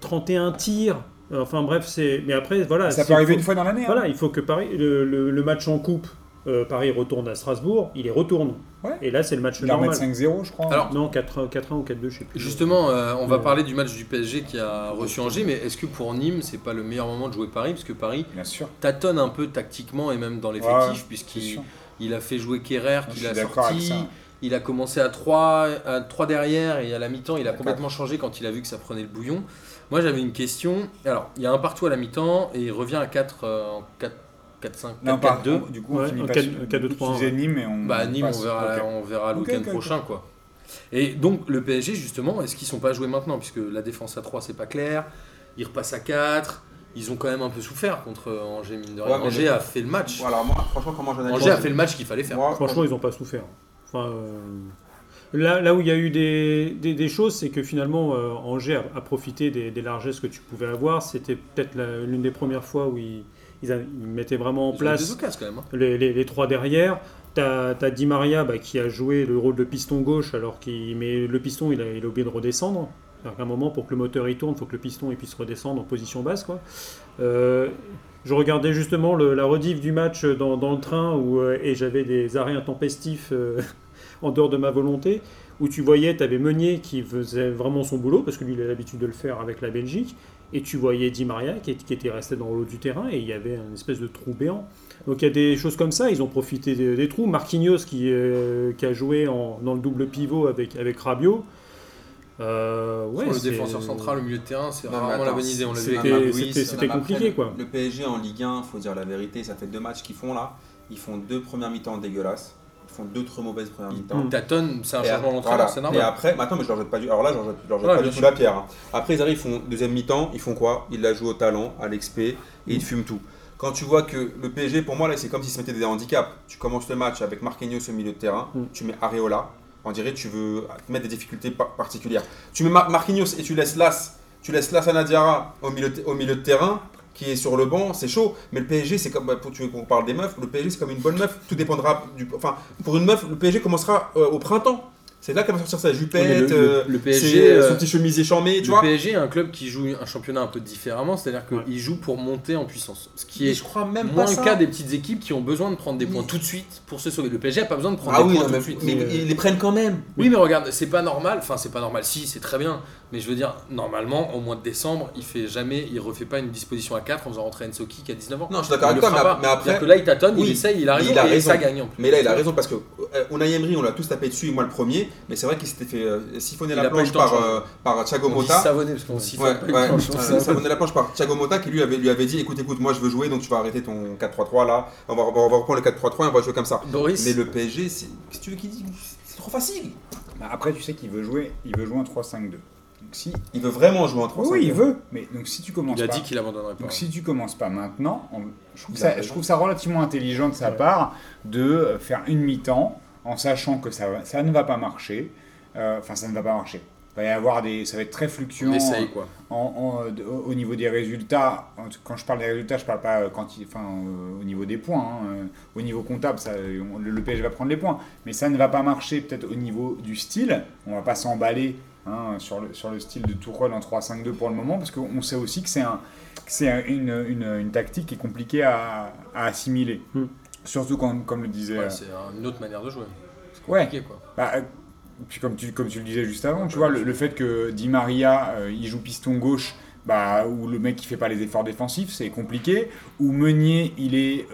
[SPEAKER 4] 31 tirs. Euh, Enfin bref, c'est. Mais après, voilà.
[SPEAKER 3] Ça
[SPEAKER 4] c'est-
[SPEAKER 3] peut arriver
[SPEAKER 4] faut-
[SPEAKER 3] une fois dans l'année. hein.
[SPEAKER 4] Voilà, il faut que Paris, le, le- le match en coupe, euh, Paris retourne à Strasbourg, il les retourne.
[SPEAKER 3] Ouais.
[SPEAKER 4] Et là, c'est le match
[SPEAKER 3] Il leur met
[SPEAKER 4] normal.
[SPEAKER 3] 5-0, je crois.
[SPEAKER 1] Alors,
[SPEAKER 4] Non, 4-1 4-1 ou 4-2, je sais plus.
[SPEAKER 1] Justement, euh, on va
[SPEAKER 4] Ouais.
[SPEAKER 1] parler du match du PSG qui a reçu Angers, mais est-ce que pour Nîmes, c'est pas le meilleur moment de jouer Paris Parce que Paris
[SPEAKER 3] Bien sûr.
[SPEAKER 1] tâtonne un peu tactiquement et même dans l'effectif,
[SPEAKER 3] Bien
[SPEAKER 1] puisqu'il
[SPEAKER 3] sûr.
[SPEAKER 1] il a fait jouer Kerrer,
[SPEAKER 3] Je
[SPEAKER 1] qu'il
[SPEAKER 3] suis
[SPEAKER 1] a
[SPEAKER 3] d'accord avec
[SPEAKER 1] sorti.
[SPEAKER 3] ça.
[SPEAKER 1] Il a commencé à 3, à 3 derrière et à la mi-temps, il a
[SPEAKER 2] D'accord.
[SPEAKER 1] complètement changé quand il a vu que ça prenait le bouillon. Moi, j'avais une question. Alors, il y a un partout à la mi-temps et il revient à 4 euh, en 4 4 5
[SPEAKER 3] Non,
[SPEAKER 1] 4
[SPEAKER 3] par
[SPEAKER 1] 2.
[SPEAKER 3] Du coup, on
[SPEAKER 4] Ouais,
[SPEAKER 3] finit
[SPEAKER 4] un
[SPEAKER 3] pas
[SPEAKER 4] quatre-
[SPEAKER 3] sur-
[SPEAKER 4] un quatre, deux,
[SPEAKER 3] tu
[SPEAKER 4] trois,
[SPEAKER 3] disais
[SPEAKER 4] ouais.
[SPEAKER 3] Nîmes et on.
[SPEAKER 1] Bah, à Nîmes,
[SPEAKER 3] Hmm, passe.
[SPEAKER 1] on verra,
[SPEAKER 3] Ok.
[SPEAKER 1] on verra le
[SPEAKER 3] Ok,
[SPEAKER 1] week-end
[SPEAKER 3] ok, ok.
[SPEAKER 1] prochain, quoi. Et donc, le PSG, justement, est-ce qu'ils sont pas joués maintenant Puisque la défense à 3, c'est pas clair. Ils repassent à 4. Ils ont quand même un peu souffert contre Angers, mine de rien.
[SPEAKER 2] Ouais, mais
[SPEAKER 1] Angers
[SPEAKER 2] le-
[SPEAKER 1] a fait le match.
[SPEAKER 2] Voilà, moi, franchement, comment j'en ai
[SPEAKER 1] Angers a fait le match qu'il fallait faire.
[SPEAKER 4] Franchement, ils n'ont pas souffert. Enfin, euh, là, là où il y a eu des, des- des choses, c'est que finalement, euh, Angers a, a profité des, des largesses que tu pouvais avoir. C'était peut-être la- l'une des premières fois où ils, ils a- ils mettaient vraiment
[SPEAKER 1] Ils
[SPEAKER 4] en
[SPEAKER 1] ont eu
[SPEAKER 4] place
[SPEAKER 1] des occasions, quand même. hein.
[SPEAKER 4] les, les- les trois derrière. T'as as Di Maria bah, qui a joué le rôle de piston gauche alors qu'il mais le piston il a, il a oublié de redescendre. C'est-à-dire qu'à un moment pour que le moteur il tourne, il faut que le piston il puisse redescendre en position basse quoi. Euh, je regardais justement le- la rediff du match dans, dans le train où, euh, et j'avais des arrêts intempestifs euh, en dehors de ma volonté où tu voyais, tu avais Meunier qui faisait vraiment son boulot parce que lui il a l'habitude de le faire avec la Belgique et tu voyais Di Maria qui, est- qui était resté dans l'eau du terrain et il y avait une espèce de trou béant. Donc il y a des choses comme ça, ils ont profité des, des trous. Marquinhos qui, euh, qui a joué en- dans le double pivot avec, avec Rabiot. Euh, ouais,
[SPEAKER 1] Sans le
[SPEAKER 4] c'est-
[SPEAKER 1] défenseur central, le milieu de terrain, c'est
[SPEAKER 2] Non, mais
[SPEAKER 1] rarement
[SPEAKER 2] attends,
[SPEAKER 1] la bonne idée. On l'a vu
[SPEAKER 4] c'était-
[SPEAKER 1] avec Marc Louis,
[SPEAKER 4] c'était-
[SPEAKER 1] ça
[SPEAKER 4] c'était
[SPEAKER 1] n'a-
[SPEAKER 2] Après,
[SPEAKER 4] compliqué,
[SPEAKER 2] le-
[SPEAKER 4] quoi.
[SPEAKER 2] Le PSG en Ligue 1, faut dire la vérité, ça fait deux matchs qu'ils font là. Ils font deux premières mi-temps dégueulasses. Ils font deux très mauvaises premières
[SPEAKER 1] Il
[SPEAKER 2] mi-temps.
[SPEAKER 1] tâtonne, c'est un
[SPEAKER 2] hein. Et
[SPEAKER 1] changement
[SPEAKER 2] a-
[SPEAKER 1] d'entraîneur,
[SPEAKER 2] voilà.
[SPEAKER 1] c'est
[SPEAKER 2] Et
[SPEAKER 1] normal.
[SPEAKER 2] après, mais attends, mais je leur jette pas du. Alors là, je leur jette, je leur jette
[SPEAKER 1] Ouais,
[SPEAKER 2] pas
[SPEAKER 1] bien
[SPEAKER 2] du tout
[SPEAKER 1] sûr.
[SPEAKER 2] la pierre. hein. Après, ils arrivent, ils font deuxième mi-temps, ils font quoi Ils la jouent au talent, à l'expé, et ils fument tout. Quand tu vois que le PSG, pour moi, là, c'est comme s'ils se mettaient des handicaps. Tu commences le match avec Marquinhos au milieu de terrain,
[SPEAKER 4] Mm.
[SPEAKER 2] tu mets Areola. On dirait que tu veux te mettre des difficultés par- particulières. Tu mets Mar- Marquinhos et tu laisses Las, tu laisses Las Anadiara au milieu, de- au milieu de terrain qui est sur le banc, c'est chaud. Mais le PSG, c'est comme bah, pour tu qu'on parle des meufs, le PSG c'est comme une bonne meuf. Tout dépendra du. Enfin, pour une meuf, le PSG commencera euh, au printemps. C'est là qu'elle va sortir sa
[SPEAKER 1] Oui, mais
[SPEAKER 2] jupette,
[SPEAKER 1] le-
[SPEAKER 2] euh,
[SPEAKER 1] le- le
[SPEAKER 2] ses-
[SPEAKER 1] PSG, euh,
[SPEAKER 2] son petit chemisier charmé,
[SPEAKER 1] Le
[SPEAKER 2] tu vois.
[SPEAKER 1] PSG est un club qui joue un championnat un peu différemment, c'est-à-dire qu'il
[SPEAKER 4] Ouais.
[SPEAKER 1] joue pour monter en puissance. Ce qui
[SPEAKER 2] Et
[SPEAKER 1] est
[SPEAKER 2] je crois même
[SPEAKER 1] moins
[SPEAKER 2] pas
[SPEAKER 1] le
[SPEAKER 2] ça.
[SPEAKER 1] cas des petites équipes qui ont besoin de prendre des points
[SPEAKER 2] Mais-
[SPEAKER 1] tout de suite pour se sauver. Le PSG a pas besoin de prendre
[SPEAKER 2] Ah
[SPEAKER 1] des
[SPEAKER 2] oui,
[SPEAKER 1] points
[SPEAKER 2] non,
[SPEAKER 1] tout
[SPEAKER 2] mais,
[SPEAKER 1] de suite.
[SPEAKER 2] mais- mais ils les prennent quand même.
[SPEAKER 1] Oui, mais regarde, c'est pas normal. Enfin, c'est pas normal. Si, c'est très bien. Mais je veux dire, normalement, au mois de décembre, il fait jamais, il refait pas une disposition à 4 en faisant rentrer Ensoki qui a 19 ans.
[SPEAKER 2] Non, je suis d'accord avec toi, mais, ap- mais après.
[SPEAKER 1] que là, il tâtonne,
[SPEAKER 2] oui,
[SPEAKER 1] il essaye, il arrive
[SPEAKER 2] il a
[SPEAKER 1] et ça
[SPEAKER 2] raison.
[SPEAKER 1] gagne en plus.
[SPEAKER 2] Mais là, il a raison parce que euh, Unai Emery, on l'a tous tapé dessus, et moi le premier. Mais c'est vrai qu'il s'était fait euh, siphonner
[SPEAKER 1] Il a
[SPEAKER 2] la
[SPEAKER 1] pas eu
[SPEAKER 2] planche
[SPEAKER 1] le temps
[SPEAKER 2] par,
[SPEAKER 1] de changer.
[SPEAKER 2] euh, par Thiago
[SPEAKER 1] On dit
[SPEAKER 2] Motta.
[SPEAKER 1] savonné parce qu'on s'y fait
[SPEAKER 2] Ouais,
[SPEAKER 1] pas
[SPEAKER 2] ouais.
[SPEAKER 1] grand-chose.
[SPEAKER 2] Euh, ça venait la planche par Thiago Motta qui lui avait, lui avait dit écoute, écoute, moi je veux jouer donc tu vas arrêter ton 4-3-3 là, on va, on va- on va reprendre le 4-3-3 et on va jouer comme ça.
[SPEAKER 1] Boris,
[SPEAKER 2] Mais le PSG, c'est- qu'est-ce que tu veux qu'il dise C'est trop facile
[SPEAKER 3] Bah, Après, tu sais qu'il veut jouer, il veut jouer en 3-5-2. Donc si.
[SPEAKER 2] Il veut vraiment jouer en 3
[SPEAKER 3] Oui, il veut. Mais donc si tu commences
[SPEAKER 1] il a
[SPEAKER 3] pas-
[SPEAKER 1] dit qu'il abandonnerait pas.
[SPEAKER 3] Donc si tu commences pas maintenant, on- je, trouve
[SPEAKER 2] Il a
[SPEAKER 3] ça, je
[SPEAKER 2] raison.
[SPEAKER 3] trouve ça relativement intelligent de sa
[SPEAKER 4] Ouais.
[SPEAKER 3] part de euh, faire une mi-temps en sachant que ça, va- ça ne va pas marcher. Euh, Enfin, ça ne va pas marcher. Il va y avoir des, ça va être très
[SPEAKER 1] on
[SPEAKER 3] fluctuant
[SPEAKER 1] essaye quoi.
[SPEAKER 3] en- en- euh, de- au au niveau des résultats. En tout- Quand je parle des résultats, je parle pas euh, quand il- enfin, euh, au niveau des points. hein. Euh, Au niveau comptable, ça, euh, on- le, le PSG va prendre les points. Mais ça ne va pas marcher peut-être au niveau du style. On va pas s'emballer hein, sur, le, sur le style de Tourelle en 3-5-2 pour le moment parce qu'on sait aussi que c'est un, que c'est un- une, une- une tactique qui est compliquée à, à assimiler.
[SPEAKER 4] Hmm.
[SPEAKER 3] Surtout quand, comme le disait...
[SPEAKER 1] Ouais,
[SPEAKER 3] euh,
[SPEAKER 1] c'est une autre manière de jouer. C'est
[SPEAKER 3] Ouais.
[SPEAKER 1] compliqué quoi.
[SPEAKER 3] bah, euh, puis comme tu, comme tu le disais juste avant, tu vois, le, le fait que Di Maria, euh, il joue piston gauche, bah, où le mec il fait pas les efforts défensifs, c'est compliqué. Ou Meunier, il est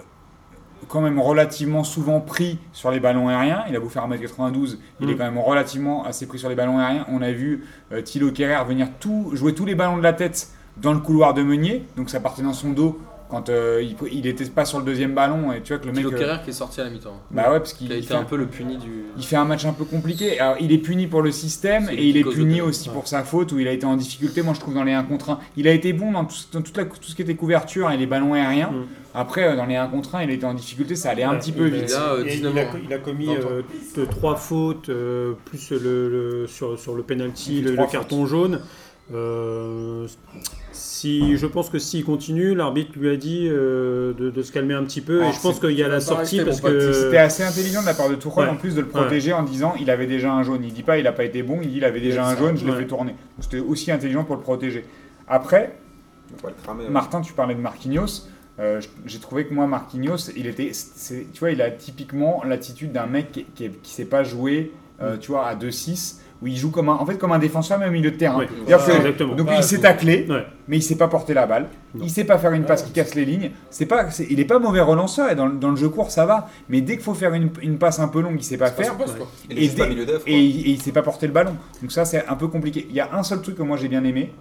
[SPEAKER 3] quand même relativement souvent pris sur les ballons aériens. Il a beau faire 1m92, il est
[SPEAKER 4] Mm.
[SPEAKER 3] quand même relativement assez pris sur les ballons aériens. On a vu euh, Thilo Kerrer venir tout, jouer tous les ballons de la tête dans le couloir de Meunier, donc ça partait dans son dos quand euh, il, il était pas sur le deuxième ballon. Et tu vois que le mec.
[SPEAKER 1] Thilo
[SPEAKER 3] euh,
[SPEAKER 1] Kerrer qui est sorti à la mi-temps.
[SPEAKER 3] bah ouais, parce qu'il
[SPEAKER 1] Qui a
[SPEAKER 3] il
[SPEAKER 1] été
[SPEAKER 3] fait un
[SPEAKER 1] un peu le puni du.
[SPEAKER 3] il fait un match un peu compliqué. Alors, il est puni pour le système
[SPEAKER 1] C'est lui
[SPEAKER 3] et il
[SPEAKER 1] qui
[SPEAKER 3] est
[SPEAKER 1] cause
[SPEAKER 3] puni
[SPEAKER 1] le
[SPEAKER 3] aussi
[SPEAKER 4] ouais.
[SPEAKER 3] pour sa faute où il a été en difficulté. Moi, je trouve dans les 1 contre 1, il a été bon dans tout, dans toute la- tout ce qui était couverture et les ballons aériens.
[SPEAKER 4] Mm.
[SPEAKER 3] Après, euh, dans les 1 contre 1, il était en difficulté. Ça allait un
[SPEAKER 4] Ouais,
[SPEAKER 3] petit peu
[SPEAKER 4] il
[SPEAKER 1] Et
[SPEAKER 3] vite.
[SPEAKER 1] là, euh,
[SPEAKER 4] Et
[SPEAKER 1] 19
[SPEAKER 4] il, a,
[SPEAKER 1] ans.
[SPEAKER 4] il a commis
[SPEAKER 1] Dans le temps.
[SPEAKER 4] euh, t- trois fautes, euh, plus le, le- sur, sur le
[SPEAKER 3] Il fait
[SPEAKER 4] penalty, le,
[SPEAKER 3] trois
[SPEAKER 4] le carton jaune. Euh, si, je pense que s'il continue, l'arbitre lui a dit euh, de, de se calmer un petit peu.
[SPEAKER 3] Ah,
[SPEAKER 4] et je pense qu'il y a la
[SPEAKER 1] ça va pas
[SPEAKER 4] sortie
[SPEAKER 1] rester,
[SPEAKER 4] parce
[SPEAKER 1] mon pote.
[SPEAKER 3] C'était
[SPEAKER 4] que.
[SPEAKER 3] assez intelligent de la part de Tourelle
[SPEAKER 4] euh,
[SPEAKER 3] en
[SPEAKER 4] Ouais.
[SPEAKER 3] plus de le protéger en disant il avait déjà un jaune. Il dit pas il a pas été bon, il dit il avait déjà un
[SPEAKER 2] ça,
[SPEAKER 3] jaune, je l'ai
[SPEAKER 4] ouais.
[SPEAKER 3] fait tourner. Donc, C'était aussi intelligent pour le protéger. Après,
[SPEAKER 4] euh,
[SPEAKER 2] On va le cramer. ouais.
[SPEAKER 3] Martin, tu parlais de Marquinhos. Euh, j- J'ai trouvé que moi, Marquinhos, il était, c'est- tu vois, il a typiquement l'attitude d'un mec qui, qui, est- qui sait pas jouer,
[SPEAKER 4] Mm.
[SPEAKER 3] euh, tu vois, à 2-6, où il joue comme un, en fait, comme un défenseur, mais au milieu de terrain.
[SPEAKER 4] Ouais.
[SPEAKER 3] C'est-à-dire que-
[SPEAKER 4] Exactement.
[SPEAKER 3] donc
[SPEAKER 5] Pas
[SPEAKER 3] il sait
[SPEAKER 5] jouer.
[SPEAKER 3] tacler,
[SPEAKER 4] Ouais.
[SPEAKER 3] mais il sait pas porter la balle.
[SPEAKER 4] Non.
[SPEAKER 3] Il sait pas faire une passe qui
[SPEAKER 5] Ouais.
[SPEAKER 3] casse les lignes. C'est pas, c'est- il est pas mauvais relanceur et dans, le- dans le jeu court ça va. Mais dès qu'il faut faire une, une passe un peu longue, il sait pas
[SPEAKER 5] Pas
[SPEAKER 3] faire
[SPEAKER 5] son poste, quoi.
[SPEAKER 2] Il
[SPEAKER 3] Et
[SPEAKER 2] est juste pas
[SPEAKER 3] des-
[SPEAKER 2] milieu d'œuvre.
[SPEAKER 3] et, il- et il sait pas porter le ballon. Donc ça, c'est un peu compliqué. Il y a un seul truc que moi j'ai bien aimé,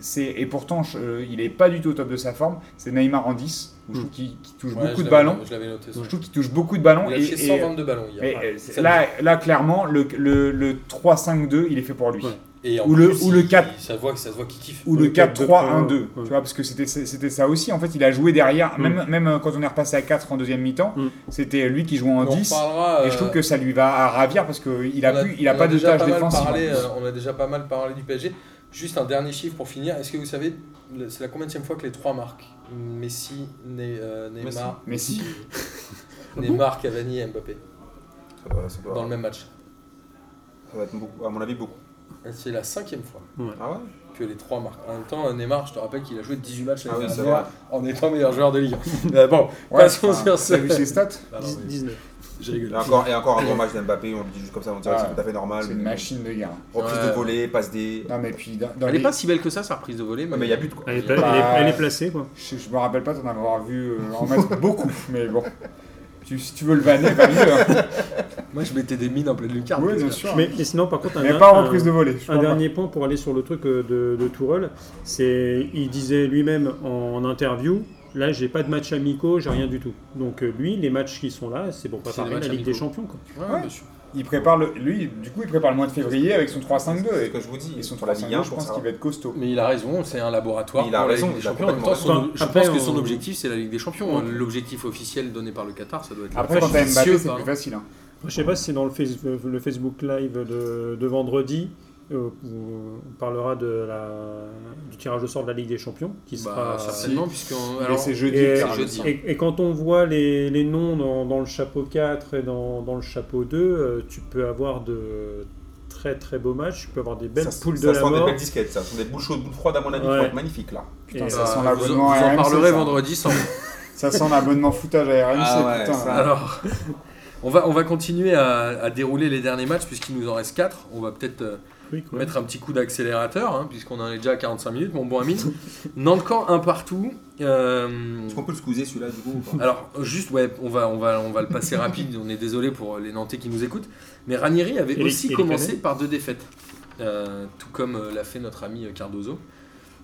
[SPEAKER 3] c'est et pourtant je- euh, il est pas du tout au top de sa forme, c'est Neymar en 10, où je trouve qu'il qu'il touche
[SPEAKER 5] Ouais,
[SPEAKER 3] beaucoup
[SPEAKER 5] je l'avais-
[SPEAKER 3] de ballons.
[SPEAKER 1] Mm. Je l'avais noté. ça.
[SPEAKER 3] Je trouve qu'il touche beaucoup de ballons.
[SPEAKER 1] Il a
[SPEAKER 3] Et,
[SPEAKER 1] lâché
[SPEAKER 3] et-
[SPEAKER 1] 122 ballons hier.
[SPEAKER 3] mais,
[SPEAKER 1] Ouais.
[SPEAKER 3] euh, c'est-
[SPEAKER 1] Ça-
[SPEAKER 3] là, là, clairement, le, le, le 3-5-2, il est fait pour lui.
[SPEAKER 4] Ouais.
[SPEAKER 1] Et en
[SPEAKER 3] ou le-
[SPEAKER 1] plus,
[SPEAKER 3] ou le
[SPEAKER 1] il-
[SPEAKER 3] 4.
[SPEAKER 1] Ça se voit, que- ça se voit qu'il kiffe.
[SPEAKER 3] Ou le
[SPEAKER 4] Le
[SPEAKER 3] 4-3-1-2,
[SPEAKER 4] 4-3-1-2,
[SPEAKER 3] tu
[SPEAKER 4] ouais.
[SPEAKER 3] vois, parce que c'était c'était ça aussi. En fait, il a joué derrière,
[SPEAKER 4] Mm.
[SPEAKER 3] même, même quand on est repassé à 4 en deuxième mi-temps,
[SPEAKER 4] Mm.
[SPEAKER 3] c'était lui qui jouait en
[SPEAKER 1] On en
[SPEAKER 3] 10.
[SPEAKER 1] reparlera,
[SPEAKER 3] Et je trouve
[SPEAKER 1] euh,
[SPEAKER 3] que ça lui va à ravir parce qu'il
[SPEAKER 1] on
[SPEAKER 3] a, pu- il a
[SPEAKER 1] on
[SPEAKER 3] pas de
[SPEAKER 1] déjà
[SPEAKER 3] tâche
[SPEAKER 1] pas mal
[SPEAKER 3] défensive.
[SPEAKER 1] parlé,
[SPEAKER 3] en plus.
[SPEAKER 1] euh, on a déjà pas mal parlé du PSG. Juste un dernier chiffre pour finir. Est-ce que vous savez, le- c'est la combienième fois que les trois marquent Messi, Ne- euh, Neymar,
[SPEAKER 3] Mais si.
[SPEAKER 1] Neymar, Cavani et Mbappé
[SPEAKER 2] Ça va-
[SPEAKER 3] Bah.
[SPEAKER 2] ça doit-
[SPEAKER 1] dans le même match.
[SPEAKER 2] ça va être beaucoup, à mon avis beaucoup.
[SPEAKER 1] C'est la cinquième fois
[SPEAKER 2] Ah ouais
[SPEAKER 1] que les trois marquent. En même temps, euh, Neymar, je te rappelle qu'il a joué 18 matchs
[SPEAKER 2] Ah
[SPEAKER 1] l'année
[SPEAKER 2] oui, c'est
[SPEAKER 1] dernière
[SPEAKER 2] vrai.
[SPEAKER 1] en étant meilleur joueur de Ligue. Euh, bon,
[SPEAKER 3] Ouais,
[SPEAKER 1] passons
[SPEAKER 3] enfin,
[SPEAKER 1] sur ce.
[SPEAKER 3] T'as vu ses stats
[SPEAKER 1] Ah, non,
[SPEAKER 4] Dix-
[SPEAKER 1] mais
[SPEAKER 4] 19.
[SPEAKER 1] Je
[SPEAKER 2] Et
[SPEAKER 1] rigole.
[SPEAKER 2] encore, et encore un grand match d'Mbappé, on le dit juste comme ça, on dirait que
[SPEAKER 3] Ouais.
[SPEAKER 2] c'est tout à fait normal.
[SPEAKER 3] C'est une machine de guerre.
[SPEAKER 2] Reprise
[SPEAKER 1] Ouais.
[SPEAKER 2] de volée, passe des.
[SPEAKER 3] Non mais puis dans, dans
[SPEAKER 1] Elle est
[SPEAKER 3] les-
[SPEAKER 1] pas si belle que ça, sa reprise de volée.
[SPEAKER 2] Ouais, mais il y a but quoi.
[SPEAKER 4] Elle est,
[SPEAKER 1] Il y a
[SPEAKER 4] pla- elle est-
[SPEAKER 3] pas-
[SPEAKER 4] elle est placée, quoi.
[SPEAKER 3] je, je me rappelle pas d'en avoir vu euh, en mettre beaucoup, mais bon. Tu- si tu veux le vanner, pas mieux. hein.
[SPEAKER 1] Moi, je mettais des mines en pleine lucarne.
[SPEAKER 3] Oui, bien sûr.
[SPEAKER 4] Mais,
[SPEAKER 3] Mais,
[SPEAKER 4] mais sinon, par contre, un,
[SPEAKER 3] pas en
[SPEAKER 4] un-
[SPEAKER 3] reprise de volée. je crois
[SPEAKER 4] un dernier point pour aller sur le truc euh, de, de Tourelle, c'est il disait lui-même en interview. Là, j'ai pas de match amicaux, j'ai rien du tout. Donc euh, lui, les matchs qui sont là, c'est pour
[SPEAKER 1] C'est
[SPEAKER 4] préparer
[SPEAKER 1] des
[SPEAKER 4] la
[SPEAKER 1] matchs
[SPEAKER 4] Ligue
[SPEAKER 1] amicaux.
[SPEAKER 4] des Champions. quoi.
[SPEAKER 3] Ouais. pas. Il prépare le, lui, du coup, il prépare le mois de février avec son
[SPEAKER 2] C'est ce
[SPEAKER 3] 3-5-2
[SPEAKER 2] que je vous dis,
[SPEAKER 3] et, et son
[SPEAKER 2] pour la Ligue
[SPEAKER 3] 3-5-2.
[SPEAKER 2] 1,
[SPEAKER 3] Je pense qu'il va être costaud.
[SPEAKER 1] Mais il a raison, c'est un laboratoire.
[SPEAKER 2] Il a
[SPEAKER 1] pour la
[SPEAKER 2] raison,
[SPEAKER 1] Ligue des
[SPEAKER 2] il a
[SPEAKER 1] champions. En même temps, son-
[SPEAKER 4] complètement
[SPEAKER 1] je
[SPEAKER 4] raison.
[SPEAKER 1] pense que
[SPEAKER 4] Après,
[SPEAKER 1] son
[SPEAKER 4] on-
[SPEAKER 1] objectif, c'est la Ligue des Champions. hein. L'objectif officiel donné par le Qatar, ça doit être. la
[SPEAKER 3] Après, quand
[SPEAKER 1] France.
[SPEAKER 3] t'as Mbappé,
[SPEAKER 1] Ambitieux,
[SPEAKER 3] c'est
[SPEAKER 1] par
[SPEAKER 3] plus
[SPEAKER 1] exemple.
[SPEAKER 3] facile. hein.
[SPEAKER 4] Je sais pas si c'est dans le, face- euh, le Facebook Live de, de vendredi, euh, où on parlera de la- du tirage au sort de la Ligue des Champions, qui sera.
[SPEAKER 1] Bah, certainement, puisque
[SPEAKER 3] Mais c'est jeudi.
[SPEAKER 4] et-
[SPEAKER 3] que ça arrive.
[SPEAKER 1] jeudi.
[SPEAKER 4] Et, et quand on voit les, les noms dans, dans le chapeau 4 et dans, dans le chapeau 2, euh, tu peux avoir de très très beaux matchs, tu peux avoir des belles
[SPEAKER 2] ça,
[SPEAKER 4] poules
[SPEAKER 2] ça
[SPEAKER 4] de la
[SPEAKER 2] sent des
[SPEAKER 4] mort.
[SPEAKER 2] belles disquettes, ça. Ce sont des boules chaudes, boules froides, à mon avis, qui
[SPEAKER 4] Ouais.
[SPEAKER 2] vont être magnifiques là.
[SPEAKER 4] Et,
[SPEAKER 3] Putain,
[SPEAKER 4] euh,
[SPEAKER 3] ça sent
[SPEAKER 1] vous, en- vous
[SPEAKER 3] l'abonnement à
[SPEAKER 1] en
[SPEAKER 3] RMC.
[SPEAKER 1] parlerai
[SPEAKER 3] ça.
[SPEAKER 1] vendredi sans.
[SPEAKER 3] Ça sent l'abonnement foutage à RMC,
[SPEAKER 2] Ah ouais,
[SPEAKER 3] putain.
[SPEAKER 2] ça-
[SPEAKER 1] Alors, on va, on va continuer à, à dérouler les derniers matchs puisqu'il nous en reste 4. On va peut-être euh,
[SPEAKER 4] Oui, quoi.
[SPEAKER 1] mettre un petit coup d'accélérateur hein, puisqu'on en est déjà à 45 minutes. Mon bon ami, Nantes-Camp, un partout. Euh,
[SPEAKER 2] Est-ce qu'on peut le scuser celui-là du coup ou pas
[SPEAKER 1] Alors juste ouais, on va on va on va le passer rapide. On est désolé pour euh, les Nantais qui nous écoutent, mais Ranieri avait
[SPEAKER 4] Et les-
[SPEAKER 1] aussi
[SPEAKER 4] et les
[SPEAKER 1] commencé
[SPEAKER 4] Canets.
[SPEAKER 1] par deux défaites, Euh, tout comme euh, l'a fait notre ami euh, Cardozo.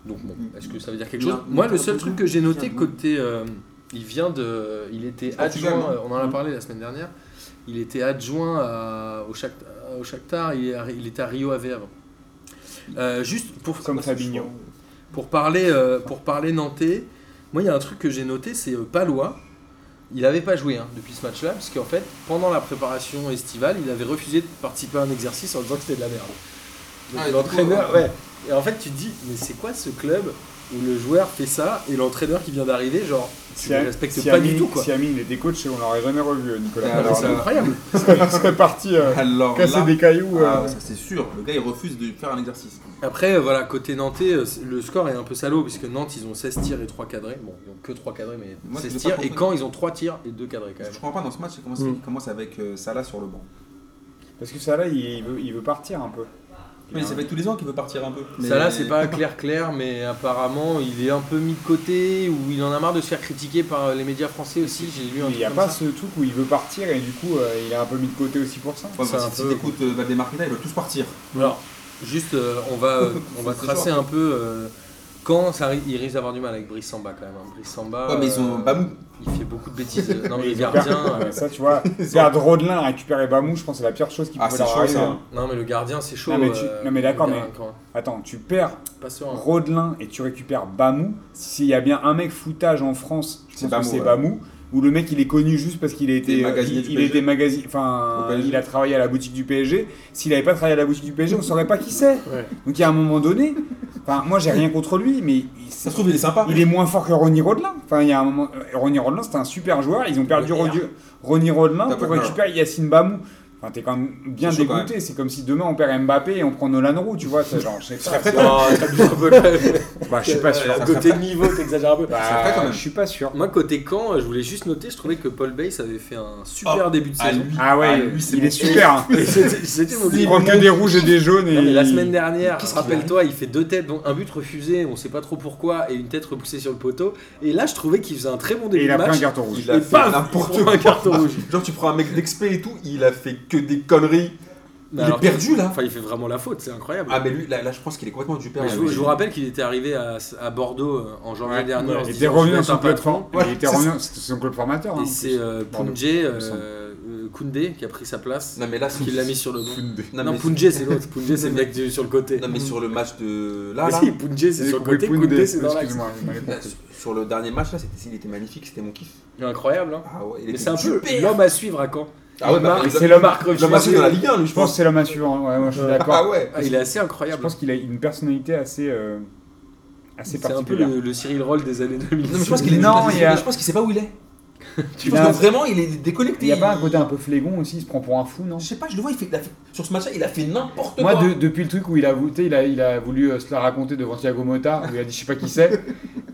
[SPEAKER 1] Donc bon, est-ce que ça veut dire quelque
[SPEAKER 2] Non,
[SPEAKER 1] chose
[SPEAKER 2] non,
[SPEAKER 1] Moi, le
[SPEAKER 2] Cardozo,
[SPEAKER 1] seul truc que j'ai noté
[SPEAKER 2] non.
[SPEAKER 1] côté, euh, il vient de, il était
[SPEAKER 2] Portugal,
[SPEAKER 1] adjoint.
[SPEAKER 2] non
[SPEAKER 1] euh, On en a parlé la semaine dernière. Il était adjoint à- au, Shakhtar, au Shakhtar, il, est à- il était à Rio Ave avant. Euh, juste pour
[SPEAKER 3] Comme Fabinho.
[SPEAKER 1] pour parler, euh, pour parler nantais, moi il y a un truc que j'ai noté, c'est euh, Palois. Il n'avait pas joué hein, depuis ce match-là, parce qu'en fait, pendant la préparation estivale, il avait refusé de participer à un exercice en disant que c'était de la merde. Donc
[SPEAKER 2] Ah, et
[SPEAKER 1] l'entraîneur,
[SPEAKER 2] du coup,
[SPEAKER 1] ouais. Et en fait, tu te dis, mais c'est quoi ce club où le joueur fait ça et l'entraîneur qui vient d'arriver, genre, tu ne
[SPEAKER 3] Ami-
[SPEAKER 1] respectes
[SPEAKER 3] si
[SPEAKER 1] pas
[SPEAKER 3] Ami-
[SPEAKER 1] du tout quoi.
[SPEAKER 3] Si Amine était coach, on l'aurait jamais revu, euh, Nicolas.
[SPEAKER 2] Ah,
[SPEAKER 1] Alors,
[SPEAKER 3] Alors,
[SPEAKER 1] c'est
[SPEAKER 2] là-
[SPEAKER 1] incroyable.
[SPEAKER 3] il serait parti euh,
[SPEAKER 2] Alors
[SPEAKER 3] casser
[SPEAKER 2] là,
[SPEAKER 3] des cailloux. euh,
[SPEAKER 2] ah, ça c'est sûr, le gars il refuse de faire un exercice.
[SPEAKER 1] Après, euh, voilà, côté nantais, euh, c'est- le score est un peu salaud, puisque Nantes, ils ont 16 tirs et 3 cadrés. Bon, ils ont que 3 cadrés, mais
[SPEAKER 2] Moi, j'ai
[SPEAKER 1] 16
[SPEAKER 2] pas
[SPEAKER 1] tirs. Et
[SPEAKER 2] compris.
[SPEAKER 1] quand ils ont 3 tirs et 2 cadrés, quand
[SPEAKER 2] Je
[SPEAKER 1] même.
[SPEAKER 2] comprends pas dans ce match, il commence,
[SPEAKER 4] Mm.
[SPEAKER 2] il commence avec euh, Salah sur le banc.
[SPEAKER 3] Parce que ça là, il, il veut, il veut partir un peu.
[SPEAKER 2] Mais ça fait tous les ans qu'il veut partir un peu.
[SPEAKER 1] Ça là, c'est pas clair clair, mais apparemment, il est un peu mis de côté ou il en a marre de se faire critiquer par euh, les médias français aussi. J'ai lu un
[SPEAKER 3] Il
[SPEAKER 1] truc
[SPEAKER 3] n'y a
[SPEAKER 1] comme
[SPEAKER 3] pas
[SPEAKER 1] ça.
[SPEAKER 3] ce truc où il veut partir et du coup, euh, il est un peu mis de côté aussi pour ça.
[SPEAKER 2] Ouais,
[SPEAKER 1] C'est
[SPEAKER 2] bah,
[SPEAKER 1] un
[SPEAKER 2] si
[SPEAKER 1] peu-
[SPEAKER 2] si t'écoutes euh, Valdemar Quintana, ils veulent tous partir.
[SPEAKER 1] Alors, juste, euh, on va, euh, on va
[SPEAKER 2] C'est
[SPEAKER 1] tracer
[SPEAKER 2] sûr.
[SPEAKER 1] un peu euh, quand ça ri- il risque d'avoir du mal avec Brice Samba quand même. hein. Brice Samba, euh,
[SPEAKER 2] Ouais, mais ils ont Bamou.
[SPEAKER 1] il fait beaucoup de bêtises. non, mais
[SPEAKER 3] Mais
[SPEAKER 1] les
[SPEAKER 3] ils ont
[SPEAKER 1] gardiens.
[SPEAKER 3] perdu-
[SPEAKER 1] euh,
[SPEAKER 3] ouais, ça, tu vois, perdre Rodelin, récupérer Bamou, je pense que c'est la pire chose qui
[SPEAKER 2] Ah,
[SPEAKER 3] pouvait
[SPEAKER 2] c'est
[SPEAKER 3] leur
[SPEAKER 2] chaud,
[SPEAKER 3] arriver.
[SPEAKER 2] ça.
[SPEAKER 3] hein.
[SPEAKER 1] Non, mais le gardien, c'est chaud. euh,
[SPEAKER 3] Non, mais tu- non, mais d'accord,
[SPEAKER 1] le gardien,
[SPEAKER 3] mais-
[SPEAKER 1] quand-
[SPEAKER 3] Attends, tu perds
[SPEAKER 1] Pas sûr. hein.
[SPEAKER 3] Rodelin et tu récupères Bamou. S'il y a bien un mec foutage en France, je
[SPEAKER 2] C'est
[SPEAKER 3] pense que
[SPEAKER 2] Bamou,
[SPEAKER 3] c'est
[SPEAKER 2] ouais.
[SPEAKER 3] Bamou. Où le mec il est connu juste parce qu'il a été,
[SPEAKER 2] Il est
[SPEAKER 3] euh,
[SPEAKER 2] magasinier
[SPEAKER 3] il,
[SPEAKER 2] du
[SPEAKER 3] il
[SPEAKER 2] PSG.
[SPEAKER 3] était magasi- enfin,
[SPEAKER 2] Au PSG.
[SPEAKER 3] il a travaillé à la boutique du PSG. S'il n'avait pas travaillé à la boutique du PSG, on saurait pas qui c'est.
[SPEAKER 4] Ouais.
[SPEAKER 3] Donc il y a un moment donné, enfin, moi j'ai rien contre lui, mais il,
[SPEAKER 2] Ça se trouve, il est sympa.
[SPEAKER 3] il est moins fort que Ronny Rodelin. Enfin, il y a un moment, euh, Ronny Rodelin, c'était un super joueur. Ils ont perdu
[SPEAKER 1] Le R.
[SPEAKER 3] Rodi- Ronny Rodelin
[SPEAKER 2] T'as pas
[SPEAKER 3] pour
[SPEAKER 2] le R.
[SPEAKER 3] récupérer Yacine Bamou. Enfin, Enfin, t'es quand même bien
[SPEAKER 2] C'est chaud quand
[SPEAKER 3] dégoûté. C'est comme si demain on perd Mbappé et on prend Nolan Roux, tu vois. c'est Genre, je sais pas. c'est-
[SPEAKER 1] Oh, t'as mis un peu quand même.
[SPEAKER 3] Bah, je suis pas sûr.
[SPEAKER 1] Euh, Côté niveau, t'exagères un peu.
[SPEAKER 3] Bah,
[SPEAKER 2] c'est vrai quand même.
[SPEAKER 3] je suis pas sûr.
[SPEAKER 1] Moi, côté Caen, je voulais juste noter, je trouvais que Paul Bass avait fait un super début de
[SPEAKER 2] Ah,
[SPEAKER 1] saison.
[SPEAKER 2] lui.
[SPEAKER 3] Ah ouais,
[SPEAKER 2] Ah, lui, c'est
[SPEAKER 3] il
[SPEAKER 2] bon.
[SPEAKER 3] est super. hein.
[SPEAKER 1] Et C'était c'était mon
[SPEAKER 3] Il
[SPEAKER 1] petit
[SPEAKER 3] prend que
[SPEAKER 1] moment.
[SPEAKER 3] des rouges et des jaunes. Et
[SPEAKER 1] Non, mais la semaine dernière,
[SPEAKER 2] Qu'est-ce qu'il
[SPEAKER 1] rappelle-toi, il fait deux têtes, dont un but refusé, on sait pas trop pourquoi, et une tête repoussée sur le poteau. Et là, je trouvais qu'il faisait un très bon
[SPEAKER 3] et
[SPEAKER 1] début
[SPEAKER 3] il
[SPEAKER 1] de
[SPEAKER 3] a plein
[SPEAKER 1] match.
[SPEAKER 3] un carton rouge.
[SPEAKER 2] Il a
[SPEAKER 1] Et
[SPEAKER 2] fait
[SPEAKER 1] paf,
[SPEAKER 2] n'importe
[SPEAKER 1] il prend un
[SPEAKER 2] quoi.
[SPEAKER 1] carton rouge.
[SPEAKER 2] Genre, tu prends un mec d'expé et tout, il a fait que des conneries.
[SPEAKER 1] Mais
[SPEAKER 2] il
[SPEAKER 1] Bah, alors,
[SPEAKER 2] est perdu là.
[SPEAKER 1] Enfin, il fait vraiment la faute, c'est incroyable.
[SPEAKER 2] Ah, mais lui, là, là, je pense qu'il est complètement du père.
[SPEAKER 1] Mais je, vous, je vous rappelle qu'il était arrivé à, à Bordeaux euh, en janvier
[SPEAKER 3] Ouais.
[SPEAKER 1] dernier. en se
[SPEAKER 3] Il était
[SPEAKER 1] disant,
[SPEAKER 3] revenu
[SPEAKER 1] je vais
[SPEAKER 3] dans
[SPEAKER 1] être un
[SPEAKER 3] son club
[SPEAKER 1] patron.
[SPEAKER 3] fran-
[SPEAKER 2] Ouais,
[SPEAKER 3] Il était
[SPEAKER 2] c'est
[SPEAKER 3] revenu, c'était son club formateur. hein,
[SPEAKER 1] Et
[SPEAKER 3] en
[SPEAKER 1] c'est
[SPEAKER 3] plus.
[SPEAKER 1] euh,
[SPEAKER 3] Bordeaux,
[SPEAKER 1] Punjé,
[SPEAKER 3] me semble.
[SPEAKER 1] euh, euh, Koundé qui a pris sa place,
[SPEAKER 2] Non, mais là, c'est-
[SPEAKER 1] qui l'a mis sur le banc.
[SPEAKER 3] Koundé.
[SPEAKER 1] Non,
[SPEAKER 2] Non, mais-
[SPEAKER 1] Punjé c'est l'autre, Punjé c'est le mec du- sur le côté.
[SPEAKER 2] Non, mais sur le match de. Là,
[SPEAKER 1] Mais
[SPEAKER 2] là.
[SPEAKER 1] si, Punjé c'est
[SPEAKER 3] J'ai
[SPEAKER 1] sur le
[SPEAKER 3] compris
[SPEAKER 1] côté,
[SPEAKER 3] Koundé,
[SPEAKER 1] Koundé c'est dans l'axe.
[SPEAKER 3] excuse-moi, je m'avais
[SPEAKER 2] Là,
[SPEAKER 3] compris.
[SPEAKER 2] sur- Sur le dernier match, là, c'était, il était magnifique, c'était mon kiff.
[SPEAKER 1] Il est Incroyable, hein.
[SPEAKER 2] Ah ouais, il
[SPEAKER 1] Mais
[SPEAKER 2] était
[SPEAKER 1] c'est un peu
[SPEAKER 2] super.
[SPEAKER 1] l'homme à suivre à Caen.
[SPEAKER 2] Ah ouais, bah,
[SPEAKER 1] Marc-
[SPEAKER 2] il-
[SPEAKER 1] c'est l'homme à recruter.
[SPEAKER 2] L'homme à suivre dans la Ligue 1, lui,
[SPEAKER 3] Je pense que c'est l'homme à suivre. hein. Ouais, moi, je suis d'accord.
[SPEAKER 2] Ah ouais.
[SPEAKER 1] Ah, il est assez
[SPEAKER 3] Je
[SPEAKER 1] incroyable.
[SPEAKER 3] pense qu'il a une personnalité assez, euh, assez
[SPEAKER 1] C'est un peu
[SPEAKER 3] particulière.
[SPEAKER 1] le, le Cyril Roll des années 2000.
[SPEAKER 2] Non, mais je pense qu'il est.
[SPEAKER 3] Non, il y a-
[SPEAKER 2] Je pense qu'il sait pas où il est. Je
[SPEAKER 3] Il
[SPEAKER 2] pense
[SPEAKER 3] a-
[SPEAKER 2] que vraiment, il est déconnecté.
[SPEAKER 3] Il n'y a pas un côté un peu flégon aussi, il se prend pour un fou, non
[SPEAKER 2] Je sais pas, je le vois, il fait, il a fait- sur ce match-là, il a fait n'importe
[SPEAKER 3] Moi,
[SPEAKER 2] quoi.
[SPEAKER 3] de- depuis le truc où il a, voulu- tu sais, il a, il a voulu euh, se la raconter devant Thiago Motta, où il a dit je sais pas qui c'est,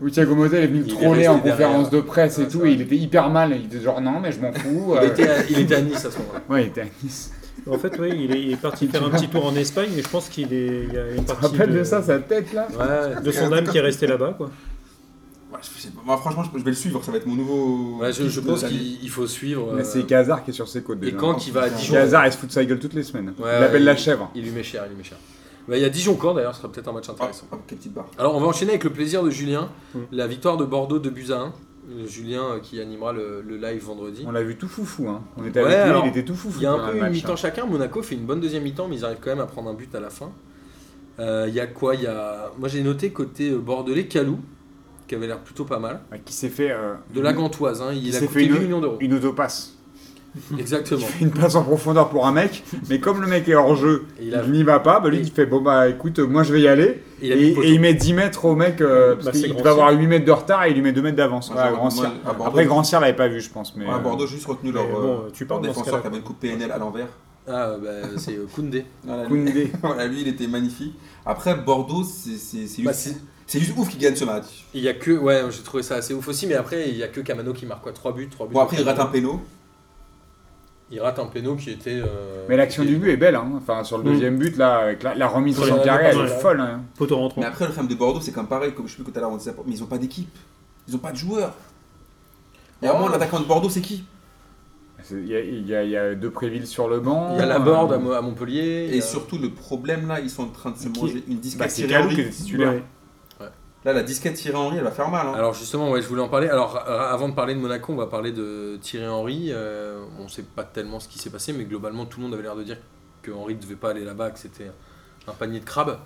[SPEAKER 3] où Thiago Motta il est venu me
[SPEAKER 1] Il est
[SPEAKER 3] troller
[SPEAKER 1] resté
[SPEAKER 3] en
[SPEAKER 1] derrière.
[SPEAKER 3] conférence de presse
[SPEAKER 1] Ouais,
[SPEAKER 3] et
[SPEAKER 1] c'est
[SPEAKER 3] tout,
[SPEAKER 1] vrai.
[SPEAKER 3] et il était hyper mal, il était genre non, mais je m'en fous.
[SPEAKER 1] Il
[SPEAKER 3] euh.
[SPEAKER 1] était, à, il était à Nice à ce moment-là.
[SPEAKER 3] Ouais, il était à Nice.
[SPEAKER 4] En fait, oui, il est, il est parti faire un petit tour en Espagne et je pense qu'il est, il y a une
[SPEAKER 3] Tu te
[SPEAKER 4] partie
[SPEAKER 3] rappelles
[SPEAKER 4] de,
[SPEAKER 3] de ça, sa tête là
[SPEAKER 1] Ouais.
[SPEAKER 4] de son âme qui est restée là-bas. quoi.
[SPEAKER 2] Ouais, je sais pas. Moi, franchement, je je vais le suivre, ça va être mon nouveau.
[SPEAKER 1] Ouais, je, je
[SPEAKER 2] kiff de
[SPEAKER 1] pense
[SPEAKER 2] l'année.
[SPEAKER 1] qu'il il faut suivre.
[SPEAKER 3] Mais
[SPEAKER 1] euh,
[SPEAKER 3] c'est Cazard qui est sur ses côtes.
[SPEAKER 1] et
[SPEAKER 3] déjà.
[SPEAKER 1] quand il va à Dijon.
[SPEAKER 3] Cazard, il se fout de sa gueule toutes les semaines.
[SPEAKER 1] Ouais,
[SPEAKER 3] il l'appelle
[SPEAKER 1] ouais,
[SPEAKER 3] la chèvre.
[SPEAKER 1] Il lui met cher, il lui met cher. Bah, il y a Dijon-Caen d'ailleurs, ce sera peut-être un match
[SPEAKER 2] Ah,
[SPEAKER 1] intéressant.
[SPEAKER 2] ah, quelle petite barre.
[SPEAKER 1] Alors on va enchaîner avec le plaisir de Julien,
[SPEAKER 4] Mm.
[SPEAKER 1] la victoire de Bordeaux de buts à 1. Euh, Julien euh, qui animera le, le live vendredi.
[SPEAKER 3] On l'a vu tout foufou, hein. On était
[SPEAKER 1] Ouais,
[SPEAKER 3] avec lui,
[SPEAKER 1] alors,
[SPEAKER 3] il était tout foufou.
[SPEAKER 1] Il y a
[SPEAKER 3] pendant
[SPEAKER 1] un
[SPEAKER 3] le
[SPEAKER 1] peu une
[SPEAKER 3] match,
[SPEAKER 1] mi-temps
[SPEAKER 3] hein.
[SPEAKER 1] chacun. Monaco fait une bonne deuxième mi-temps, mais ils arrivent quand même à prendre un but à la fin. Euh, Il y a quoi Il y a... Moi j'ai noté côté euh, bordelais Calou, qui avait l'air plutôt pas mal.
[SPEAKER 3] Ouais, Qui s'est fait. euh,
[SPEAKER 1] De la gantoise, hein, il a
[SPEAKER 3] s'est
[SPEAKER 1] coûté
[SPEAKER 3] fait
[SPEAKER 1] 8
[SPEAKER 3] une-
[SPEAKER 1] millions d'euros.
[SPEAKER 3] Une autopasse.
[SPEAKER 1] Exactement.
[SPEAKER 3] Une passe en profondeur pour un mec, mais comme le mec est hors jeu,
[SPEAKER 1] Et
[SPEAKER 3] il,
[SPEAKER 1] il a-
[SPEAKER 3] n'y va pas, bah lui
[SPEAKER 1] Et-
[SPEAKER 3] il fait bon bah écoute, moi je vais y aller.
[SPEAKER 1] Et il a mis
[SPEAKER 3] Et,
[SPEAKER 1] le poteau.
[SPEAKER 3] et il met 10 mètres au mec, euh, parce
[SPEAKER 4] Bah, c'est
[SPEAKER 3] qu'il
[SPEAKER 4] Grand Ah,
[SPEAKER 3] va avoir 8 mètres de retard et il lui met 2 mètres d'avance.
[SPEAKER 2] Moi,
[SPEAKER 3] Voilà,
[SPEAKER 2] j'avoue,
[SPEAKER 3] Grand
[SPEAKER 2] moi,
[SPEAKER 3] Cyr.
[SPEAKER 2] à Bordeaux-
[SPEAKER 3] Après Grand Cyr l'avait pas vu, je pense. Mais,
[SPEAKER 2] Ouais, à
[SPEAKER 3] euh,
[SPEAKER 2] Bordeaux, j'ai juste retenu leur,
[SPEAKER 4] mais
[SPEAKER 2] euh,
[SPEAKER 4] bon, tu
[SPEAKER 2] leur
[SPEAKER 4] parles dans ce
[SPEAKER 2] défenseur
[SPEAKER 4] cas-là.
[SPEAKER 2] qui avait une coupe PNL à l'envers.
[SPEAKER 1] Ah, bah, c'est euh, Koundé.
[SPEAKER 2] Voilà, lui-
[SPEAKER 3] Koundé.
[SPEAKER 2] voilà, lui, il était magnifique. Après, Bordeaux, c'est c'est- c'est
[SPEAKER 1] Bah,
[SPEAKER 2] juste,
[SPEAKER 1] c'est-
[SPEAKER 2] c'est juste ouf qu'il gagne ce match.
[SPEAKER 1] Il y a que. Ouais, j'ai trouvé ça assez ouf aussi, mais après il y a que Camano qui marque quoi 3 buts, 3 buts.
[SPEAKER 2] Bon, après, il rate un péno.
[SPEAKER 1] Il rate un péno qui était. euh,
[SPEAKER 3] mais l'action
[SPEAKER 1] qui-
[SPEAKER 3] du but est belle, hein. enfin sur le
[SPEAKER 4] Mm.
[SPEAKER 3] deuxième but là, avec la, la remise
[SPEAKER 1] Ouais,
[SPEAKER 3] sur
[SPEAKER 1] elle est
[SPEAKER 3] carré,
[SPEAKER 1] pas
[SPEAKER 3] elle est
[SPEAKER 1] mal, ouais.
[SPEAKER 3] folle. hein.
[SPEAKER 4] Poteau rentrant.
[SPEAKER 2] Mais après, le problème de Bordeaux, c'est comme pareil, comme je sais plus que tout à l'heure on disait, mais ils ont pas d'équipe. Ils ont pas de joueurs. Et à
[SPEAKER 1] Oh.
[SPEAKER 2] moi, l'attaquant de Bordeaux, c'est qui
[SPEAKER 3] C'est- Il y, a- il y a- il y a Depreville sur le banc.
[SPEAKER 1] Il y a la
[SPEAKER 3] euh,
[SPEAKER 1] board à, Mo- à Montpellier. il y a-
[SPEAKER 2] Et surtout, le problème là, ils sont en train de se
[SPEAKER 3] Qui-
[SPEAKER 2] manger une
[SPEAKER 3] bah,
[SPEAKER 2] disquette
[SPEAKER 3] c'est Ah,
[SPEAKER 2] tirée
[SPEAKER 3] Calou qui
[SPEAKER 2] Henry.
[SPEAKER 3] était titulaire.
[SPEAKER 4] Ouais.
[SPEAKER 2] Là, la disquette tirée Henry, elle va faire mal. hein.
[SPEAKER 1] Alors justement, ouais, je voulais en parler. Alors ra- ra- avant de parler de Monaco, on va parler de Thierry Henry. Euh, on ne sait pas tellement ce qui s'est passé, mais globalement, tout le monde avait l'air de dire que Henry ne devait pas aller là-bas, que c'était un panier de crabes.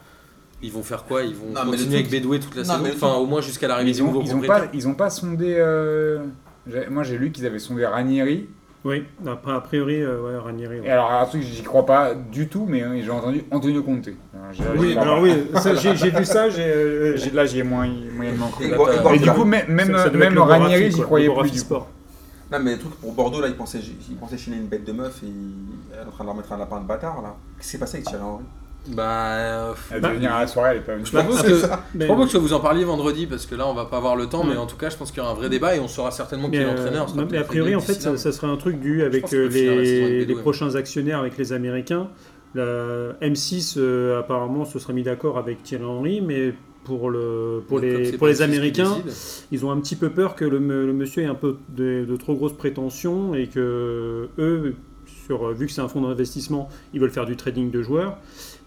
[SPEAKER 1] Ils vont faire quoi Ils vont
[SPEAKER 2] Non, mais le
[SPEAKER 1] continuer avec
[SPEAKER 2] truc-
[SPEAKER 1] Bédoué toute la
[SPEAKER 2] Non,
[SPEAKER 1] saison,
[SPEAKER 2] mais le
[SPEAKER 1] enfin
[SPEAKER 2] truc-
[SPEAKER 1] au moins jusqu'à l'arrivée
[SPEAKER 3] Ils
[SPEAKER 1] du
[SPEAKER 3] ont,
[SPEAKER 1] nouveau
[SPEAKER 3] ils ont
[SPEAKER 1] propriétaire.
[SPEAKER 3] pas, ils ont pas sondé. euh, j'ai- Moi j'ai lu qu'ils avaient sondé Ranieri.
[SPEAKER 4] Oui, après, a priori, euh, ouais, Ranieri. ouais.
[SPEAKER 3] Et alors, un truc, j'y crois pas du tout, mais hein, j'ai entendu Antonio Conte. Alors, j'ai- j'y
[SPEAKER 4] Oui,
[SPEAKER 3] crois
[SPEAKER 4] alors
[SPEAKER 3] pas.
[SPEAKER 4] oui, ça, j'ai j'ai vu ça, j'ai. euh, j'ai-
[SPEAKER 3] J'ai- Là, j'y ai moins, moyennement cru.
[SPEAKER 2] Et
[SPEAKER 1] là,
[SPEAKER 2] Bo-
[SPEAKER 1] t'as-
[SPEAKER 2] et
[SPEAKER 3] Mais
[SPEAKER 2] Bordeaux,
[SPEAKER 3] du
[SPEAKER 2] là.
[SPEAKER 3] coup, même, même,
[SPEAKER 4] ça- ça devait être
[SPEAKER 3] même
[SPEAKER 4] le
[SPEAKER 3] Ranieri,
[SPEAKER 4] Gorafi,
[SPEAKER 3] j'y
[SPEAKER 4] quoi,
[SPEAKER 3] croyais
[SPEAKER 4] le
[SPEAKER 3] plus.
[SPEAKER 4] Gorafi
[SPEAKER 3] du coup.
[SPEAKER 4] Sport.
[SPEAKER 2] Non, mais le truc pour Bordeaux, là, ils pensaient, ils pensaient chiner une bête de meuf et elle est en train de leur mettre un lapin de bâtard, là. Qu'est-ce qui s'est passé avec Thierry Henry
[SPEAKER 1] Bah, euh,
[SPEAKER 3] Elle
[SPEAKER 4] Bah,
[SPEAKER 3] devait venir à la soirée, elle est pas venue.
[SPEAKER 1] je propose
[SPEAKER 4] Ah,
[SPEAKER 1] que
[SPEAKER 4] Mais-
[SPEAKER 1] je propose que vous en parliez vendredi parce que là, on va pas avoir le temps,
[SPEAKER 4] Ouais.
[SPEAKER 1] mais en tout cas, je pense qu'il y aura un vrai débat et on saura certainement qui
[SPEAKER 4] Mm. Mais,
[SPEAKER 1] est
[SPEAKER 4] euh,
[SPEAKER 1] l'entraîneur. on sera
[SPEAKER 4] non, mais a
[SPEAKER 1] peut-être
[SPEAKER 4] priori, en
[SPEAKER 1] d'ici
[SPEAKER 4] fait,
[SPEAKER 1] là.
[SPEAKER 4] ça, ça serait un truc dû
[SPEAKER 1] pense
[SPEAKER 4] avec
[SPEAKER 1] que le
[SPEAKER 4] euh,
[SPEAKER 1] final, la saison est
[SPEAKER 4] les, les
[SPEAKER 1] bédouée.
[SPEAKER 4] prochains actionnaires, avec les Américains. La M6, euh, apparemment, se serait mis d'accord avec Thierry Henry, mais pour, le, pour,
[SPEAKER 1] Comme
[SPEAKER 4] les,
[SPEAKER 1] c'est
[SPEAKER 4] pour les
[SPEAKER 1] pas ce qui
[SPEAKER 4] Américains,
[SPEAKER 1] décide.
[SPEAKER 4] ils ont un petit peu peur que le, me- le monsieur ait un peu de, de trop grosses prétentions et que eux, sur, euh, vu que c'est un fonds d'investissement, ils veulent faire du trading de joueurs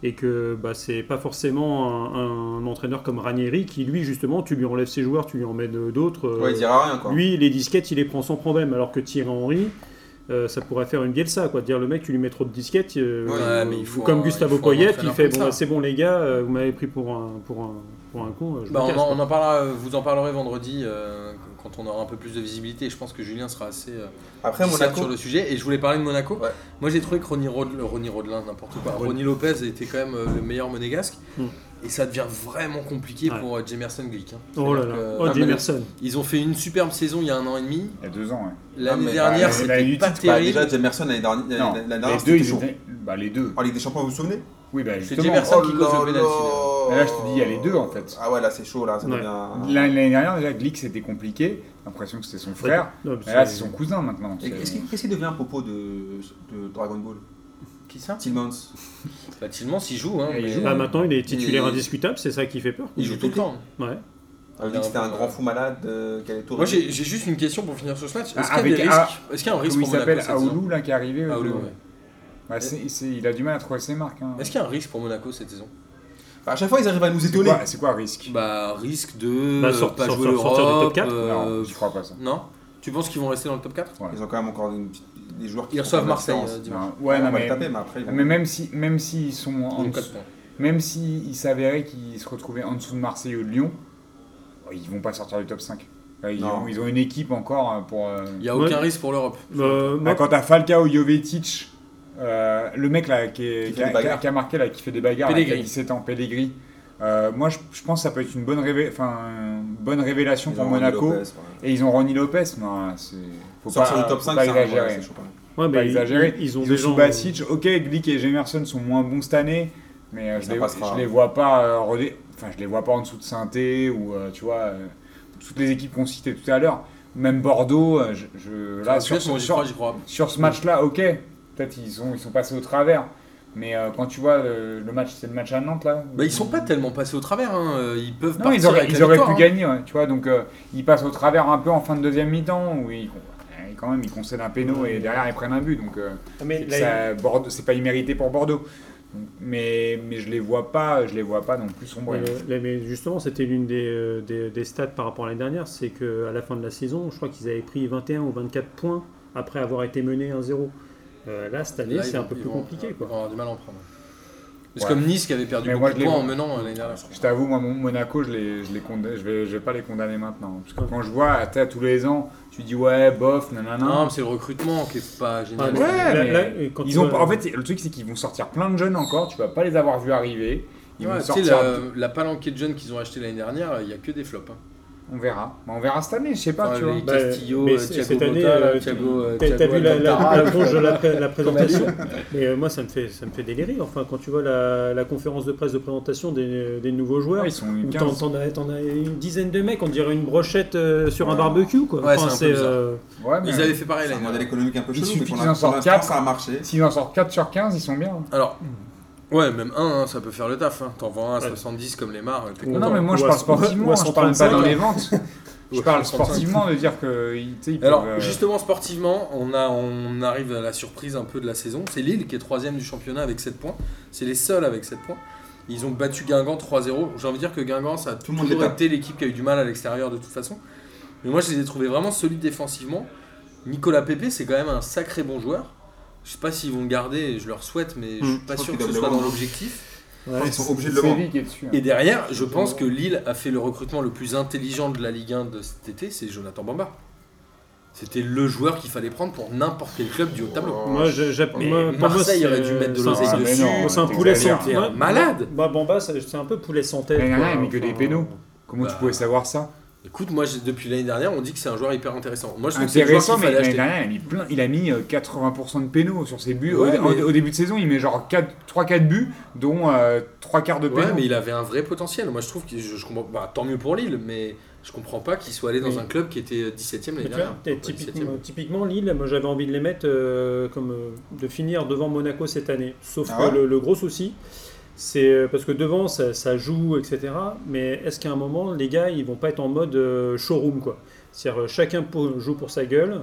[SPEAKER 4] et que bah, c'est pas forcément un, un entraîneur comme Ranieri qui, lui, justement, tu lui enlèves ses joueurs, tu lui en mets d'autres. euh,
[SPEAKER 2] Ouais, il dira rien, quoi.
[SPEAKER 4] lui, les disquettes, il les prend sans problème, alors que Thierry Henry, euh, ça pourrait faire une Bielsa, quoi. de Dire le mec, tu lui mets trop de disquettes, euh,
[SPEAKER 1] Ouais,
[SPEAKER 4] euh,
[SPEAKER 1] mais il faut
[SPEAKER 4] ou comme
[SPEAKER 1] un- il faut
[SPEAKER 4] Gustavo
[SPEAKER 1] un
[SPEAKER 4] Poyet, il
[SPEAKER 1] entraîneur
[SPEAKER 4] fait
[SPEAKER 1] comme
[SPEAKER 4] bon,
[SPEAKER 1] ça.
[SPEAKER 4] bah, c'est bon les gars, euh, vous m'avez pris pour un pour un pour un con. euh, je
[SPEAKER 1] Bah,
[SPEAKER 4] me
[SPEAKER 1] on,
[SPEAKER 4] casse,
[SPEAKER 1] en,
[SPEAKER 4] quoi.
[SPEAKER 1] on en parlera, euh, vous en parlerez vendredi euh, quand on aura un peu plus de visibilité. Je pense que Julien sera assez euh,
[SPEAKER 2] Après,
[SPEAKER 1] dissert
[SPEAKER 2] Monaco,
[SPEAKER 1] sur le sujet. Et je voulais parler de Monaco.
[SPEAKER 2] Ouais.
[SPEAKER 1] Moi j'ai trouvé que Ronny, Rod- Ronny Rodelin, n'importe quoi, Ronny Lopez était quand même euh, le meilleur monégasque.
[SPEAKER 4] Mm.
[SPEAKER 1] Et ça devient vraiment compliqué
[SPEAKER 4] Ouais.
[SPEAKER 1] pour euh, Jemerson Glick. hein.
[SPEAKER 4] Oh là
[SPEAKER 1] C'est-à-dire
[SPEAKER 4] là.
[SPEAKER 1] que-
[SPEAKER 4] oh,
[SPEAKER 1] Ah, mais
[SPEAKER 4] Jemerson.
[SPEAKER 1] Ils ont fait une superbe saison il y a un an et demi.
[SPEAKER 3] Il y a deux ans, ouais.
[SPEAKER 1] L'année
[SPEAKER 2] Ah, mais-
[SPEAKER 1] dernière,
[SPEAKER 3] bah, la
[SPEAKER 1] c'était
[SPEAKER 3] lutte,
[SPEAKER 1] pas
[SPEAKER 3] c'est
[SPEAKER 2] Bah,
[SPEAKER 1] terrible.
[SPEAKER 2] déjà, Jamerson l'année dernière,
[SPEAKER 3] Non,
[SPEAKER 2] l'année
[SPEAKER 3] les
[SPEAKER 2] dernière,
[SPEAKER 3] deux,
[SPEAKER 2] c'était
[SPEAKER 3] ils
[SPEAKER 2] chaud.
[SPEAKER 3] étaient... Bah, les deux.
[SPEAKER 2] En Ligue des Champions, vous vous souvenez
[SPEAKER 3] Oui, bah,
[SPEAKER 1] C'est
[SPEAKER 3] justement.
[SPEAKER 1] Jemerson qui
[SPEAKER 2] Oh là
[SPEAKER 1] cause le
[SPEAKER 2] là.
[SPEAKER 1] penalty,
[SPEAKER 3] là. Là, je te dis, il y a les deux, en fait.
[SPEAKER 2] Ah ouais, là, c'est chaud, là, ça
[SPEAKER 4] Ouais.
[SPEAKER 2] devient.
[SPEAKER 3] L'année l'année dernière, déjà, Glick, c'était compliqué. J'ai l'impression que c'était son frère.
[SPEAKER 4] Non, mais
[SPEAKER 3] Mais là, c'est son cousin maintenant.
[SPEAKER 2] Et Qu'est-ce qui- qu'est-ce qui devient à propos de, de Dragon Ball
[SPEAKER 1] Qui ça
[SPEAKER 2] Tillmans
[SPEAKER 1] Bah, Tillmans, il joue. Hein,
[SPEAKER 3] Il
[SPEAKER 1] mais-
[SPEAKER 3] joue.
[SPEAKER 4] Bah, maintenant, il est titulaire
[SPEAKER 2] Il-
[SPEAKER 4] indiscutable, c'est ça qui fait peur.
[SPEAKER 1] il joue tout le temps.
[SPEAKER 4] Ouais.
[SPEAKER 2] On dit que c'était un grand fou malade euh, qui allait tout
[SPEAKER 1] Ah, Moi,
[SPEAKER 2] régler.
[SPEAKER 1] j'ai j'ai juste une question pour finir sur ce match. Est-ce
[SPEAKER 3] Ah,
[SPEAKER 1] qu'il y a des
[SPEAKER 3] avec-
[SPEAKER 1] risques Est-ce qu'il y a un risque
[SPEAKER 3] Comment
[SPEAKER 1] pour
[SPEAKER 3] il
[SPEAKER 1] Monaco
[SPEAKER 3] s'appelle
[SPEAKER 1] cette saison
[SPEAKER 3] Aoulou, là, qui est arrivé. euh,
[SPEAKER 1] Aoulou, ouais.
[SPEAKER 3] Bah, c'est- c'est- Il a du mal à trouver ses marques. hein.
[SPEAKER 1] Est-ce qu'il y a un risque pour Monaco cette saison
[SPEAKER 2] Enfin, à chaque fois, ils arrivent à nous
[SPEAKER 3] C'est
[SPEAKER 2] étonner.
[SPEAKER 3] quoi- C'est quoi risque
[SPEAKER 1] Bah, risque de
[SPEAKER 4] Bah,
[SPEAKER 1] euh,
[SPEAKER 4] sort-
[SPEAKER 1] pas
[SPEAKER 4] sort-
[SPEAKER 1] jouer
[SPEAKER 4] sort- sortir du top
[SPEAKER 1] l'Europe,
[SPEAKER 4] quatre
[SPEAKER 1] euh,
[SPEAKER 3] Non, je crois pas ça.
[SPEAKER 1] Non Tu penses qu'ils vont rester dans le top 4
[SPEAKER 2] Ils ont quand même encore une petite- des joueurs qui
[SPEAKER 1] Ils
[SPEAKER 2] sont
[SPEAKER 1] reçoivent
[SPEAKER 2] en
[SPEAKER 1] Marseille
[SPEAKER 2] alternance.
[SPEAKER 1] euh, dimanche.
[SPEAKER 3] Non, Ouais,
[SPEAKER 2] Ah, on
[SPEAKER 3] non,
[SPEAKER 2] va
[SPEAKER 3] mais
[SPEAKER 2] le taper, mais après, ils vont-
[SPEAKER 3] mais même si même s'ils sont en
[SPEAKER 1] Donc,
[SPEAKER 3] dessous-
[SPEAKER 1] quatre points.
[SPEAKER 3] même s'ils s'avérait qu'ils se retrouvaient en dessous de Marseille ou de Lyon, oh, ils vont pas sortir du top 5. Là, Ils,
[SPEAKER 2] Non.
[SPEAKER 3] ont, ils ont une équipe encore euh, pour. euh,
[SPEAKER 1] Il n'y a aucun
[SPEAKER 4] Moi-
[SPEAKER 1] risque pour l'Europe.
[SPEAKER 4] Euh,
[SPEAKER 3] Là,
[SPEAKER 4] moi,
[SPEAKER 3] Bah, quand t'as Falcao, Jovetic, euh, le mec là qui, est-
[SPEAKER 2] Qui fait
[SPEAKER 3] qui a,
[SPEAKER 2] des bagarres.
[SPEAKER 3] qui a marqué là, qui fait des bagarres, là, qui a
[SPEAKER 1] Pellegrini.
[SPEAKER 3] 17 ans, Pellegrini. Euh, moi, je, je pense que ça peut être une bonne, révé- enfin, une bonne révélation
[SPEAKER 2] Ils
[SPEAKER 3] pour
[SPEAKER 2] ont Ronnie
[SPEAKER 3] Monaco.
[SPEAKER 2] Lopez, ouais.
[SPEAKER 3] Et ils ont Ronny Lopez. Non, c'est. Faut
[SPEAKER 2] Sortir
[SPEAKER 3] pas,
[SPEAKER 2] du top
[SPEAKER 3] faut
[SPEAKER 2] 5,
[SPEAKER 3] pas
[SPEAKER 2] c'est un- ouais,
[SPEAKER 3] exagérer.
[SPEAKER 2] c'est chaud quand même.
[SPEAKER 4] ouais,
[SPEAKER 3] pas
[SPEAKER 4] bah, ils-
[SPEAKER 3] exagéré.
[SPEAKER 4] Ils, ils ont
[SPEAKER 3] Ils ont
[SPEAKER 4] déjà.
[SPEAKER 3] Subasic, ok, Glick et Jemerson sont moins bons cette année, mais euh, je,
[SPEAKER 2] Ça
[SPEAKER 3] les,
[SPEAKER 2] passera.
[SPEAKER 3] je les vois pas euh, redé- enfin je les vois pas en dessous de Sainté ou euh, tu vois euh, toutes les équipes qu'on citait tout à l'heure, même Bordeaux, euh, je, je- là
[SPEAKER 1] Là,
[SPEAKER 3] sur,
[SPEAKER 1] moi, j'y
[SPEAKER 3] sur-
[SPEAKER 1] crois, j'y crois.
[SPEAKER 3] sur ce match-là, ok, peut-être ils sont ils sont passés au travers, mais euh, quand tu vois euh, le match, c'est le match à Nantes là.
[SPEAKER 1] Bah, ils sont pas tellement passés au travers. hein. Ils peuvent
[SPEAKER 3] Non,
[SPEAKER 1] partir
[SPEAKER 3] ils auraient,
[SPEAKER 1] avec la
[SPEAKER 3] ils auraient
[SPEAKER 1] victoire,
[SPEAKER 3] pu
[SPEAKER 1] hein.
[SPEAKER 3] gagner, ouais, tu vois, donc euh, ils passent au travers un peu en fin de deuxième mi-temps où ils, eh, quand même ils concèdent un péno et derrière ils prennent un but, donc. euh,
[SPEAKER 4] Mais
[SPEAKER 3] Et que ça, Bordeaux, c'est pas immérité pour Bordeaux. Donc, Mais, mais je les vois pas, je les vois pas non plus sombrer.
[SPEAKER 4] Mais, là, Euh, mais justement, c'était l'une des, euh, des, des stats par rapport à l'année dernière, c'est qu'à la fin de la saison, je crois qu'ils avaient pris 21 ou 24 points après avoir été menés 1-0. Euh, là, cette année,
[SPEAKER 1] Là, ils
[SPEAKER 4] c'est un
[SPEAKER 1] vont-
[SPEAKER 4] peu
[SPEAKER 1] ils
[SPEAKER 4] plus
[SPEAKER 1] vont-
[SPEAKER 4] compliqué.
[SPEAKER 1] Ils
[SPEAKER 4] Quoi.
[SPEAKER 1] vont avoir du mal à en prendre. C'est
[SPEAKER 3] Ouais.
[SPEAKER 1] comme Nice qui avait perdu
[SPEAKER 3] Mais
[SPEAKER 1] beaucoup
[SPEAKER 3] moi,
[SPEAKER 1] de
[SPEAKER 3] je les
[SPEAKER 1] points en
[SPEAKER 3] vois.
[SPEAKER 1] menant euh, l'année dernière. je crois.
[SPEAKER 3] Je t'avoue, moi, mon Monaco, je, les, je, les condamne- je, vais, je vais pas les condamner maintenant. Parce que quand je vois, tu sais, tous les ans, tu dis ouais, bof, nanana.
[SPEAKER 1] Non, mais c'est le recrutement qui est pas génial.
[SPEAKER 3] Hein Ouais,
[SPEAKER 4] Là-
[SPEAKER 3] mais
[SPEAKER 4] là, euh, quand tu
[SPEAKER 3] ils ont,
[SPEAKER 4] vois-
[SPEAKER 3] en fait, c'est- le truc, c'est qu'ils vont sortir plein de jeunes encore, tu vas pas les avoir vus arriver. Ils
[SPEAKER 1] Ouais,
[SPEAKER 3] vont
[SPEAKER 1] tu sais,
[SPEAKER 3] sortir.
[SPEAKER 1] la, la palanquée de jeunes qu'ils ont acheté l'année dernière, il n'y a que des flops. hein.
[SPEAKER 3] On verra. Mais on verra cette année, je sais pas,
[SPEAKER 1] Enfin,
[SPEAKER 3] tu vois.
[SPEAKER 1] les
[SPEAKER 4] Bah,
[SPEAKER 1] Castillo,
[SPEAKER 4] mais
[SPEAKER 1] euh,
[SPEAKER 4] c'est-
[SPEAKER 1] Thiago
[SPEAKER 4] cette année,
[SPEAKER 1] Motta,
[SPEAKER 4] euh,
[SPEAKER 1] Thiago, euh,
[SPEAKER 4] T'as t'as
[SPEAKER 1] Thiago
[SPEAKER 4] vu la, la-
[SPEAKER 1] Alcantara. euh,
[SPEAKER 4] la tronche de la, pré- la présentation Mais euh, moi, ça me, fait, ça me fait délirer. Enfin, quand tu vois la, la conférence de presse de présentation des, des nouveaux joueurs,
[SPEAKER 3] Ouais, ils sont
[SPEAKER 4] où
[SPEAKER 3] 15.
[SPEAKER 4] t'en t'en as, t'en as une dizaine de mecs, on dirait une brochette euh, sur un
[SPEAKER 3] Ouais.
[SPEAKER 4] barbecue. Quoi.
[SPEAKER 1] Ouais, c'est un peu bizarre.
[SPEAKER 4] euh,
[SPEAKER 3] Ouais, mais
[SPEAKER 1] Ils avaient fait pareil
[SPEAKER 2] C'est un
[SPEAKER 1] l'année
[SPEAKER 2] modèle
[SPEAKER 1] dernière.
[SPEAKER 2] économique un peu
[SPEAKER 3] Il
[SPEAKER 2] chelou, mais
[SPEAKER 3] suffit
[SPEAKER 2] pour
[SPEAKER 3] qu'ils en
[SPEAKER 2] l'instant, pour
[SPEAKER 3] sortent
[SPEAKER 2] l'instant,
[SPEAKER 3] quatre.
[SPEAKER 2] ça a marché.
[SPEAKER 3] S'ils en sortent 4 sur 15, ils sont bien.
[SPEAKER 1] Alors, ouais, même un, hein, ça peut faire le taf. hein. T'en vends un à
[SPEAKER 4] Ouais.
[SPEAKER 1] 70 comme les marres. t'es
[SPEAKER 4] Ouais.
[SPEAKER 3] Non,
[SPEAKER 1] content.
[SPEAKER 3] non, mais moi je
[SPEAKER 4] Ou à-
[SPEAKER 3] parle
[SPEAKER 4] ou
[SPEAKER 3] sportivement,
[SPEAKER 4] à hein.
[SPEAKER 3] je parle pas dans
[SPEAKER 4] 135.
[SPEAKER 3] les ventes. Je parle
[SPEAKER 1] 65.
[SPEAKER 3] sportivement de dire que. ils- tu sais, ils
[SPEAKER 1] Alors,
[SPEAKER 3] peuvent, euh,
[SPEAKER 1] justement, sportivement, on, a, on arrive à la surprise un peu de la saison. C'est Lille qui est troisième du championnat avec 7 points. C'est les seuls avec 7 points. Ils ont battu Guingamp 3-0. J'ai envie de dire que Guingamp, ça a
[SPEAKER 2] le monde
[SPEAKER 1] toujours
[SPEAKER 2] les tape.
[SPEAKER 1] été l'équipe qui a eu du mal à l'extérieur de toute façon. Mais moi, je les ai trouvés vraiment solides défensivement. Nicolas Pepe, c'est quand même un sacré bon joueur. Je sais pas s'ils vont le garder, je leur souhaite, mais je suis
[SPEAKER 4] Mm.
[SPEAKER 1] pas
[SPEAKER 2] Hmm. Je pense
[SPEAKER 1] sûr
[SPEAKER 2] qu'ils
[SPEAKER 1] que ce
[SPEAKER 2] doivent le
[SPEAKER 1] soit dans
[SPEAKER 2] vendre.
[SPEAKER 1] l'objectif.
[SPEAKER 4] ouais.
[SPEAKER 2] Ils sont obligés de le
[SPEAKER 3] C'est
[SPEAKER 2] vendre.
[SPEAKER 3] lui qui est dessus. hein.
[SPEAKER 1] Et derrière, je pense que Lille a fait le recrutement le plus intelligent de la Ligue 1 de cet été, c'est Jonathan Bamba. C'était le joueur qu'il fallait prendre pour n'importe quel club du haut de tableau.
[SPEAKER 4] Moi, je- j'app-
[SPEAKER 1] Mais
[SPEAKER 4] moi, Euh, pour moi,
[SPEAKER 1] Marseille
[SPEAKER 4] c'est-
[SPEAKER 1] aurait dû mettre de
[SPEAKER 4] c'est
[SPEAKER 1] l'oseille
[SPEAKER 4] un-
[SPEAKER 1] dessus.
[SPEAKER 3] mais non,
[SPEAKER 4] C'est
[SPEAKER 3] t'exagères.
[SPEAKER 4] un poulet sans
[SPEAKER 1] T'es un
[SPEAKER 4] Moi-
[SPEAKER 1] malade.
[SPEAKER 4] Bah, Bamba, c'est c'est un peu poulet sans tête.
[SPEAKER 3] Mais il y en a,
[SPEAKER 4] quoi.
[SPEAKER 3] il met que des
[SPEAKER 4] Enfin,
[SPEAKER 3] pénaux. Comment
[SPEAKER 1] bah,
[SPEAKER 3] tu pouvais savoir ça
[SPEAKER 1] Écoute, moi j'ai- depuis l'année dernière, on dit que c'est un joueur hyper intéressant. Moi je trouve que c'est le joueur
[SPEAKER 3] Intéressant,
[SPEAKER 1] qu'il
[SPEAKER 3] mais
[SPEAKER 1] fallait
[SPEAKER 3] l'année
[SPEAKER 1] acheter.
[SPEAKER 3] dernière, il a mis plein. Il a mis euh, 80% de pénaux sur ses buts. Au-
[SPEAKER 1] Ouais,
[SPEAKER 3] au,
[SPEAKER 1] mais-
[SPEAKER 3] au début de saison, il met genre 3-4 buts, dont 3 quarts de pénaux.
[SPEAKER 1] Ouais, mais il avait un vrai potentiel. Moi je trouve que je, je comprends. Bah, tant mieux pour Lille, mais je comprends pas qu'il soit allé dans
[SPEAKER 4] Mais-
[SPEAKER 1] un club qui était 17ème
[SPEAKER 4] Mais
[SPEAKER 1] l'année
[SPEAKER 4] tu vois,
[SPEAKER 1] dernière.
[SPEAKER 4] t'es
[SPEAKER 1] Pas 17e.
[SPEAKER 4] typiquement, typiquement, Lille, moi j'avais envie de les mettre euh, comme euh, de finir devant Monaco cette année. Sauf
[SPEAKER 2] Ah
[SPEAKER 4] que
[SPEAKER 2] ouais
[SPEAKER 4] le, le gros souci, c'est euh, parce que devant ça, ça joue, etc. Mais est-ce qu'à un moment les gars ils vont pas être en mode euh, showroom quoi C'est-à-dire euh, chacun po- joue pour sa gueule.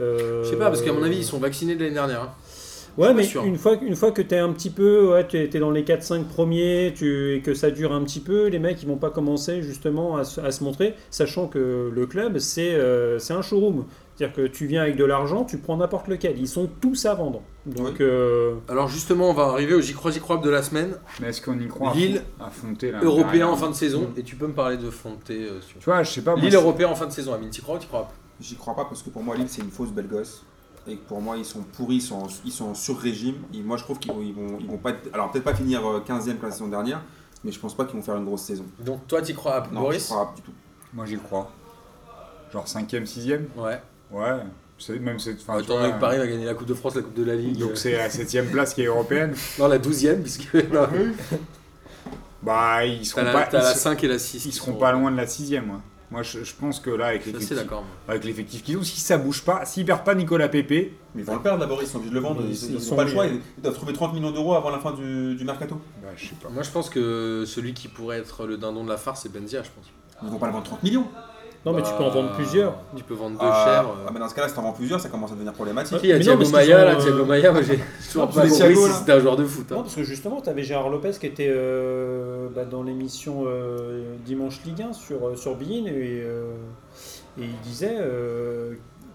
[SPEAKER 4] Euh,
[SPEAKER 1] Je sais pas, parce qu'à mon avis, ils sont vaccinés de l'année dernière. hein.
[SPEAKER 4] Ouais,
[SPEAKER 1] pas
[SPEAKER 4] mais
[SPEAKER 1] sûr.
[SPEAKER 4] une fois, une fois que t'es un petit peu, ouais, t'es t'es dans les 4-5 premiers tu, et que ça dure un petit peu, les mecs ils vont pas commencer justement à, se- à se montrer, sachant que le club c'est euh, c'est un showroom. C'est-à-dire que tu viens avec de l'argent, tu prends n'importe lequel. Ils sont tous à vendre. Donc,
[SPEAKER 2] Oui.
[SPEAKER 4] euh,
[SPEAKER 1] Alors justement, on va arriver au J'y crois, J'y crois de la semaine.
[SPEAKER 3] Mais est-ce qu'on y croit à
[SPEAKER 1] Lille,
[SPEAKER 3] fond- à Fonté, là,
[SPEAKER 1] Européen
[SPEAKER 3] derrière
[SPEAKER 1] en fin de saison. Ah, Et tu peux me parler de Fonte euh, si tu veux.
[SPEAKER 3] Tu vois, je sais pas. moi,
[SPEAKER 1] Lille
[SPEAKER 3] c'est-
[SPEAKER 1] européen en fin de saison, Amine, t'y crois ou t'y crois pas
[SPEAKER 2] J'y crois pas parce que pour moi, Lille, c'est une fausse belle gosse. Et que pour moi, ils sont pourris, ils sont en, ils sont en sur-régime. Et moi, je trouve qu'ils vont, ils vont, ils vont pas être- Alors, peut-être pas finir euh, 15e que la saison dernière, mais je pense pas qu'ils vont faire une grosse saison.
[SPEAKER 1] Donc toi, tu crois à
[SPEAKER 2] Non,
[SPEAKER 1] Boris
[SPEAKER 2] je crois pas du tout.
[SPEAKER 3] Moi j'y crois. Genre 5ème, 6ème
[SPEAKER 1] Ouais.
[SPEAKER 3] Ouais. C'est- Même c'est. enfin, tu
[SPEAKER 1] Étant donné
[SPEAKER 3] vois,
[SPEAKER 1] que Paris va gagner la Coupe de France, la Coupe de la Ligue. euh,
[SPEAKER 3] Donc c'est la 7ème place qui est européenne.
[SPEAKER 1] Non, la 12ème, puisque. non,
[SPEAKER 3] Bah ils seront
[SPEAKER 1] T'as la,
[SPEAKER 3] pas.
[SPEAKER 1] t'as la
[SPEAKER 3] ils se-
[SPEAKER 1] 5 et la 6.
[SPEAKER 3] Ils seront pas loin de la 6ème. ouais. Moi je, je pense que là avec
[SPEAKER 1] Je suis assez
[SPEAKER 3] l'effectif
[SPEAKER 1] d'accord. moi.
[SPEAKER 3] avec l'effectif qu'ils ont, si ça bouge pas, s'ils perdent pas Nicolas Pépé,
[SPEAKER 2] Mais ils vont le perdre là, Boris, ils sont obligés de le vendre.
[SPEAKER 4] Ils-
[SPEAKER 2] Ils,
[SPEAKER 4] ils
[SPEAKER 2] ils,
[SPEAKER 4] sont
[SPEAKER 2] ont pas le
[SPEAKER 4] mis,
[SPEAKER 2] choix,
[SPEAKER 4] ouais.
[SPEAKER 2] ils, ils doivent trouver 30 millions d'euros avant la fin du, du mercato.
[SPEAKER 3] bah je sais pas.
[SPEAKER 1] Moi, je pense que celui qui pourrait être le dindon de la farce, c'est Benzia, je pense.
[SPEAKER 2] Ils vont pas le vendre 30 millions.
[SPEAKER 4] Non, mais tu peux en
[SPEAKER 1] Bah,
[SPEAKER 4] vendre plusieurs.
[SPEAKER 1] Tu peux vendre deux
[SPEAKER 2] Ah,
[SPEAKER 1] chèvres.
[SPEAKER 4] euh.
[SPEAKER 2] ah,
[SPEAKER 3] bah,
[SPEAKER 2] mais dans ce cas-là, si t'en vends plusieurs, ça commence à devenir problématique.
[SPEAKER 1] Il y a
[SPEAKER 4] Mais non,
[SPEAKER 1] Thiago
[SPEAKER 4] parce qu'ils
[SPEAKER 1] Maia,
[SPEAKER 4] sont,
[SPEAKER 1] là,
[SPEAKER 4] euh,
[SPEAKER 1] Thiago Maia, moi j'ai toujours
[SPEAKER 4] parce
[SPEAKER 1] pas
[SPEAKER 2] que
[SPEAKER 1] compris
[SPEAKER 2] Thiago,
[SPEAKER 1] si
[SPEAKER 2] là-
[SPEAKER 1] c'était un joueur de foot. hein.
[SPEAKER 4] Non, parce que justement, tu avais Gérard Lopez qui était euh, bah, dans l'émission euh, Dimanche Ligue 1 sur, euh, sur Bein et, euh, et il disait euh,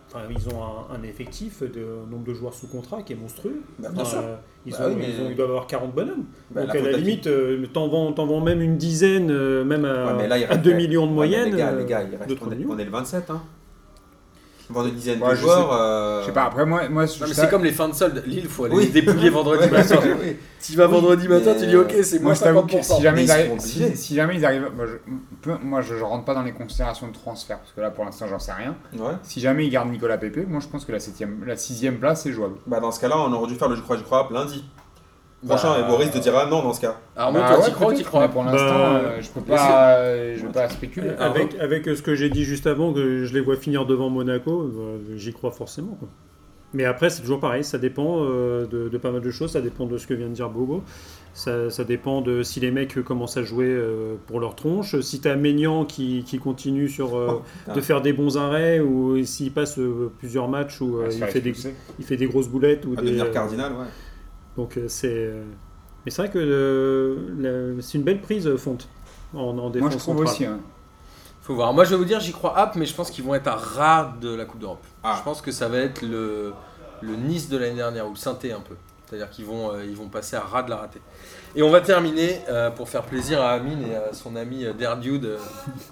[SPEAKER 4] enfin, ils ont un, un effectif de un nombre de joueurs sous contrat qui est monstrueux.
[SPEAKER 2] Bah, bien
[SPEAKER 4] Enfin,
[SPEAKER 2] sûr.
[SPEAKER 4] euh, ils,
[SPEAKER 2] Bah
[SPEAKER 4] ont,
[SPEAKER 2] oui, mais-
[SPEAKER 4] ils ont- ils doivent avoir 40 bonhommes.
[SPEAKER 2] Bah, la
[SPEAKER 4] Donc à la
[SPEAKER 2] faute à qui
[SPEAKER 4] limite, euh, t'en vends, t'en vends même une dizaine, euh, même à,
[SPEAKER 2] Ouais, mais là, il
[SPEAKER 4] à
[SPEAKER 2] reste-
[SPEAKER 4] 2 millions
[SPEAKER 2] Ouais,
[SPEAKER 4] de
[SPEAKER 2] mais
[SPEAKER 4] moyenne.
[SPEAKER 2] Les gars,
[SPEAKER 4] euh,
[SPEAKER 2] les gars, il reste,
[SPEAKER 4] d'autres
[SPEAKER 2] on, est,
[SPEAKER 4] millions.
[SPEAKER 2] on est le 27. Hein. Vendre une dizaine
[SPEAKER 3] Ouais,
[SPEAKER 2] de
[SPEAKER 3] je
[SPEAKER 2] joueurs.
[SPEAKER 3] sais-
[SPEAKER 2] euh,
[SPEAKER 3] Je sais pas, après moi, moi
[SPEAKER 1] Non, mais
[SPEAKER 3] ça-
[SPEAKER 1] c'est comme les fins de solde. Lille, faut aller
[SPEAKER 2] Oui.
[SPEAKER 1] les dépouiller vendredi matin.
[SPEAKER 2] oui.
[SPEAKER 1] Tu vas vendredi matin,
[SPEAKER 2] mais-
[SPEAKER 1] tu dis ok, c'est
[SPEAKER 3] Moi,
[SPEAKER 1] moins
[SPEAKER 3] je t'avoue que
[SPEAKER 1] 50%.
[SPEAKER 3] si jamais,
[SPEAKER 2] Mais
[SPEAKER 3] ils
[SPEAKER 2] ils seront
[SPEAKER 3] arrivent,
[SPEAKER 2] obligés.
[SPEAKER 3] si, si jamais ils arrivent, moi je, peu- moi je, je rentre pas dans les considérations de transfert parce que là pour l'instant j'en sais rien.
[SPEAKER 2] Ouais.
[SPEAKER 3] Si jamais ils gardent Nicolas Pépé, moi je pense que la septième, la sixième place est jouable.
[SPEAKER 2] Bah, dans ce cas-là, on aurait dû faire le je crois, je crois, lundi.
[SPEAKER 1] Bah,
[SPEAKER 2] Prochain, et Boris te dira non dans ce cas.
[SPEAKER 1] Arnaud,
[SPEAKER 3] Bah
[SPEAKER 1] toi,
[SPEAKER 3] ouais,
[SPEAKER 1] tu crois ou tu
[SPEAKER 3] peut-être,
[SPEAKER 1] crois
[SPEAKER 3] mais Pour l'instant,
[SPEAKER 4] Bah,
[SPEAKER 3] euh, je peux pas, euh, je peux pas spéculer.
[SPEAKER 1] Ah,
[SPEAKER 4] Avec, avec euh, ce que j'ai dit juste avant, que je les vois finir devant Monaco, bah, j'y crois forcément. quoi. Mais après, c'est toujours pareil, ça dépend euh, de, de pas mal de choses, ça dépend de ce que vient de dire Bobo, ça, ça dépend de si les mecs euh, commencent à jouer euh, pour leur tronche, si t'as Maignan qui, qui continue sur, euh,
[SPEAKER 2] Oh, putain.
[SPEAKER 4] de faire des bons arrêts, ou s'il passe euh, plusieurs matchs où euh,
[SPEAKER 3] Ah, se
[SPEAKER 4] il,
[SPEAKER 3] faire
[SPEAKER 4] fait des,
[SPEAKER 3] expulser.
[SPEAKER 4] il fait des grosses boulettes. Ou
[SPEAKER 2] À
[SPEAKER 4] des,
[SPEAKER 2] devenir
[SPEAKER 4] euh,
[SPEAKER 2] cardinal, ouais.
[SPEAKER 4] donc euh, c'est... euh, Mais c'est vrai que euh, la- c'est une belle prise, euh, Fonte, en, en
[SPEAKER 3] Moi
[SPEAKER 4] défense
[SPEAKER 3] je trouve
[SPEAKER 4] centrale.
[SPEAKER 3] aussi. hein.
[SPEAKER 1] Faut voir. Moi, je vais vous dire, j'y crois hop, mais je pense qu'ils vont être à ras de la Coupe d'Europe.
[SPEAKER 2] Ah.
[SPEAKER 1] Je pense que ça va être le, le Nice de l'année dernière, ou le synthé un peu. C'est-à-dire qu'ils vont, euh, ils vont passer à ras de la ratée. Et on va terminer, euh, pour faire plaisir à Amine et à son ami euh, Derdude euh,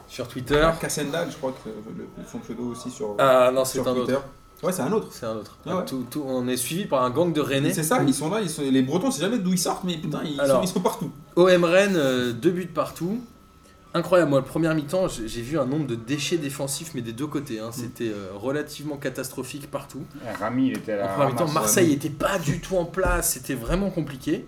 [SPEAKER 1] sur Twitter.
[SPEAKER 2] Cassendal, je crois que le- son pseudo aussi sur,
[SPEAKER 1] Ah non, c'est
[SPEAKER 2] sur
[SPEAKER 1] un
[SPEAKER 2] Twitter.
[SPEAKER 1] autre.
[SPEAKER 2] Ouais, c'est un autre.
[SPEAKER 1] C'est un autre.
[SPEAKER 2] Ah ouais.
[SPEAKER 1] Tout- tout- on est suivi par un gang de Rennais.
[SPEAKER 2] C'est ça, ils sont là, ils sont, les Bretons, c'est jamais d'où ils sortent, mais putain, ils,
[SPEAKER 1] Alors.
[SPEAKER 2] sont, ils sont partout.
[SPEAKER 1] OM Rennes, euh, deux buts partout. Incroyable, moi, le premier mi-temps, j'ai j'ai vu un nombre de déchets défensifs, mais des deux côtés. hein. C'était euh, relativement catastrophique partout.
[SPEAKER 3] Euh, Rami il était
[SPEAKER 2] Ah,
[SPEAKER 3] à
[SPEAKER 1] En
[SPEAKER 3] la
[SPEAKER 1] premier temps,
[SPEAKER 3] ramasse.
[SPEAKER 1] Marseille était pas du tout en place, c'était vraiment compliqué.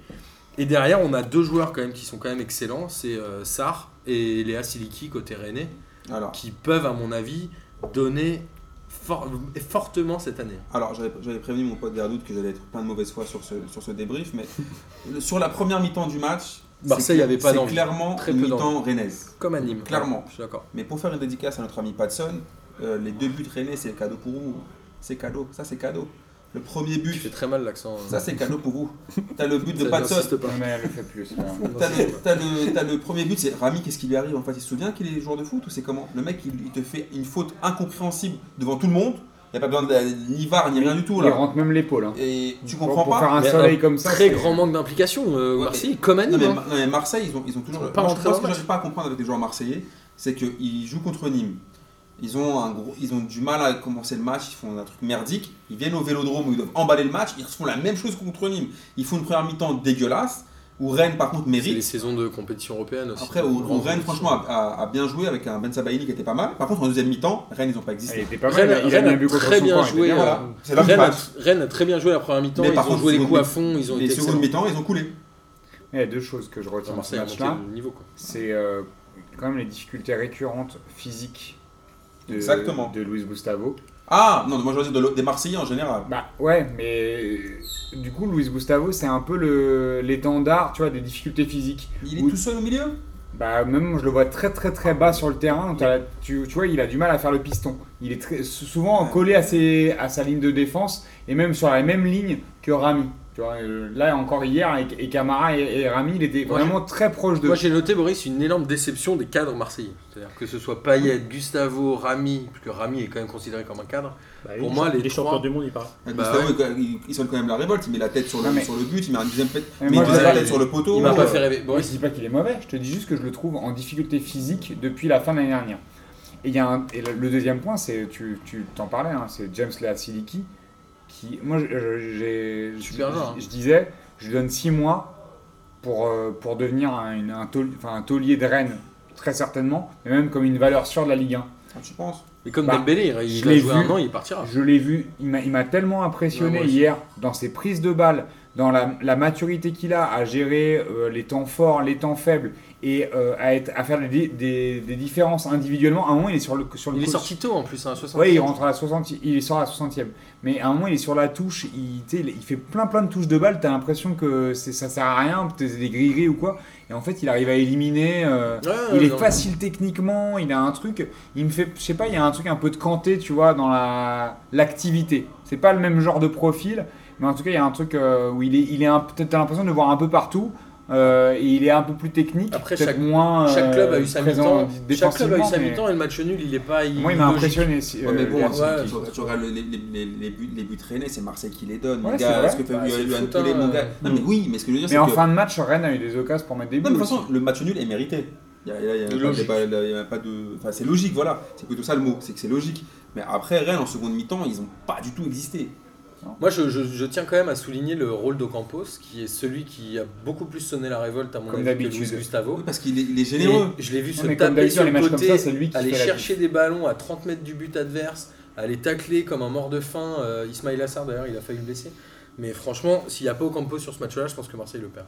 [SPEAKER 1] Et derrière, on a deux joueurs quand même qui sont quand même excellents, c'est euh, Sarr et Léa Siliki côté Rennais,
[SPEAKER 2] Alors,
[SPEAKER 1] qui peuvent à mon avis donner for- fortement cette année.
[SPEAKER 2] alors j'avais j'avais prévenu mon pote Derdout que j'allais être plein de mauvaise foi sur ce, sur ce débrief, mais le- sur la première mi-temps du match,
[SPEAKER 1] Marseille
[SPEAKER 2] c'est-
[SPEAKER 1] avait pas
[SPEAKER 2] C'est
[SPEAKER 1] d'envie.
[SPEAKER 2] clairement
[SPEAKER 1] Très
[SPEAKER 2] une
[SPEAKER 1] peu d'envie. Hum.
[SPEAKER 2] mi-temps rennaise.
[SPEAKER 1] Comme à Nîmes.
[SPEAKER 2] Clairement.
[SPEAKER 1] Je suis d'accord.
[SPEAKER 2] Mais pour faire une dédicace à notre ami Patson, euh, les deux buts rennais, c'est cadeau pour vous. C'est cadeau, ça c'est cadeau. Le premier
[SPEAKER 1] Tu fais
[SPEAKER 2] but,
[SPEAKER 1] très mal l'accent. euh,
[SPEAKER 2] ça c'est cadeau pour vous. T'as le but de
[SPEAKER 1] Ça,
[SPEAKER 2] Patson,
[SPEAKER 1] j'insiste pas.
[SPEAKER 3] Non, mais elle le fait plus. c'est pas grave.
[SPEAKER 2] T'as le, t'as le- t'as le premier but, c'est Rami, qu'est-ce qui lui arrive en fait Il se souvient qu'il est joueur de foot ou c'est comment Le mec, il, il te fait une faute incompréhensible devant tout le monde. Il n'y a pas besoin de ni VAR, ni rien du tout
[SPEAKER 3] Il
[SPEAKER 2] là.
[SPEAKER 3] rentre même l'épaule. hein.
[SPEAKER 2] Et tu
[SPEAKER 3] Pour-
[SPEAKER 2] comprends
[SPEAKER 3] pour
[SPEAKER 2] pas
[SPEAKER 3] faire un
[SPEAKER 1] Mais
[SPEAKER 3] soleil
[SPEAKER 1] un
[SPEAKER 3] comme ça.
[SPEAKER 1] Très
[SPEAKER 3] c'est-
[SPEAKER 1] grand manque d'implication, euh,
[SPEAKER 2] Ouais,
[SPEAKER 1] Marseille, comme à
[SPEAKER 2] Ah, non,
[SPEAKER 1] Nîmes.
[SPEAKER 2] mais,
[SPEAKER 1] hein.
[SPEAKER 2] non, mais Marseille, ils ont, ils ont toujours.
[SPEAKER 1] Ils sont
[SPEAKER 2] le-
[SPEAKER 1] pas
[SPEAKER 2] moi, je
[SPEAKER 1] rentrés
[SPEAKER 2] pense
[SPEAKER 1] dans
[SPEAKER 2] que
[SPEAKER 1] le
[SPEAKER 2] j'arrive pas à comprendre avec les joueurs marseillais, c'est qu'ils jouent contre Nîmes. Ils ont, un gros, ils ont du mal à commencer le match, ils font un truc merdique. Ils viennent au vélodrome où ils doivent emballer le match, ils font la même chose contre Nîmes. Ils font une première mi-temps dégueulasse, où Rennes par contre
[SPEAKER 1] C'est
[SPEAKER 2] mérite.
[SPEAKER 1] les saisons de compétition européenne aussi.
[SPEAKER 2] Après, au, au
[SPEAKER 1] Grande
[SPEAKER 2] Rennes,
[SPEAKER 1] compétition.
[SPEAKER 2] franchement, a, a- a bien joué avec un Ben Sabaini qui était pas mal. Par contre, en deuxième mi-temps, Rennes, ils n'ont pas
[SPEAKER 3] Elle
[SPEAKER 2] existé.
[SPEAKER 3] était pas mal.
[SPEAKER 1] Rennes,
[SPEAKER 3] Ah, il a- il a
[SPEAKER 1] Rennes
[SPEAKER 3] bien
[SPEAKER 1] a
[SPEAKER 3] vu contre
[SPEAKER 1] très
[SPEAKER 3] son
[SPEAKER 1] bien
[SPEAKER 3] camp, elle était
[SPEAKER 1] joué.
[SPEAKER 3] bien,
[SPEAKER 1] euh,
[SPEAKER 3] voilà.
[SPEAKER 2] Voilà. C'est là du
[SPEAKER 1] Rennes a,
[SPEAKER 2] match.
[SPEAKER 1] Rennes a très bien joué la première mi-temps,
[SPEAKER 2] Mais
[SPEAKER 1] ils
[SPEAKER 2] par
[SPEAKER 1] ont
[SPEAKER 2] contre,
[SPEAKER 1] joué les
[SPEAKER 2] seconde
[SPEAKER 1] coups à
[SPEAKER 2] mi-
[SPEAKER 1] fond, ils ont
[SPEAKER 2] Les
[SPEAKER 1] été
[SPEAKER 2] secondes
[SPEAKER 1] excellents.
[SPEAKER 2] mi-temps, ils ont coulé.
[SPEAKER 3] Il y a Eh, deux choses que je retiens de ce
[SPEAKER 1] Marseille a monté
[SPEAKER 3] match-là.
[SPEAKER 1] le niveau. Quoi.
[SPEAKER 3] c'est euh, quand même les difficultés récurrentes physiques de,
[SPEAKER 2] Exactement.
[SPEAKER 3] de Luis Gustavo.
[SPEAKER 2] Ah non, moi je veux dire de l'o- des Marseillais en général.
[SPEAKER 3] Bah ouais, mais euh, du coup, Luis Gustavo, c'est un peu le- l'étendard, tu vois, des difficultés physiques.
[SPEAKER 2] Il est
[SPEAKER 3] Oui.
[SPEAKER 2] tout seul au milieu
[SPEAKER 3] Bah même, moi, je le vois très très très bas sur le terrain. T'as- Tu, tu vois, il a du mal à faire le piston. Il est très- souvent collé à, ses, à sa ligne de défense et même sur la même ligne que Rami. Tu vois, euh, là encore hier, avec et Camara et, et Rami, il était
[SPEAKER 1] Moi,
[SPEAKER 3] vraiment très proche de.
[SPEAKER 1] Moi j'ai noté Boris une énorme déception des cadres marseillais. C'est-à-dire que ce soit Payet, Gustavo, Rami, parce que Rami est quand même considéré comme un cadre.
[SPEAKER 4] Bah oui,
[SPEAKER 1] Pour moi, les
[SPEAKER 4] champions
[SPEAKER 1] trois-
[SPEAKER 4] du monde, il parle.
[SPEAKER 2] Bah,
[SPEAKER 1] Bah
[SPEAKER 2] Gustavo, il, il sonne quand même la révolte. Il met la tête sur le,
[SPEAKER 3] Non, mais-
[SPEAKER 2] sur le but, il met un deuxième pet-
[SPEAKER 3] Mais
[SPEAKER 2] mais il
[SPEAKER 3] moi,
[SPEAKER 2] met
[SPEAKER 1] je
[SPEAKER 2] la
[SPEAKER 1] sais-
[SPEAKER 2] tête sur le poteau.
[SPEAKER 1] Il m'a
[SPEAKER 3] Oh,
[SPEAKER 1] pas
[SPEAKER 3] euh,
[SPEAKER 1] fait rêver.
[SPEAKER 3] Moi, je
[SPEAKER 1] Boris,
[SPEAKER 3] dis pas qu'il est mauvais, je te dis juste que je le trouve en difficulté physique depuis la fin de l'année dernière. Et, il y a un- et le le deuxième point, c'est tu tu t'en parlais, hein, c'est James Leasiliki qui, moi, je- je- j'ai, je,
[SPEAKER 1] Super joueur, hein.
[SPEAKER 3] je- je disais, je lui donne 6 mois pour, euh, pour devenir un, une- un taul- enfin, un taulier de Rennes, très certainement, mais même comme une valeur sûre de la Ligue 1.
[SPEAKER 2] Ah, tu penses
[SPEAKER 1] Mais comme
[SPEAKER 3] Bah,
[SPEAKER 1] Dembélé, hein, il-
[SPEAKER 3] je
[SPEAKER 1] il va
[SPEAKER 3] l'ai
[SPEAKER 1] jouer
[SPEAKER 3] vu.
[SPEAKER 1] un an, il partira.
[SPEAKER 3] Je l'ai vu, il m'a- il m'a tellement impressionné
[SPEAKER 1] Ouais, moi aussi.
[SPEAKER 3] hier dans ses prises de balles, dans la, la maturité qu'il a à gérer euh, les temps forts, les temps faibles et euh, à, être, à faire des, des- des différences individuellement. À un moment, il est sur le, sur le
[SPEAKER 1] Il est
[SPEAKER 3] coup-
[SPEAKER 1] sorti tôt en plus, hein, 60.
[SPEAKER 3] Ouais, il rentre à la 60, il sort à la 60e. Mais à un moment, il est sur la touche, il, tu sais, il- il fait plein plein de touches de balle, t'as l'impression que c'est- ça sert à rien, peut-être c'est des gris-gris ou quoi. Et en fait, il arrive à éliminer. euh,
[SPEAKER 1] Ouais, ouais,
[SPEAKER 3] il est
[SPEAKER 1] non.
[SPEAKER 3] facile techniquement, il a un truc, il me fait, je sais pas, il y a un truc un peu de canté, tu vois, dans la l'activité. C'est pas le même genre de profil, mais en tout cas, il y a un truc euh, où il est, il est un- peut-être t'as l'impression de le voir un peu partout. euh, et il est un peu plus technique,
[SPEAKER 1] Après,
[SPEAKER 3] peut-être
[SPEAKER 1] chaque-
[SPEAKER 3] moins.
[SPEAKER 1] Chaque
[SPEAKER 3] euh,
[SPEAKER 1] club a eu sa
[SPEAKER 3] présent
[SPEAKER 1] mi-temps. Chaque club a eu sa
[SPEAKER 3] défensivement,
[SPEAKER 1] mi-temps et le match nul, il est pas.
[SPEAKER 3] mais Moi, il m'a
[SPEAKER 1] logique.
[SPEAKER 3] impressionné. si-
[SPEAKER 2] Ouais, mais
[SPEAKER 3] euh,
[SPEAKER 2] bon,
[SPEAKER 3] hier.
[SPEAKER 1] ouais,
[SPEAKER 2] si
[SPEAKER 1] ouais,
[SPEAKER 2] tu-
[SPEAKER 1] je-
[SPEAKER 2] tu, regardes les, les- les- les buts, les buts rennais, c'est Marseille qui les donne.
[SPEAKER 3] Ouais,
[SPEAKER 2] mon
[SPEAKER 3] c'est
[SPEAKER 2] gars,
[SPEAKER 3] vrai.
[SPEAKER 2] est-ce que tu as
[SPEAKER 1] Bah,
[SPEAKER 2] vu
[SPEAKER 1] c'est le
[SPEAKER 2] Yoann
[SPEAKER 1] foot,
[SPEAKER 2] Tollet,
[SPEAKER 1] hein.
[SPEAKER 2] mon gars Non, mais oui, mais ce que je veux dire,
[SPEAKER 3] Mais
[SPEAKER 2] c'est
[SPEAKER 3] en
[SPEAKER 2] que.
[SPEAKER 3] fin de match, Rennes a eu des occasions pour mettre des buts.
[SPEAKER 2] Non, mais de toute
[SPEAKER 3] aussi.
[SPEAKER 2] façon, le match nul est mérité. Il y a- il y a- il y a pas de
[SPEAKER 1] Logique.
[SPEAKER 2] débat, il y a- il y a pas de. Enfin, c'est logique, voilà. C'est plutôt ça le mot, c'est que c'est logique. Mais après, Rennes, en seconde mi-temps, ils n'ont pas du tout existé.
[SPEAKER 1] Moi, je, je- je tiens quand même à souligner le rôle d'Ocampos, qui est celui qui a beaucoup plus sonné la révolte, à mon
[SPEAKER 3] Comme
[SPEAKER 1] avis, que
[SPEAKER 3] d'habitude.
[SPEAKER 1] Luis Gustavo.
[SPEAKER 2] Oui, parce qu'il est, il est
[SPEAKER 1] Et
[SPEAKER 2] généreux.
[SPEAKER 1] je l'ai vu se
[SPEAKER 3] mais comme
[SPEAKER 1] taper
[SPEAKER 3] d'habitude,
[SPEAKER 1] sur
[SPEAKER 3] les
[SPEAKER 1] le
[SPEAKER 3] matchs comme ça,
[SPEAKER 1] côté,
[SPEAKER 3] c'est lui qui
[SPEAKER 1] aller
[SPEAKER 3] fait la
[SPEAKER 1] chercher des ballons à 30 mètres du but adverse, aller tacler comme un mort de faim. Euh, Ismail Assar, d'ailleurs, il a failli le blesser. Mais franchement, s'il n'y a pas Ocampo sur ce match-là, je pense que Marseille le perd.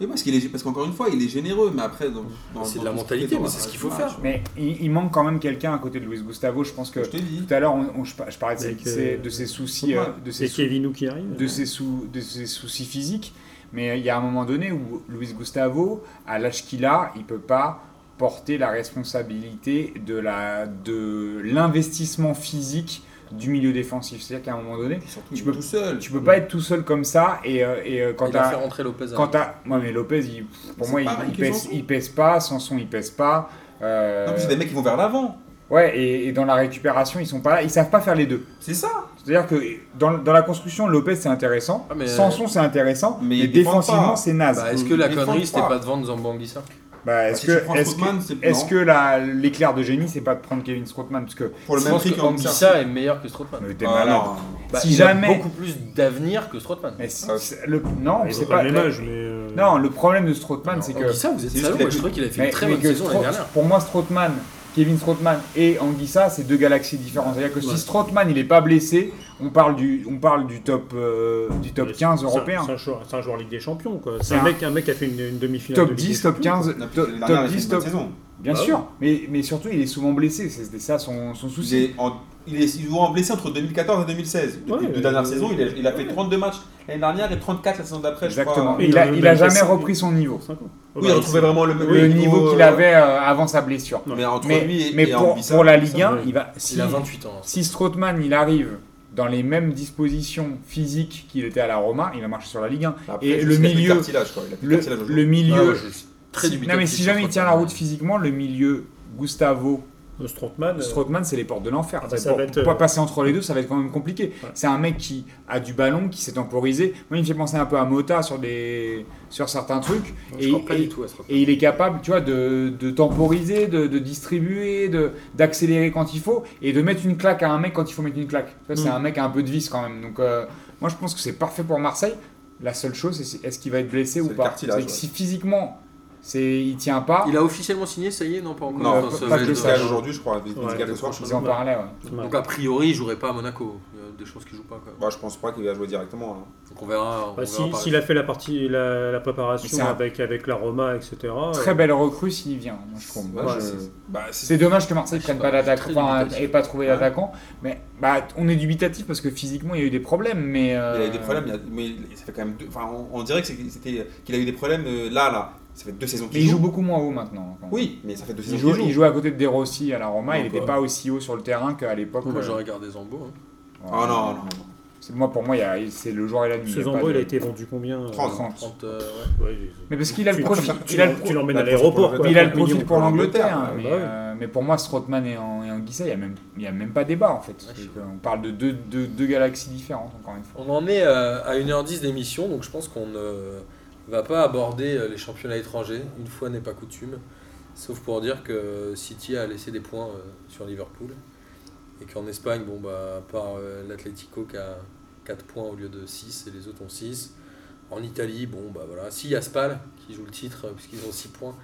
[SPEAKER 2] Oui, parce qu'il est- parce qu'encore une fois, il est généreux. Mais après, dans, dans-
[SPEAKER 1] C'est de la
[SPEAKER 2] dans tout
[SPEAKER 1] mentalité,
[SPEAKER 2] qui est dans
[SPEAKER 1] mais
[SPEAKER 2] la-
[SPEAKER 1] c'est ce qu'il faut
[SPEAKER 2] dans
[SPEAKER 1] faire.
[SPEAKER 2] la-
[SPEAKER 3] Mais il, il manque quand même quelqu'un à côté de Luis Gustavo. Je pense que
[SPEAKER 2] Je te dis.
[SPEAKER 3] tout à l'heure, on- on- je, par- je parlais de ses,
[SPEAKER 4] Avec, euh,
[SPEAKER 3] ses- de ses soucis,
[SPEAKER 2] Thomas.
[SPEAKER 3] euh, de ses
[SPEAKER 4] Et
[SPEAKER 3] sou-
[SPEAKER 4] Kevin qui arrive.
[SPEAKER 3] de ses, sou- de ses soucis physiques. Mais euh, il y a un moment donné où Luis Gustavo, à l'âge qu'il a, il peut pas porter la responsabilité de la de l'investissement physique du milieu défensif. C'est-à-dire qu'à un moment donné,
[SPEAKER 2] Surtout, il
[SPEAKER 3] Tu
[SPEAKER 2] est
[SPEAKER 3] peux-
[SPEAKER 2] tout seul.
[SPEAKER 3] tu peux pas être tout seul comme ça. Et, euh, et euh, quand
[SPEAKER 1] il a
[SPEAKER 3] t'as-
[SPEAKER 1] fait rentrer Lopez. à-
[SPEAKER 3] quand t'as, moi mais Lopez, il- pour
[SPEAKER 2] C'est
[SPEAKER 3] moi, il,
[SPEAKER 2] pareil
[SPEAKER 3] il
[SPEAKER 2] que
[SPEAKER 3] pèse,
[SPEAKER 2] Sanson.
[SPEAKER 3] il pèse pas. Sanson, il pèse pas. euh,
[SPEAKER 2] Non, mais c'est des mecs qui vont vers l'avant.
[SPEAKER 3] Ouais, et, et dans la récupération, ils sont pas là, ils savent pas faire les deux.
[SPEAKER 2] C'est ça.
[SPEAKER 3] C'est-à-dire que dans, dans la construction, Lopez c'est intéressant,
[SPEAKER 1] Ah, mais-
[SPEAKER 3] Sanson c'est intéressant,
[SPEAKER 2] Mais
[SPEAKER 3] mais,
[SPEAKER 2] ils défendent
[SPEAKER 3] défensivement
[SPEAKER 2] pas.
[SPEAKER 3] c'est naze.
[SPEAKER 1] Bah,
[SPEAKER 3] Bah,
[SPEAKER 1] est-ce que la
[SPEAKER 2] Il défend
[SPEAKER 1] connerie, c'était
[SPEAKER 2] pas.
[SPEAKER 1] pas de vendre Zambanguissa
[SPEAKER 3] est-ce
[SPEAKER 2] si tu prends
[SPEAKER 3] que, est-ce
[SPEAKER 2] Strootman,
[SPEAKER 3] que,
[SPEAKER 2] c'est-
[SPEAKER 3] est-ce
[SPEAKER 2] non.
[SPEAKER 3] que la- l'éclair de génie c'est pas de prendre Kevin Strootman parce que
[SPEAKER 2] Pour le
[SPEAKER 1] Je
[SPEAKER 2] même
[SPEAKER 1] pense
[SPEAKER 2] prix
[SPEAKER 1] que
[SPEAKER 2] qu'Anguissa.
[SPEAKER 1] Anguissa est meilleur que Strootman.
[SPEAKER 3] mais t'es
[SPEAKER 2] Ah,
[SPEAKER 3] malade.
[SPEAKER 2] non.
[SPEAKER 1] Bah,
[SPEAKER 3] si
[SPEAKER 1] il a
[SPEAKER 3] jamais,
[SPEAKER 1] beaucoup plus d'avenir que Strootman.
[SPEAKER 3] Mais si-
[SPEAKER 2] Ah.
[SPEAKER 3] c'est- le, non,
[SPEAKER 4] Ils ont
[SPEAKER 3] c'est
[SPEAKER 4] pas
[SPEAKER 3] pas
[SPEAKER 4] le même âge, mais. euh,
[SPEAKER 3] Non, le problème de Strootman c'est que
[SPEAKER 1] Anguissa, vous êtes
[SPEAKER 2] C'est juste
[SPEAKER 1] salaud.
[SPEAKER 2] qu'il a
[SPEAKER 1] Moi, je
[SPEAKER 2] plus-
[SPEAKER 1] trouvais qu'il avait fait
[SPEAKER 3] Mais-
[SPEAKER 1] une très
[SPEAKER 3] mais
[SPEAKER 1] bonne
[SPEAKER 3] que
[SPEAKER 1] saison l'année
[SPEAKER 3] Stroot-
[SPEAKER 1] dernière.
[SPEAKER 3] Pour moi, Strootman, Kevin Strootman et Anguissa, c'est deux galaxies différentes. C'est-à-dire que
[SPEAKER 1] Ouais.
[SPEAKER 3] si Strootman il est pas blessé, on parle du, on parle du top, euh, du top
[SPEAKER 4] mais
[SPEAKER 3] 15
[SPEAKER 4] c'est-
[SPEAKER 3] européen.
[SPEAKER 4] C'est un, joueur- c'est un joueur Ligue des Champions, quoi. C'est
[SPEAKER 3] C'est
[SPEAKER 4] un
[SPEAKER 3] un-
[SPEAKER 4] mec, un mec qui a fait une, une demi-finale.
[SPEAKER 3] Top
[SPEAKER 4] de Ligue
[SPEAKER 3] 10,
[SPEAKER 4] des
[SPEAKER 3] top
[SPEAKER 4] Champions.
[SPEAKER 2] Non,
[SPEAKER 3] quinze,
[SPEAKER 2] parce que
[SPEAKER 3] top,
[SPEAKER 2] l'année
[SPEAKER 3] top
[SPEAKER 2] dernière, il a fait
[SPEAKER 3] 10,
[SPEAKER 2] une bonne
[SPEAKER 3] top.
[SPEAKER 2] saison.
[SPEAKER 3] Bien
[SPEAKER 1] Bah
[SPEAKER 3] sûr, mais, mais surtout il est souvent blessé, c'est c'est ça son, son
[SPEAKER 2] Il
[SPEAKER 3] souci.
[SPEAKER 2] est, en, il est souvent blessé entre 2014 et 2016. Depuis
[SPEAKER 4] Ouais,
[SPEAKER 2] les deux
[SPEAKER 4] euh,
[SPEAKER 2] dernières saisons, il a, il a fait
[SPEAKER 4] ouais.
[SPEAKER 2] 32 matchs l'année dernière et 34 la saison d'après, je
[SPEAKER 3] Exactement.
[SPEAKER 2] crois.
[SPEAKER 4] Oui,
[SPEAKER 3] Il
[SPEAKER 4] dans
[SPEAKER 3] a,
[SPEAKER 4] le
[SPEAKER 3] il
[SPEAKER 4] même
[SPEAKER 3] a jamais
[SPEAKER 4] classement.
[SPEAKER 3] repris son niveau,
[SPEAKER 4] Cinq ans.
[SPEAKER 2] Oui,
[SPEAKER 4] Bah,
[SPEAKER 2] il a retrouvé vraiment le,
[SPEAKER 3] le niveau qu'il
[SPEAKER 2] euh,
[SPEAKER 3] avait euh, avant sa blessure.
[SPEAKER 2] Mais entre
[SPEAKER 3] Mais,
[SPEAKER 2] lui et,
[SPEAKER 3] mais
[SPEAKER 2] et
[SPEAKER 3] pour,
[SPEAKER 2] Anguissa,
[SPEAKER 3] pour la Ligue
[SPEAKER 4] ça,
[SPEAKER 3] 1,
[SPEAKER 4] oui.
[SPEAKER 3] il va. Si,
[SPEAKER 1] Il a 28 ans.
[SPEAKER 3] si Strootman il arrive dans les mêmes dispositions physiques qu'il était à la Roma, il va marcher sur la Ligue 1.
[SPEAKER 2] après,
[SPEAKER 3] et
[SPEAKER 2] je
[SPEAKER 3] le
[SPEAKER 2] sais, il a plus de
[SPEAKER 3] milieu-
[SPEAKER 2] cartilage, quoi. Il a plus de
[SPEAKER 3] Le,
[SPEAKER 2] cartilage
[SPEAKER 3] le
[SPEAKER 2] aujourd'hui.
[SPEAKER 1] Ah,
[SPEAKER 3] milieu.
[SPEAKER 1] moi, je suis très
[SPEAKER 3] si-
[SPEAKER 1] dubitatif
[SPEAKER 3] non mais si
[SPEAKER 1] sur
[SPEAKER 3] jamais il
[SPEAKER 1] Strootman.
[SPEAKER 3] tient la route physiquement, le milieu Gustavo
[SPEAKER 4] Le Strootman. euh,
[SPEAKER 3] Strootman, c'est les portes de l'enfer.
[SPEAKER 4] Ah bah,
[SPEAKER 3] C'est
[SPEAKER 4] ça
[SPEAKER 3] pour,
[SPEAKER 4] va être,
[SPEAKER 3] pour pas
[SPEAKER 4] euh,
[SPEAKER 3] passer entre les deux, ça va être quand même compliqué.
[SPEAKER 4] Ouais.
[SPEAKER 3] C'est un mec qui a du ballon, qui s'est temporisé. Moi, il me fait penser un peu à Mota sur des sur certains trucs.
[SPEAKER 1] Non,
[SPEAKER 3] Et,
[SPEAKER 1] Je crois pas
[SPEAKER 3] et-
[SPEAKER 1] du tout à Strootman.
[SPEAKER 3] et il est capable, tu vois, de, de temporiser, de, de distribuer, de d'accélérer quand il faut et de mettre une claque à un mec quand il faut mettre une claque. Tu vois, C'est
[SPEAKER 4] Mm.
[SPEAKER 3] un mec qui a un peu de vis quand même. Donc, euh, moi, je pense que c'est parfait pour Marseille. La seule chose, c'est est-ce qu'il va être blessé ou
[SPEAKER 2] le
[SPEAKER 3] pas.
[SPEAKER 2] cartilage,
[SPEAKER 3] C'est que
[SPEAKER 2] ouais.
[SPEAKER 3] si physiquement, c'est il tient pas.
[SPEAKER 1] Il a officiellement signé, ça y est, non pas encore.
[SPEAKER 2] Non,
[SPEAKER 1] Enfin,
[SPEAKER 3] pas-
[SPEAKER 1] ça
[SPEAKER 3] pas
[SPEAKER 1] va
[SPEAKER 3] que
[SPEAKER 1] être-
[SPEAKER 3] ça.
[SPEAKER 2] Cartilage aujourd'hui, je crois. Vinicius Gall ce soir, je
[SPEAKER 3] Ils en
[SPEAKER 4] Ouais.
[SPEAKER 3] parlaient. ouais.
[SPEAKER 1] Donc a priori, il jouerait pas à Monaco. Il y a des chances qu'il joue pas. Quoi.
[SPEAKER 2] crois. Bah, je pense pas qu'il va jouer directement. hein.
[SPEAKER 1] Donc on verra. on
[SPEAKER 4] Bah,
[SPEAKER 1] verra
[SPEAKER 4] si-
[SPEAKER 1] par
[SPEAKER 4] S'il
[SPEAKER 1] la
[SPEAKER 4] a fait la partie, la, la
[SPEAKER 3] Mais c'est
[SPEAKER 4] préparation
[SPEAKER 3] un-
[SPEAKER 4] avec, avec la Roma, etc.
[SPEAKER 3] Très
[SPEAKER 4] euh,
[SPEAKER 3] belle recrue s'il vient, moi, je trouve.
[SPEAKER 2] Ouais,
[SPEAKER 4] Ouais,
[SPEAKER 2] je-
[SPEAKER 4] c'est-
[SPEAKER 2] bah, c'est-
[SPEAKER 3] C'est dommage que Marseille prenne pas d'attaque,
[SPEAKER 1] très
[SPEAKER 3] enfin,
[SPEAKER 1] dubitatif.
[SPEAKER 3] et pas trouvé
[SPEAKER 2] Ouais.
[SPEAKER 3] d'attaquant. Mais bah, on est dubitatif parce que physiquement il y a eu des problèmes, mais euh,
[SPEAKER 2] Il a eu des problèmes, il a- mais il- ça fait quand même deux- Enfin, on, on dirait que c'est- c'était qu'il a eu des problèmes euh, là, là. Ça fait deux saisons
[SPEAKER 3] Mais
[SPEAKER 2] qu'il
[SPEAKER 3] il
[SPEAKER 2] joue.
[SPEAKER 3] joue beaucoup moins haut maintenant. quand même.
[SPEAKER 2] Oui, mais ça fait deux
[SPEAKER 3] Il,
[SPEAKER 2] saisons
[SPEAKER 3] joue,
[SPEAKER 2] qu'il joue.
[SPEAKER 3] il jouait à côté de De Rossi à la Roma,
[SPEAKER 1] Non,
[SPEAKER 3] il n'était
[SPEAKER 1] pas.
[SPEAKER 3] pas aussi haut sur le terrain qu'à l'époque.
[SPEAKER 1] suite. Moi
[SPEAKER 3] euh,
[SPEAKER 1] j'aurais gardé Zambo. hein.
[SPEAKER 3] voilà.
[SPEAKER 2] Ah non, non.
[SPEAKER 3] C'est- Moi, pour moi, il y a- c'est le jour et la nuit.
[SPEAKER 4] euh, Ce
[SPEAKER 3] y a
[SPEAKER 4] Zambo,
[SPEAKER 3] pas
[SPEAKER 4] il
[SPEAKER 3] de-
[SPEAKER 4] a été vendu combien euh,
[SPEAKER 2] 30.
[SPEAKER 3] 30.
[SPEAKER 1] 30, euh, ouais.
[SPEAKER 4] ouais, il-
[SPEAKER 3] Mais parce qu'il a le
[SPEAKER 4] Tu-
[SPEAKER 3] profil.
[SPEAKER 4] tu
[SPEAKER 3] il a le
[SPEAKER 4] l'em-
[SPEAKER 3] pro-
[SPEAKER 4] Tu l'emmènes à
[SPEAKER 2] Bah,
[SPEAKER 4] l'aéroport.
[SPEAKER 2] pour
[SPEAKER 4] quoi,
[SPEAKER 3] il a le
[SPEAKER 4] 30 millions,
[SPEAKER 3] profil pour
[SPEAKER 4] quoi.
[SPEAKER 3] l'Angleterre,
[SPEAKER 2] Bah
[SPEAKER 3] mais,
[SPEAKER 4] oui.
[SPEAKER 3] euh, mais pour moi, Strootman et, An- et Anguissa, il n'y a, même- il y a même pas débat en fait.
[SPEAKER 1] Ouais, je
[SPEAKER 3] Donc, euh, on parle de deux, deux- deux galaxies différentes, encore une fois.
[SPEAKER 1] On en est euh, à 1h10 d'émission, donc je pense qu'on ne va pas aborder euh, les championnats étrangers. Une fois n'est pas coutume. Sauf pour dire que City a laissé des points euh, sur Liverpool. Et qu'en Espagne, bon, bah, à part euh, l'Atlético qui a 4 points au lieu de 6 et les autres ont 6. En Italie, bon, bah voilà. Si, il y a Spal qui joue le titre, euh, puisqu'ils ont 6 points,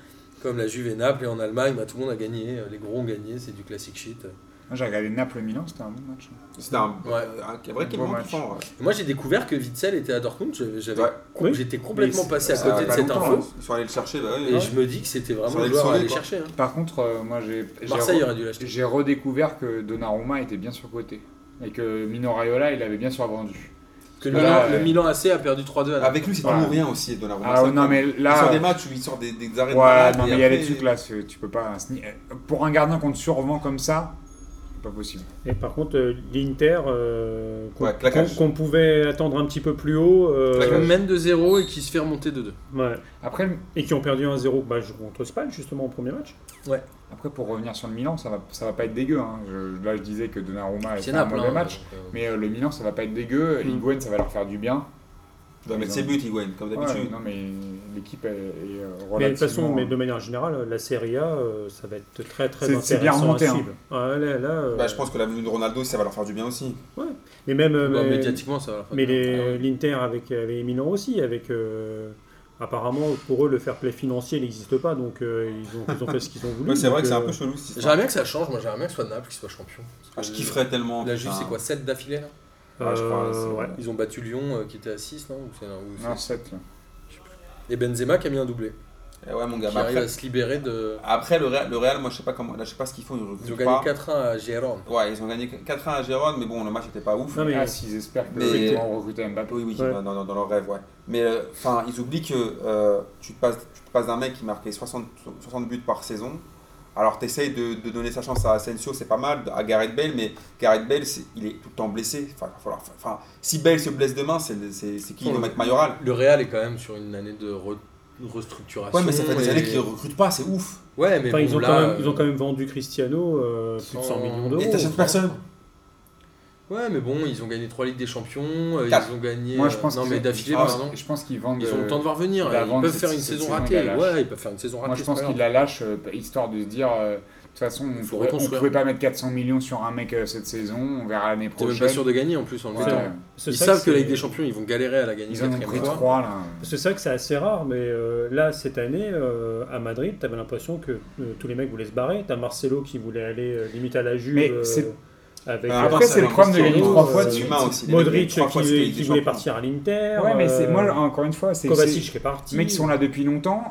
[SPEAKER 1] comme la Juve et Naples. Et en Allemagne, bah, tout le monde a gagné. euh, Les gros ont gagné, c'est du classic shit.
[SPEAKER 3] Moi, j'ai regardé Naples-Milan, c'était un bon match.
[SPEAKER 2] C'était un,
[SPEAKER 1] Ouais.
[SPEAKER 2] un vrai
[SPEAKER 3] Bon
[SPEAKER 2] Clément
[SPEAKER 3] match.
[SPEAKER 2] Dupont, ouais.
[SPEAKER 1] Et moi, j'ai découvert que Witzel était à Dortmund. J'avais, j'avais-
[SPEAKER 2] Ouais.
[SPEAKER 1] com-
[SPEAKER 4] Oui.
[SPEAKER 1] J'étais complètement
[SPEAKER 3] Mais
[SPEAKER 1] passé à
[SPEAKER 3] c'est-
[SPEAKER 1] côté
[SPEAKER 2] Ah,
[SPEAKER 1] de
[SPEAKER 2] pas
[SPEAKER 1] cette
[SPEAKER 2] longtemps,
[SPEAKER 1] info.
[SPEAKER 2] hein. Ils sont allés le chercher, bah oui.
[SPEAKER 1] Et
[SPEAKER 2] ouais.
[SPEAKER 1] je me dis que c'était
[SPEAKER 2] Ça
[SPEAKER 1] vraiment
[SPEAKER 2] va
[SPEAKER 1] le
[SPEAKER 2] être
[SPEAKER 1] joueur à
[SPEAKER 2] sonné,
[SPEAKER 1] aller
[SPEAKER 2] quoi.
[SPEAKER 1] chercher. hein.
[SPEAKER 3] Par contre, euh, moi, j'ai j'ai
[SPEAKER 1] Marseille hein.
[SPEAKER 3] re-
[SPEAKER 1] aurait dû l'acheter.
[SPEAKER 3] j'ai redécouvert que Donnarumma était bien surcoté. Et que Mino Raiola, il avait bien survendu.
[SPEAKER 1] Parce que le,
[SPEAKER 3] Là,
[SPEAKER 1] Milan,
[SPEAKER 3] ouais.
[SPEAKER 1] le Milan AC a perdu 3-2 à la
[SPEAKER 2] Avec lui, c'est
[SPEAKER 3] Voilà.
[SPEAKER 2] toujours rien aussi, Donnarumma.
[SPEAKER 3] Ah
[SPEAKER 2] C'est
[SPEAKER 3] non,
[SPEAKER 2] incroyable.
[SPEAKER 3] mais
[SPEAKER 2] Il sort
[SPEAKER 3] là.
[SPEAKER 2] des matchs où il sort des, des arrêts de
[SPEAKER 3] Ouais,
[SPEAKER 2] malade,
[SPEAKER 3] non,
[SPEAKER 2] et
[SPEAKER 3] mais il y a des
[SPEAKER 2] après-
[SPEAKER 3] trucs là, c'est- tu peux pas. c'est ni- Pour un gardien qu'on te survend comme ça, c'est pas possible.
[SPEAKER 4] Et par contre, euh, l'Inter, euh, qu'on
[SPEAKER 2] Ouais, claquage.
[SPEAKER 4] qu'on- qu'on pouvait attendre un petit peu plus haut, euh,
[SPEAKER 1] Qui
[SPEAKER 2] Claquage.
[SPEAKER 1] mène de 0 et qui se fait remonter de 2.
[SPEAKER 4] ouais.
[SPEAKER 3] Après, le-
[SPEAKER 4] et qui ont perdu 1-0 bah, contre Spal, justement, au premier match.
[SPEAKER 3] après, pour revenir sur le Milan, ça va, ça va pas être dégueu. hein. Je- là, je disais que Donnarumma a
[SPEAKER 1] C'est
[SPEAKER 3] fait un
[SPEAKER 1] Naples.
[SPEAKER 3] mauvais
[SPEAKER 1] hein,
[SPEAKER 3] match.
[SPEAKER 1] donc, euh,
[SPEAKER 3] Mais euh, le Milan, ça va pas être dégueu.
[SPEAKER 4] Mm.
[SPEAKER 3] Higuain, ça va leur faire du bien.
[SPEAKER 2] Il doit mettre ses buts, Higuain, comme
[SPEAKER 3] Ouais,
[SPEAKER 2] d'habitude.
[SPEAKER 3] non, mais l'équipe est, est, euh,
[SPEAKER 4] Mais de toute façon,
[SPEAKER 3] relativement-
[SPEAKER 4] mais de manière générale, la Serie A, euh, ça va être très très
[SPEAKER 3] C'est-
[SPEAKER 4] intéressant
[SPEAKER 3] c'est bien remonté,
[SPEAKER 4] à
[SPEAKER 3] hein.
[SPEAKER 4] suivre. Ah, là, là, euh,
[SPEAKER 2] Bah, je pense que la venue de Ronaldo, ça va leur faire du bien aussi.
[SPEAKER 4] Mais même euh,
[SPEAKER 1] bah,
[SPEAKER 4] mais-
[SPEAKER 1] médiatiquement, ça va. la faire.
[SPEAKER 2] euh,
[SPEAKER 4] mais les-
[SPEAKER 1] Ah ouais.
[SPEAKER 4] l'Inter avec, avec Milan aussi, avec euh, apparemment pour eux le fair play financier n'existe pas, donc euh, ils, ont, ils ont fait ce qu'ils ont voulu.
[SPEAKER 2] Ouais, c'est vrai
[SPEAKER 4] donc,
[SPEAKER 2] que c'est un
[SPEAKER 4] euh,
[SPEAKER 2] peu chelou cette histoire.
[SPEAKER 1] J'aimerais bien que ça change. Moi, j'aimerais bien que ce soit Naples qui soit champion. Parce
[SPEAKER 2] Ah,
[SPEAKER 1] que
[SPEAKER 2] je kifferais tellement.
[SPEAKER 1] La Juve,
[SPEAKER 2] putain.
[SPEAKER 1] c'est quoi 7 d'affilée là
[SPEAKER 2] Ouais, je crois,
[SPEAKER 4] euh,
[SPEAKER 2] c'est-
[SPEAKER 4] ouais.
[SPEAKER 1] Ils ont battu Lyon euh, qui était à 6, non Ou c'est- ou c'est-
[SPEAKER 3] Non, sept, là.
[SPEAKER 1] Et Benzema qui a mis un doublé.
[SPEAKER 2] Eh ouais, mon gars.
[SPEAKER 1] qui
[SPEAKER 2] mais
[SPEAKER 1] arrive
[SPEAKER 2] Après,
[SPEAKER 1] à se libérer de.
[SPEAKER 2] après, le, Real, le Real, moi, je sais pas comment. Là, je sais pas ce qu'ils font. Ils
[SPEAKER 1] Ils ont
[SPEAKER 2] recrutent
[SPEAKER 1] gagné
[SPEAKER 2] Ah.
[SPEAKER 1] 4-1
[SPEAKER 2] pas.
[SPEAKER 1] à Gérone.
[SPEAKER 2] Ouais, ils ont gagné 4-1 à Gérone, mais bon, le match était pas ouf.
[SPEAKER 4] Non, mais-
[SPEAKER 3] Ah, s'ils espèrent que
[SPEAKER 2] Mais-
[SPEAKER 3] effectivement, on recrute Mbappé.
[SPEAKER 2] Oui, oui,
[SPEAKER 4] Ouais.
[SPEAKER 2] dans, dans- dans leur rêve, ouais. Mais euh, enfin, ils oublient que euh, tu, te passes, tu te passes d'un mec qui marquait 60, 60 buts par saison. Alors, tu essayes de, de donner sa chance à Asensio, c'est pas mal, à Gareth Bale, mais Gareth Bale, c'est- il est tout le temps blessé. Enfin, il va falloir- enfin, si Bale se blesse demain, c'est c'est- c'est qui
[SPEAKER 1] Ouais.
[SPEAKER 2] le mec Mayoral
[SPEAKER 1] Le Real est quand même sur une année de re- restructuration.
[SPEAKER 2] Ouais, mais ça fait des
[SPEAKER 1] et-
[SPEAKER 2] années qu'ils recrutent pas, c'est ouf.
[SPEAKER 1] Ouais, mais bon,
[SPEAKER 4] Enfin, ils, ont
[SPEAKER 1] là,
[SPEAKER 4] quand même,
[SPEAKER 1] euh, oh.
[SPEAKER 4] ils ont quand même vendu Cristiano euh, plus de 100
[SPEAKER 1] cent-
[SPEAKER 4] millions
[SPEAKER 2] Et
[SPEAKER 4] d'euros.
[SPEAKER 2] t'achètes personne.
[SPEAKER 1] Ouais, mais bon, ils ont gagné 3 Ligues des Champions. euh,
[SPEAKER 2] Quatre.
[SPEAKER 1] Ils ont gagné.
[SPEAKER 3] Moi,
[SPEAKER 1] euh,
[SPEAKER 3] je pense
[SPEAKER 1] Non,
[SPEAKER 3] qu'ils- Ah,
[SPEAKER 1] mais d'affilée,
[SPEAKER 3] je pense-
[SPEAKER 1] pardon.
[SPEAKER 3] Je pense qu'ils vendent. euh,
[SPEAKER 1] Ils ont le temps de voir venir.
[SPEAKER 3] la
[SPEAKER 1] Ils
[SPEAKER 3] vente,
[SPEAKER 1] peuvent
[SPEAKER 3] cette-
[SPEAKER 1] faire une
[SPEAKER 3] cette
[SPEAKER 1] saison
[SPEAKER 3] saison,
[SPEAKER 1] ratée.
[SPEAKER 3] il la lâche.
[SPEAKER 1] Ouais, ils peuvent faire une saison ratée.
[SPEAKER 3] Moi, je
[SPEAKER 1] c'est
[SPEAKER 3] pense
[SPEAKER 1] pas
[SPEAKER 3] qu'il la lâche, euh, histoire de se dire, euh, de toute façon, on
[SPEAKER 1] Faut
[SPEAKER 3] pourrait- on
[SPEAKER 1] reconstruire.
[SPEAKER 3] pouvait pas mettre 400 millions sur un mec euh, cette saison, on verra l'année
[SPEAKER 1] T'es
[SPEAKER 3] prochaine.
[SPEAKER 1] même pas sûr de gagner en plus en le
[SPEAKER 3] Ouais,
[SPEAKER 1] mettant.
[SPEAKER 3] ouais.
[SPEAKER 4] C'est
[SPEAKER 1] Ils
[SPEAKER 4] ça que
[SPEAKER 1] savent que la
[SPEAKER 4] c'est-
[SPEAKER 1] Ligue des Champions, ils vont galérer à la gagner.
[SPEAKER 3] Ils en ont
[SPEAKER 1] quatrième
[SPEAKER 3] pris
[SPEAKER 1] fois.
[SPEAKER 3] 3 là.
[SPEAKER 4] C'est ça que c'est assez rare, mais euh, là, cette année, euh, à Madrid, t'avais l'impression que euh, tous les mecs voulaient se barrer. T'as Marcelo qui voulait aller euh, limite à la Juve.
[SPEAKER 3] Mais
[SPEAKER 4] euh,
[SPEAKER 3] c'est-
[SPEAKER 4] avec
[SPEAKER 2] Ah,
[SPEAKER 4] euh,
[SPEAKER 2] attends,
[SPEAKER 3] Après, c'est le
[SPEAKER 2] un
[SPEAKER 3] problème de
[SPEAKER 2] Cristiano,
[SPEAKER 4] gagner trois
[SPEAKER 2] c'est
[SPEAKER 4] fois de
[SPEAKER 2] humain
[SPEAKER 4] suite.
[SPEAKER 2] aussi, les mecs,
[SPEAKER 4] Modric
[SPEAKER 2] trois fois,
[SPEAKER 4] qui,
[SPEAKER 2] c'était
[SPEAKER 4] qui
[SPEAKER 2] des
[SPEAKER 4] voulait
[SPEAKER 2] champions.
[SPEAKER 4] partir à l'Inter.
[SPEAKER 3] Ouais, mais c'est
[SPEAKER 4] euh,
[SPEAKER 3] moi, encore une fois, c'est
[SPEAKER 4] Kovacic
[SPEAKER 3] c'est
[SPEAKER 4] qui est parti.
[SPEAKER 3] les mecs qui sont là depuis longtemps.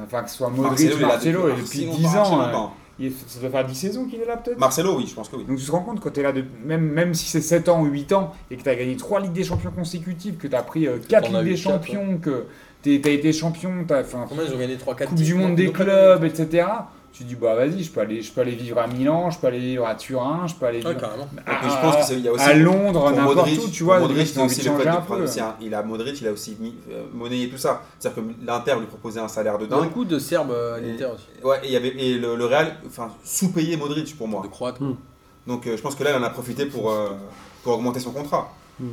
[SPEAKER 3] Enfin, que ce soit
[SPEAKER 2] Marcelo,
[SPEAKER 3] Modric,
[SPEAKER 2] il est là
[SPEAKER 3] Marcelo, et
[SPEAKER 2] depuis
[SPEAKER 3] depuis
[SPEAKER 2] longtemps,
[SPEAKER 3] 10 ans.
[SPEAKER 2] Marcelo,
[SPEAKER 3] euh,
[SPEAKER 2] non.
[SPEAKER 3] il- Ça doit faire 10 saisons qu'il est là, peut-être
[SPEAKER 2] Marcelo, oui, je pense que oui.
[SPEAKER 3] Donc tu te rends compte quand t'es là, de, même, même si c'est 7 ans ou 8 ans, et que t'as gagné 3 Ligues des Champions consécutives, que t'as pris
[SPEAKER 1] T'en
[SPEAKER 3] 4
[SPEAKER 1] as
[SPEAKER 3] Ligues des
[SPEAKER 1] eu quatre,
[SPEAKER 3] Champions, que t'es- t'as été champion, t'as fait
[SPEAKER 1] Combien ils ont gagné 3-4
[SPEAKER 3] Coupe du Monde des clubs, etc. Tu te dis, bah vas-y, je peux, aller, je peux aller vivre à Milan, je peux aller vivre à Turin, je peux aller
[SPEAKER 1] Ouais,
[SPEAKER 3] vivre
[SPEAKER 1] carrément.
[SPEAKER 3] à,
[SPEAKER 2] Et puis, je pense que c'est- il y a aussi-
[SPEAKER 3] Ah, à Londres,
[SPEAKER 2] Pour
[SPEAKER 3] n'importe
[SPEAKER 2] Modric,
[SPEAKER 3] où, tu
[SPEAKER 2] pour
[SPEAKER 3] vois.
[SPEAKER 2] Modric,
[SPEAKER 3] ils
[SPEAKER 2] c'est
[SPEAKER 3] ont envie
[SPEAKER 2] aussi
[SPEAKER 3] de
[SPEAKER 2] le fait
[SPEAKER 3] changer
[SPEAKER 2] de
[SPEAKER 3] un
[SPEAKER 2] prendre
[SPEAKER 3] peu.
[SPEAKER 2] aussi un- il a Modric, il a aussi mis, euh, Monet et tout ça. C'est-à-dire que l'Inter lui proposait un salaire Bah, de dingue.
[SPEAKER 1] Beaucoup de Serbes euh, à l'Inter aussi.
[SPEAKER 2] Ouais, et, il y avait, et le, le Real, enfin, sous-payé Modric pour moi.
[SPEAKER 1] De Croates.
[SPEAKER 2] Donc euh, je pense que là, il en a profité pour, euh, pour augmenter son contrat.
[SPEAKER 4] Mm.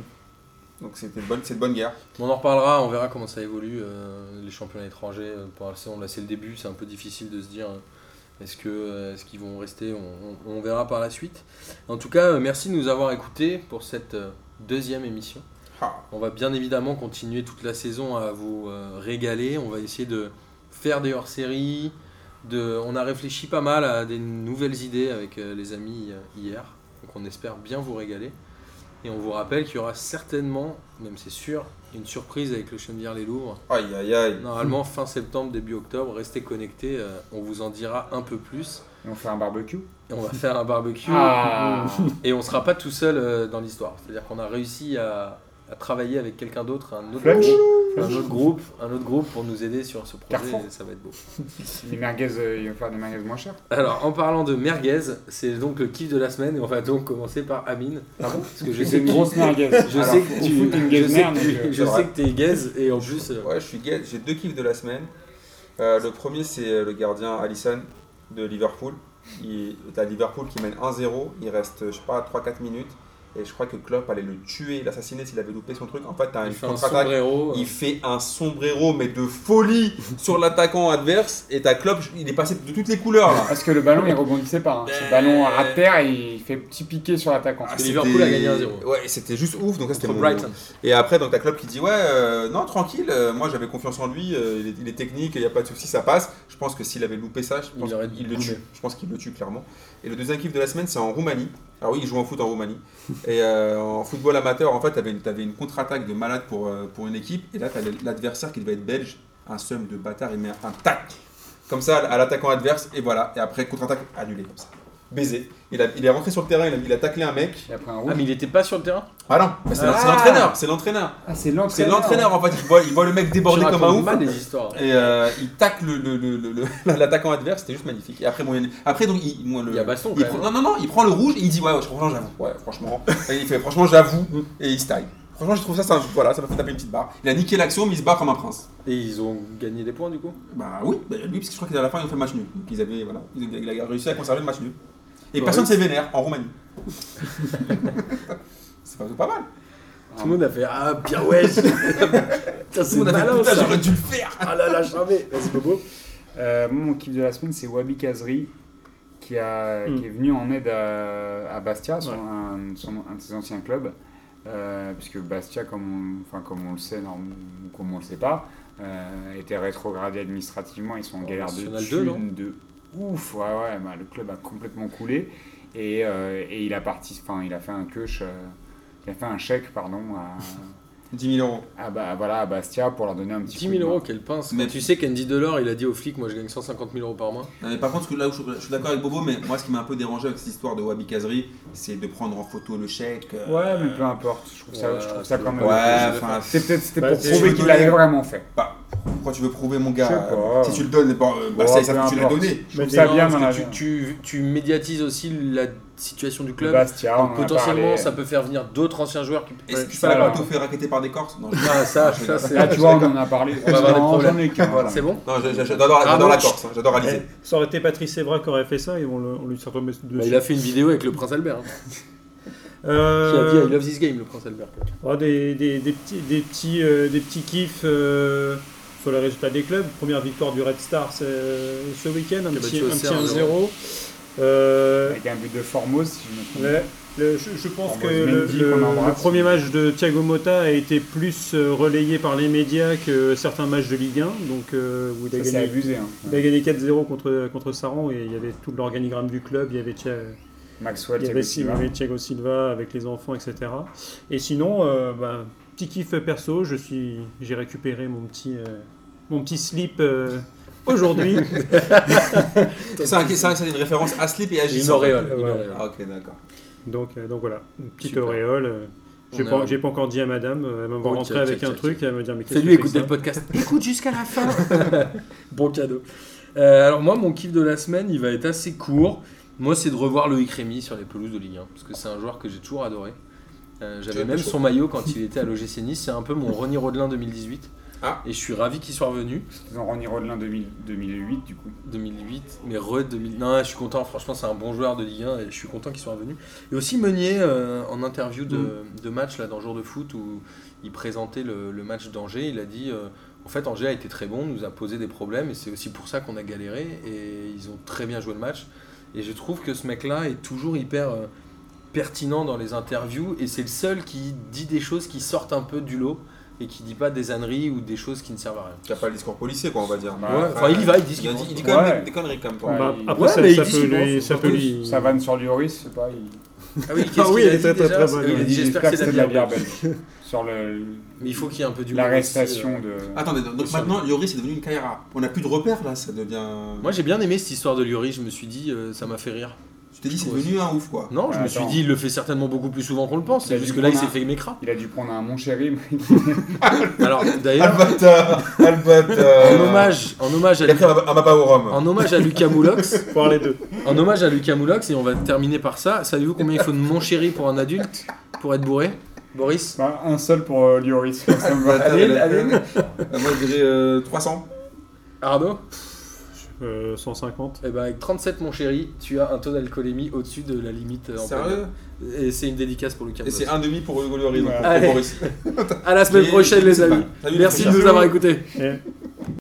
[SPEAKER 2] Donc c'était une bonne, c'est une bonne guerre.
[SPEAKER 1] On en reparlera, on verra comment ça évolue, euh, les championnats étrangers. euh, Pour la saison, là c'est le début, c'est un peu difficile de se dire euh, est-ce que euh, est-ce qu'ils vont rester, on, on- on verra par la suite. En tout cas, euh, merci de nous avoir écoutés pour cette euh, deuxième émission.
[SPEAKER 2] Ah.
[SPEAKER 1] On va bien évidemment continuer toute la saison à vous euh, régaler. On va essayer de faire des hors-séries. De... On a réfléchi pas mal à des nouvelles idées avec euh, les amis euh, hier. Donc on espère bien vous régaler. Et on vous rappelle qu'il y aura certainement, même c'est sûr, une surprise avec le Chenvière les Louvres.
[SPEAKER 2] Aïe, aïe, aïe.
[SPEAKER 1] Normalement fin septembre, début octobre. Restez connectés, euh, on vous en dira un peu plus.
[SPEAKER 3] Et on fait un barbecue.
[SPEAKER 1] Et on va faire un barbecue.
[SPEAKER 3] Ah.
[SPEAKER 1] Et on sera pas tout seul euh, dans l'histoire. C'est-à-dire qu'on a réussi à, à travailler avec quelqu'un d'autre, un autre
[SPEAKER 3] Fletch.
[SPEAKER 1] groupe un autre groupe, un autre groupe pour nous aider sur ce projet.
[SPEAKER 3] Carrefour.
[SPEAKER 1] et ça va être beau.
[SPEAKER 3] Les merguez, euh, ils vont faire des merguez moins chères.
[SPEAKER 1] Alors, en parlant de merguez, c'est donc le kiff de la semaine et on va donc commencer par Amine.
[SPEAKER 3] Ah bon
[SPEAKER 1] Parce que je
[SPEAKER 3] C'est
[SPEAKER 1] sais que
[SPEAKER 3] une grosse merguez.
[SPEAKER 1] je
[SPEAKER 3] Alors,
[SPEAKER 1] sais que
[SPEAKER 3] faut
[SPEAKER 1] tu,
[SPEAKER 3] foutre une
[SPEAKER 1] je
[SPEAKER 3] gaze
[SPEAKER 1] sais
[SPEAKER 3] merde,
[SPEAKER 1] que tu-
[SPEAKER 3] donc, euh,
[SPEAKER 1] je
[SPEAKER 2] c'est
[SPEAKER 1] sais
[SPEAKER 2] vrai.
[SPEAKER 1] que t'es gaze et en plus euh,
[SPEAKER 2] Ouais, je suis gay. J'ai deux kiffs de la semaine. Euh, le premier, c'est euh, le gardien Allison de Liverpool. Il est à Liverpool qui mène 1-0. Il reste, je sais pas, 3-4 minutes. Et je crois que Klopp allait le tuer, l'assassiner s'il avait loupé son truc. En fait, t'as
[SPEAKER 1] il
[SPEAKER 2] une
[SPEAKER 1] fait un euh,
[SPEAKER 2] contre-attaque.
[SPEAKER 1] sombrero.
[SPEAKER 2] Il fait un sombrero, mais de folie sur l'attaquant adverse. Et ta Klopp, il est passé de toutes les couleurs là. Ben,
[SPEAKER 3] Parce que le ballon, il rebondissait pas. hein. Ce ballon à terre, il fait petit piqué sur l'attaquant.
[SPEAKER 2] Ah,
[SPEAKER 1] Et
[SPEAKER 2] c'était-
[SPEAKER 1] Liverpool a gagné 1-0.
[SPEAKER 2] Ouais, et c'était juste ouf. Donc ça, c'était
[SPEAKER 1] Contre
[SPEAKER 2] mon-
[SPEAKER 1] Brighton.
[SPEAKER 2] Et après, donc t'as Klopp qui dit ouais, euh, non tranquille. euh, moi, j'avais confiance en lui. euh, il, est, il est technique, il n'y a pas de souci, ça passe. Je pense que s'il avait loupé ça, je
[SPEAKER 1] Il
[SPEAKER 2] pense
[SPEAKER 1] aurait
[SPEAKER 2] qu'il le
[SPEAKER 1] gommé.
[SPEAKER 2] tue. Je pense qu'il le tue clairement. Et le deuxième kiff de la semaine, c'est en Roumanie. Alors oui, ils jouent en foot en Roumanie. Et euh, en football amateur, en fait, t'avais une, t'avais une contre-attaque de malade pour, euh, pour une équipe. Et là, t'avais l'adversaire qui devait être belge, un seum de bâtard, il met un tac comme ça à l'attaquant adverse. Et voilà. Et après, contre-attaque annulée comme ça. Baiser. Il, a- il est rentré sur le terrain, il a, il a taclé un mec.
[SPEAKER 3] Et après un rouge.
[SPEAKER 1] Ah, mais il était pas sur le terrain
[SPEAKER 2] Ah non, mais c'est
[SPEAKER 3] Ah.
[SPEAKER 2] c'est l'entraîneur, c'est l'entraîneur.
[SPEAKER 3] Ah, c'est
[SPEAKER 2] C'est
[SPEAKER 3] l'entraîneur.
[SPEAKER 2] l'entraîneur en fait, il voit, il voit le mec déborder
[SPEAKER 1] Tu
[SPEAKER 2] comme un
[SPEAKER 1] racontes
[SPEAKER 2] ouf.
[SPEAKER 1] mal les histoires.
[SPEAKER 2] Et euh, il tacle le- le- le- le- le- l'attaquant adverse, c'était juste magnifique. Et après, bon, il y a- après donc, il, moi, le,
[SPEAKER 1] Il y a baston,
[SPEAKER 2] il
[SPEAKER 1] quand
[SPEAKER 2] prend-
[SPEAKER 1] même.
[SPEAKER 2] non, non, non, il prend le rouge et il dit Ouais, ouais, franchement, j'avoue. Ouais, franchement. Et il fait Franchement, j'avoue. Et il se taille. Franchement, je trouve ça, ça voilà, ça m'a fait taper une petite barre. Il a niqué l'action, mais il se barre comme un prince.
[SPEAKER 1] Et ils ont gagné des points du coup
[SPEAKER 2] Bah oui, bah, lui, parce que je crois qu'à la fin, ils ont fait match nul. Donc, ils avaient, voilà, ils ont- il a réussi à conserver le match nul. Et
[SPEAKER 1] Bah
[SPEAKER 2] personne
[SPEAKER 1] oui.
[SPEAKER 2] s'est vénère en Roumanie. C'est pas, pas mal.
[SPEAKER 1] Tout le monde a fait Ah, bien ouais Putain,
[SPEAKER 2] Tout
[SPEAKER 1] c'est
[SPEAKER 2] le monde a fait,
[SPEAKER 1] malin
[SPEAKER 2] Putain,
[SPEAKER 1] ça
[SPEAKER 2] j'aurais dû le faire.
[SPEAKER 1] Ah là là, jamais
[SPEAKER 3] Vas-y, Bobo. Euh, moi, mon kiff de la semaine, c'est Wabi Kazri qui, a,
[SPEAKER 1] Hmm.
[SPEAKER 4] Mm.
[SPEAKER 3] qui est venu en aide à, à Bastia, son-
[SPEAKER 4] Ouais.
[SPEAKER 3] un, son- un de ses anciens clubs. Euh, puisque Bastia, comme on, enfin, comme on le sait, non, ou comme on le sait pas, euh, était rétrogradé administrativement. Ils sont en
[SPEAKER 1] En
[SPEAKER 3] galère de
[SPEAKER 1] National
[SPEAKER 3] thunes,
[SPEAKER 1] 2, non
[SPEAKER 3] de ouf. Ouais, ouais, bah, le club a complètement coulé. Et, euh, et il, a parti, enfin, il a fait un queuche, euh, il a fait un chèque, pardon, à,
[SPEAKER 2] 10 000 euros.
[SPEAKER 3] à Ba- voilà, à Bastia pour leur donner un petit
[SPEAKER 1] 10
[SPEAKER 3] coup
[SPEAKER 1] 000
[SPEAKER 3] de main.
[SPEAKER 1] euros, quelle pince
[SPEAKER 2] Mais-
[SPEAKER 1] Mais tu sais qu'Andy Delors, il a dit aux flics Moi je gagne 150 000 euros par mois.
[SPEAKER 2] Non, mais par contre, ce que- là où je, je suis d'accord avec Bobo, mais moi, ce qui m'a un peu dérangé avec cette histoire de Wabi Kazri, c'est de prendre en photo le chèque. euh,
[SPEAKER 3] Ouais, mais peu importe. Je trouve ça, je trouve ça quand même.
[SPEAKER 2] Ouais,
[SPEAKER 1] je vais
[SPEAKER 2] enfin,
[SPEAKER 3] C'est peut-être c'était
[SPEAKER 4] Bah,
[SPEAKER 3] pour
[SPEAKER 4] c'est-
[SPEAKER 3] prouver
[SPEAKER 2] je
[SPEAKER 3] qu'il
[SPEAKER 2] voulais-
[SPEAKER 3] l'avait vraiment fait.
[SPEAKER 2] bah, pourquoi tu veux prouver mon gars
[SPEAKER 3] Je sais
[SPEAKER 2] euh,
[SPEAKER 3] pas.
[SPEAKER 2] Si tu le donnes, bah, euh, bah,
[SPEAKER 3] Ouais,
[SPEAKER 2] ça, ça,
[SPEAKER 3] peu
[SPEAKER 2] tu l'as
[SPEAKER 3] importe.
[SPEAKER 2] donné.
[SPEAKER 3] Je trouve
[SPEAKER 4] Mais
[SPEAKER 3] ça
[SPEAKER 1] non,
[SPEAKER 3] bien
[SPEAKER 1] parce
[SPEAKER 3] dans
[SPEAKER 1] que
[SPEAKER 3] la
[SPEAKER 1] tu, tu, tu médiatises aussi la situation du club.
[SPEAKER 3] Bastia,
[SPEAKER 1] Donc
[SPEAKER 3] on en a
[SPEAKER 1] potentiellement,
[SPEAKER 3] parlé.
[SPEAKER 1] ça peut faire venir d'autres anciens joueurs qui.
[SPEAKER 2] Est-ce que tu
[SPEAKER 3] ça,
[SPEAKER 2] peux pas
[SPEAKER 3] alors.
[SPEAKER 2] te fait raqueter par des Corses Non, je-
[SPEAKER 1] Ah, ça,
[SPEAKER 2] je-
[SPEAKER 1] ça, c'est.
[SPEAKER 3] Là, tu vois, on en a parlé.
[SPEAKER 1] On va avoir des
[SPEAKER 3] Non,
[SPEAKER 1] problèmes.
[SPEAKER 3] j'en ai qu'un, voilà.
[SPEAKER 1] C'est bon
[SPEAKER 2] non, je- je- j'adore
[SPEAKER 1] Ah,
[SPEAKER 2] j'adore
[SPEAKER 1] non,
[SPEAKER 2] la
[SPEAKER 1] je-
[SPEAKER 2] Corse, hein, j'adore
[SPEAKER 4] Eh,
[SPEAKER 2] Alizé.
[SPEAKER 4] Ça aurait été Patrice Evra qui aurait fait ça et on, le- on lui serait tombé dessus.
[SPEAKER 1] Bah, Il a fait une vidéo avec le Prince Albert. hein. Qui a
[SPEAKER 4] Euh,
[SPEAKER 1] dit I love this game, le Prince Albert.
[SPEAKER 4] oh, des, des- des petits, des, petits, euh, des petits kiffs euh, sur les résultats des clubs. Première victoire du Red Star ce, ce week-end, un
[SPEAKER 1] Qui a
[SPEAKER 4] petit,
[SPEAKER 1] battu
[SPEAKER 4] un
[SPEAKER 1] Auxerre,
[SPEAKER 4] petit 1-0.
[SPEAKER 1] zéro.
[SPEAKER 4] Euh,
[SPEAKER 3] Avec un but de Formose, si je me trompe.
[SPEAKER 4] Le- le- je, je pense
[SPEAKER 3] On
[SPEAKER 4] que
[SPEAKER 3] va se
[SPEAKER 4] le,
[SPEAKER 3] Mendy
[SPEAKER 4] le-
[SPEAKER 3] qu'on embrasse.
[SPEAKER 4] le premier match de Thiago Motta a été plus euh, relayé par les médias que certains matchs de Ligue 1, donc euh, où il a
[SPEAKER 3] Ça, c'est
[SPEAKER 4] gagné,
[SPEAKER 3] abusé. hein.
[SPEAKER 4] il a gagné 4-0 contre, contre Saran et il y avait tout l'organigramme du club, il y avait, Thia-
[SPEAKER 3] Maxwell,
[SPEAKER 4] il y avait-
[SPEAKER 3] Thiago Silva.
[SPEAKER 4] il y avait Thiago Silva avec les enfants, etc. Et sinon, euh, bah, petit kiff perso, je suis, j'ai récupéré mon petit, euh, mon petit slip euh, aujourd'hui.
[SPEAKER 2] C'est un- c'est un- c'est une référence à Slip et à
[SPEAKER 1] Une
[SPEAKER 2] Gis.
[SPEAKER 1] auréole,
[SPEAKER 4] ouais.
[SPEAKER 1] une auréole.
[SPEAKER 2] Ah, ok, d'accord.
[SPEAKER 4] Donc, euh, donc voilà, une petite
[SPEAKER 1] Super.
[SPEAKER 4] auréole. euh, J'ai
[SPEAKER 1] On est
[SPEAKER 4] pas,
[SPEAKER 1] heureux.
[SPEAKER 4] j'ai pas encore dit à madame, euh, elle va me voir
[SPEAKER 1] Oh,
[SPEAKER 4] rentrer
[SPEAKER 1] tiens,
[SPEAKER 4] avec
[SPEAKER 1] tiens,
[SPEAKER 4] un
[SPEAKER 1] tiens,
[SPEAKER 4] truc, elle va me dire mais qu'est-ce
[SPEAKER 1] Fais-lui
[SPEAKER 4] que c'est
[SPEAKER 1] écouter le
[SPEAKER 4] que ça
[SPEAKER 1] podcast. Écoute jusqu'à la fin. bon cadeau. Euh, alors moi, mon kiff de la semaine, il va être assez court. Moi, c'est de revoir Loïc Rémy sur les pelouses de Ligue 1, parce que c'est un joueur que j'ai toujours adoré. Euh,
[SPEAKER 2] Tu as
[SPEAKER 1] J'avais
[SPEAKER 2] été
[SPEAKER 1] même
[SPEAKER 2] chaud.
[SPEAKER 1] son maillot quand il était à l'OGC Nice. C'est un peu mon Ronnie Rodelin 2018.
[SPEAKER 2] Ah.
[SPEAKER 1] Et je suis ravi qu'il soit revenu.
[SPEAKER 3] Ils ont Ronnie Rodelin 2000 2008, du coup.
[SPEAKER 1] 2008, mais re 2000. Non, je suis content. Franchement, c'est un bon joueur de Ligue 1 et je suis content qu'ils soient revenus. Et aussi Meunier euh, en interview de,
[SPEAKER 4] Mm.
[SPEAKER 1] de match là dans Jour de foot où il présentait le, le match d'Angers. Il a dit euh, en fait Angers a été très bon, nous a posé des problèmes et c'est aussi pour ça qu'on a galéré et ils ont très bien joué le match. Et je trouve que ce mec-là est toujours hyper euh, pertinent dans les interviews et c'est le seul qui dit des choses qui sortent un peu du lot et qui dit pas des âneries ou des choses qui ne servent à rien.
[SPEAKER 2] Tu n'as pas le discours policier, quoi, on va dire.
[SPEAKER 3] Bah,
[SPEAKER 1] Ouais, enfin, il y va, il dit ce qu'il
[SPEAKER 2] Il, a dit-
[SPEAKER 1] pense.
[SPEAKER 2] il dit quand même
[SPEAKER 3] Ouais.
[SPEAKER 2] des, des conneries, quand même. quoi.
[SPEAKER 3] Ouais.
[SPEAKER 4] Bah,
[SPEAKER 3] il-
[SPEAKER 4] après
[SPEAKER 1] Ouais,
[SPEAKER 4] ça,
[SPEAKER 1] mais il
[SPEAKER 4] ça
[SPEAKER 1] dit ce
[SPEAKER 4] peut
[SPEAKER 1] qu'il
[SPEAKER 4] lui,
[SPEAKER 1] pense,
[SPEAKER 4] ça peut lui-
[SPEAKER 3] Ça vanne sur Lloris, je sais pas. Il,
[SPEAKER 1] Ah oui,
[SPEAKER 4] Ah
[SPEAKER 1] qu'est-ce
[SPEAKER 4] oui,
[SPEAKER 1] qu'il
[SPEAKER 4] elle
[SPEAKER 1] a
[SPEAKER 4] est très,
[SPEAKER 1] dit
[SPEAKER 4] très,
[SPEAKER 1] déjà
[SPEAKER 4] très bonne.
[SPEAKER 1] Oui, il a
[SPEAKER 4] Il
[SPEAKER 1] dit j'espère que c'est de la bière.
[SPEAKER 3] belge. sur le-
[SPEAKER 1] Mais il faut qu'il y ait un peu du euh. Ah.
[SPEAKER 3] l'arrestation de.
[SPEAKER 2] Attendez, donc maintenant, Yoris est devenu une Kaira. On n'a plus de repères, là, ça devient.
[SPEAKER 1] euh. Moi j'ai bien aimé cette histoire de Lloris, je me suis dit euh, ça m'a fait rire.
[SPEAKER 2] Tu t'es dit, c'est
[SPEAKER 1] Ouais.
[SPEAKER 2] devenu un ouf, quoi.
[SPEAKER 1] Non, je
[SPEAKER 3] Ah,
[SPEAKER 1] me suis
[SPEAKER 3] attends.
[SPEAKER 1] dit il le fait certainement beaucoup plus souvent qu'on le pense,
[SPEAKER 3] Il a
[SPEAKER 1] c'est juste
[SPEAKER 3] dû
[SPEAKER 1] que là il
[SPEAKER 3] prendre
[SPEAKER 1] s'est
[SPEAKER 3] un-
[SPEAKER 1] fait mécra.
[SPEAKER 3] Il a dû prendre un mon chéri. mais-
[SPEAKER 1] Alors
[SPEAKER 2] Ah,
[SPEAKER 1] d'ailleurs,
[SPEAKER 2] Albatar Albatar
[SPEAKER 1] en hommage, en hommage à
[SPEAKER 2] Il a pris
[SPEAKER 1] Lucas,
[SPEAKER 2] un mapa au rhum.
[SPEAKER 1] en hommage à Lucas Moulox,
[SPEAKER 4] faut voir les deux.
[SPEAKER 1] en hommage à Lucas Moulox et on va terminer par ça. Savez-vous combien il faut de mon chéri pour un adulte pour être bourré Boris
[SPEAKER 3] Bah, un seul pour euh, Lloris.
[SPEAKER 1] Ah,
[SPEAKER 3] Ça me va.
[SPEAKER 2] Albatar, il a-
[SPEAKER 1] allez.
[SPEAKER 2] Euh, Moi, je dirais euh, 300.
[SPEAKER 1] Arnaud
[SPEAKER 4] Euh, 150.
[SPEAKER 1] Eh ben avec 37 mon chéri, tu as un taux d'alcoolémie au-dessus de la limite euh, en
[SPEAKER 2] Sérieux
[SPEAKER 1] pleine- Et c'est une dédicace pour Lucas
[SPEAKER 2] Et c'est
[SPEAKER 1] Moulox.
[SPEAKER 2] un demi pour Hugo Lloris, donc
[SPEAKER 3] Ouais.
[SPEAKER 2] pour
[SPEAKER 1] Allez.
[SPEAKER 2] Boris.
[SPEAKER 1] À la semaine
[SPEAKER 2] Et-
[SPEAKER 1] prochaine les
[SPEAKER 2] c'est
[SPEAKER 1] amis.
[SPEAKER 2] pas- Salut,
[SPEAKER 1] Merci
[SPEAKER 2] les
[SPEAKER 1] de nous
[SPEAKER 2] prochains.
[SPEAKER 1] avoir écoutés.
[SPEAKER 4] Et-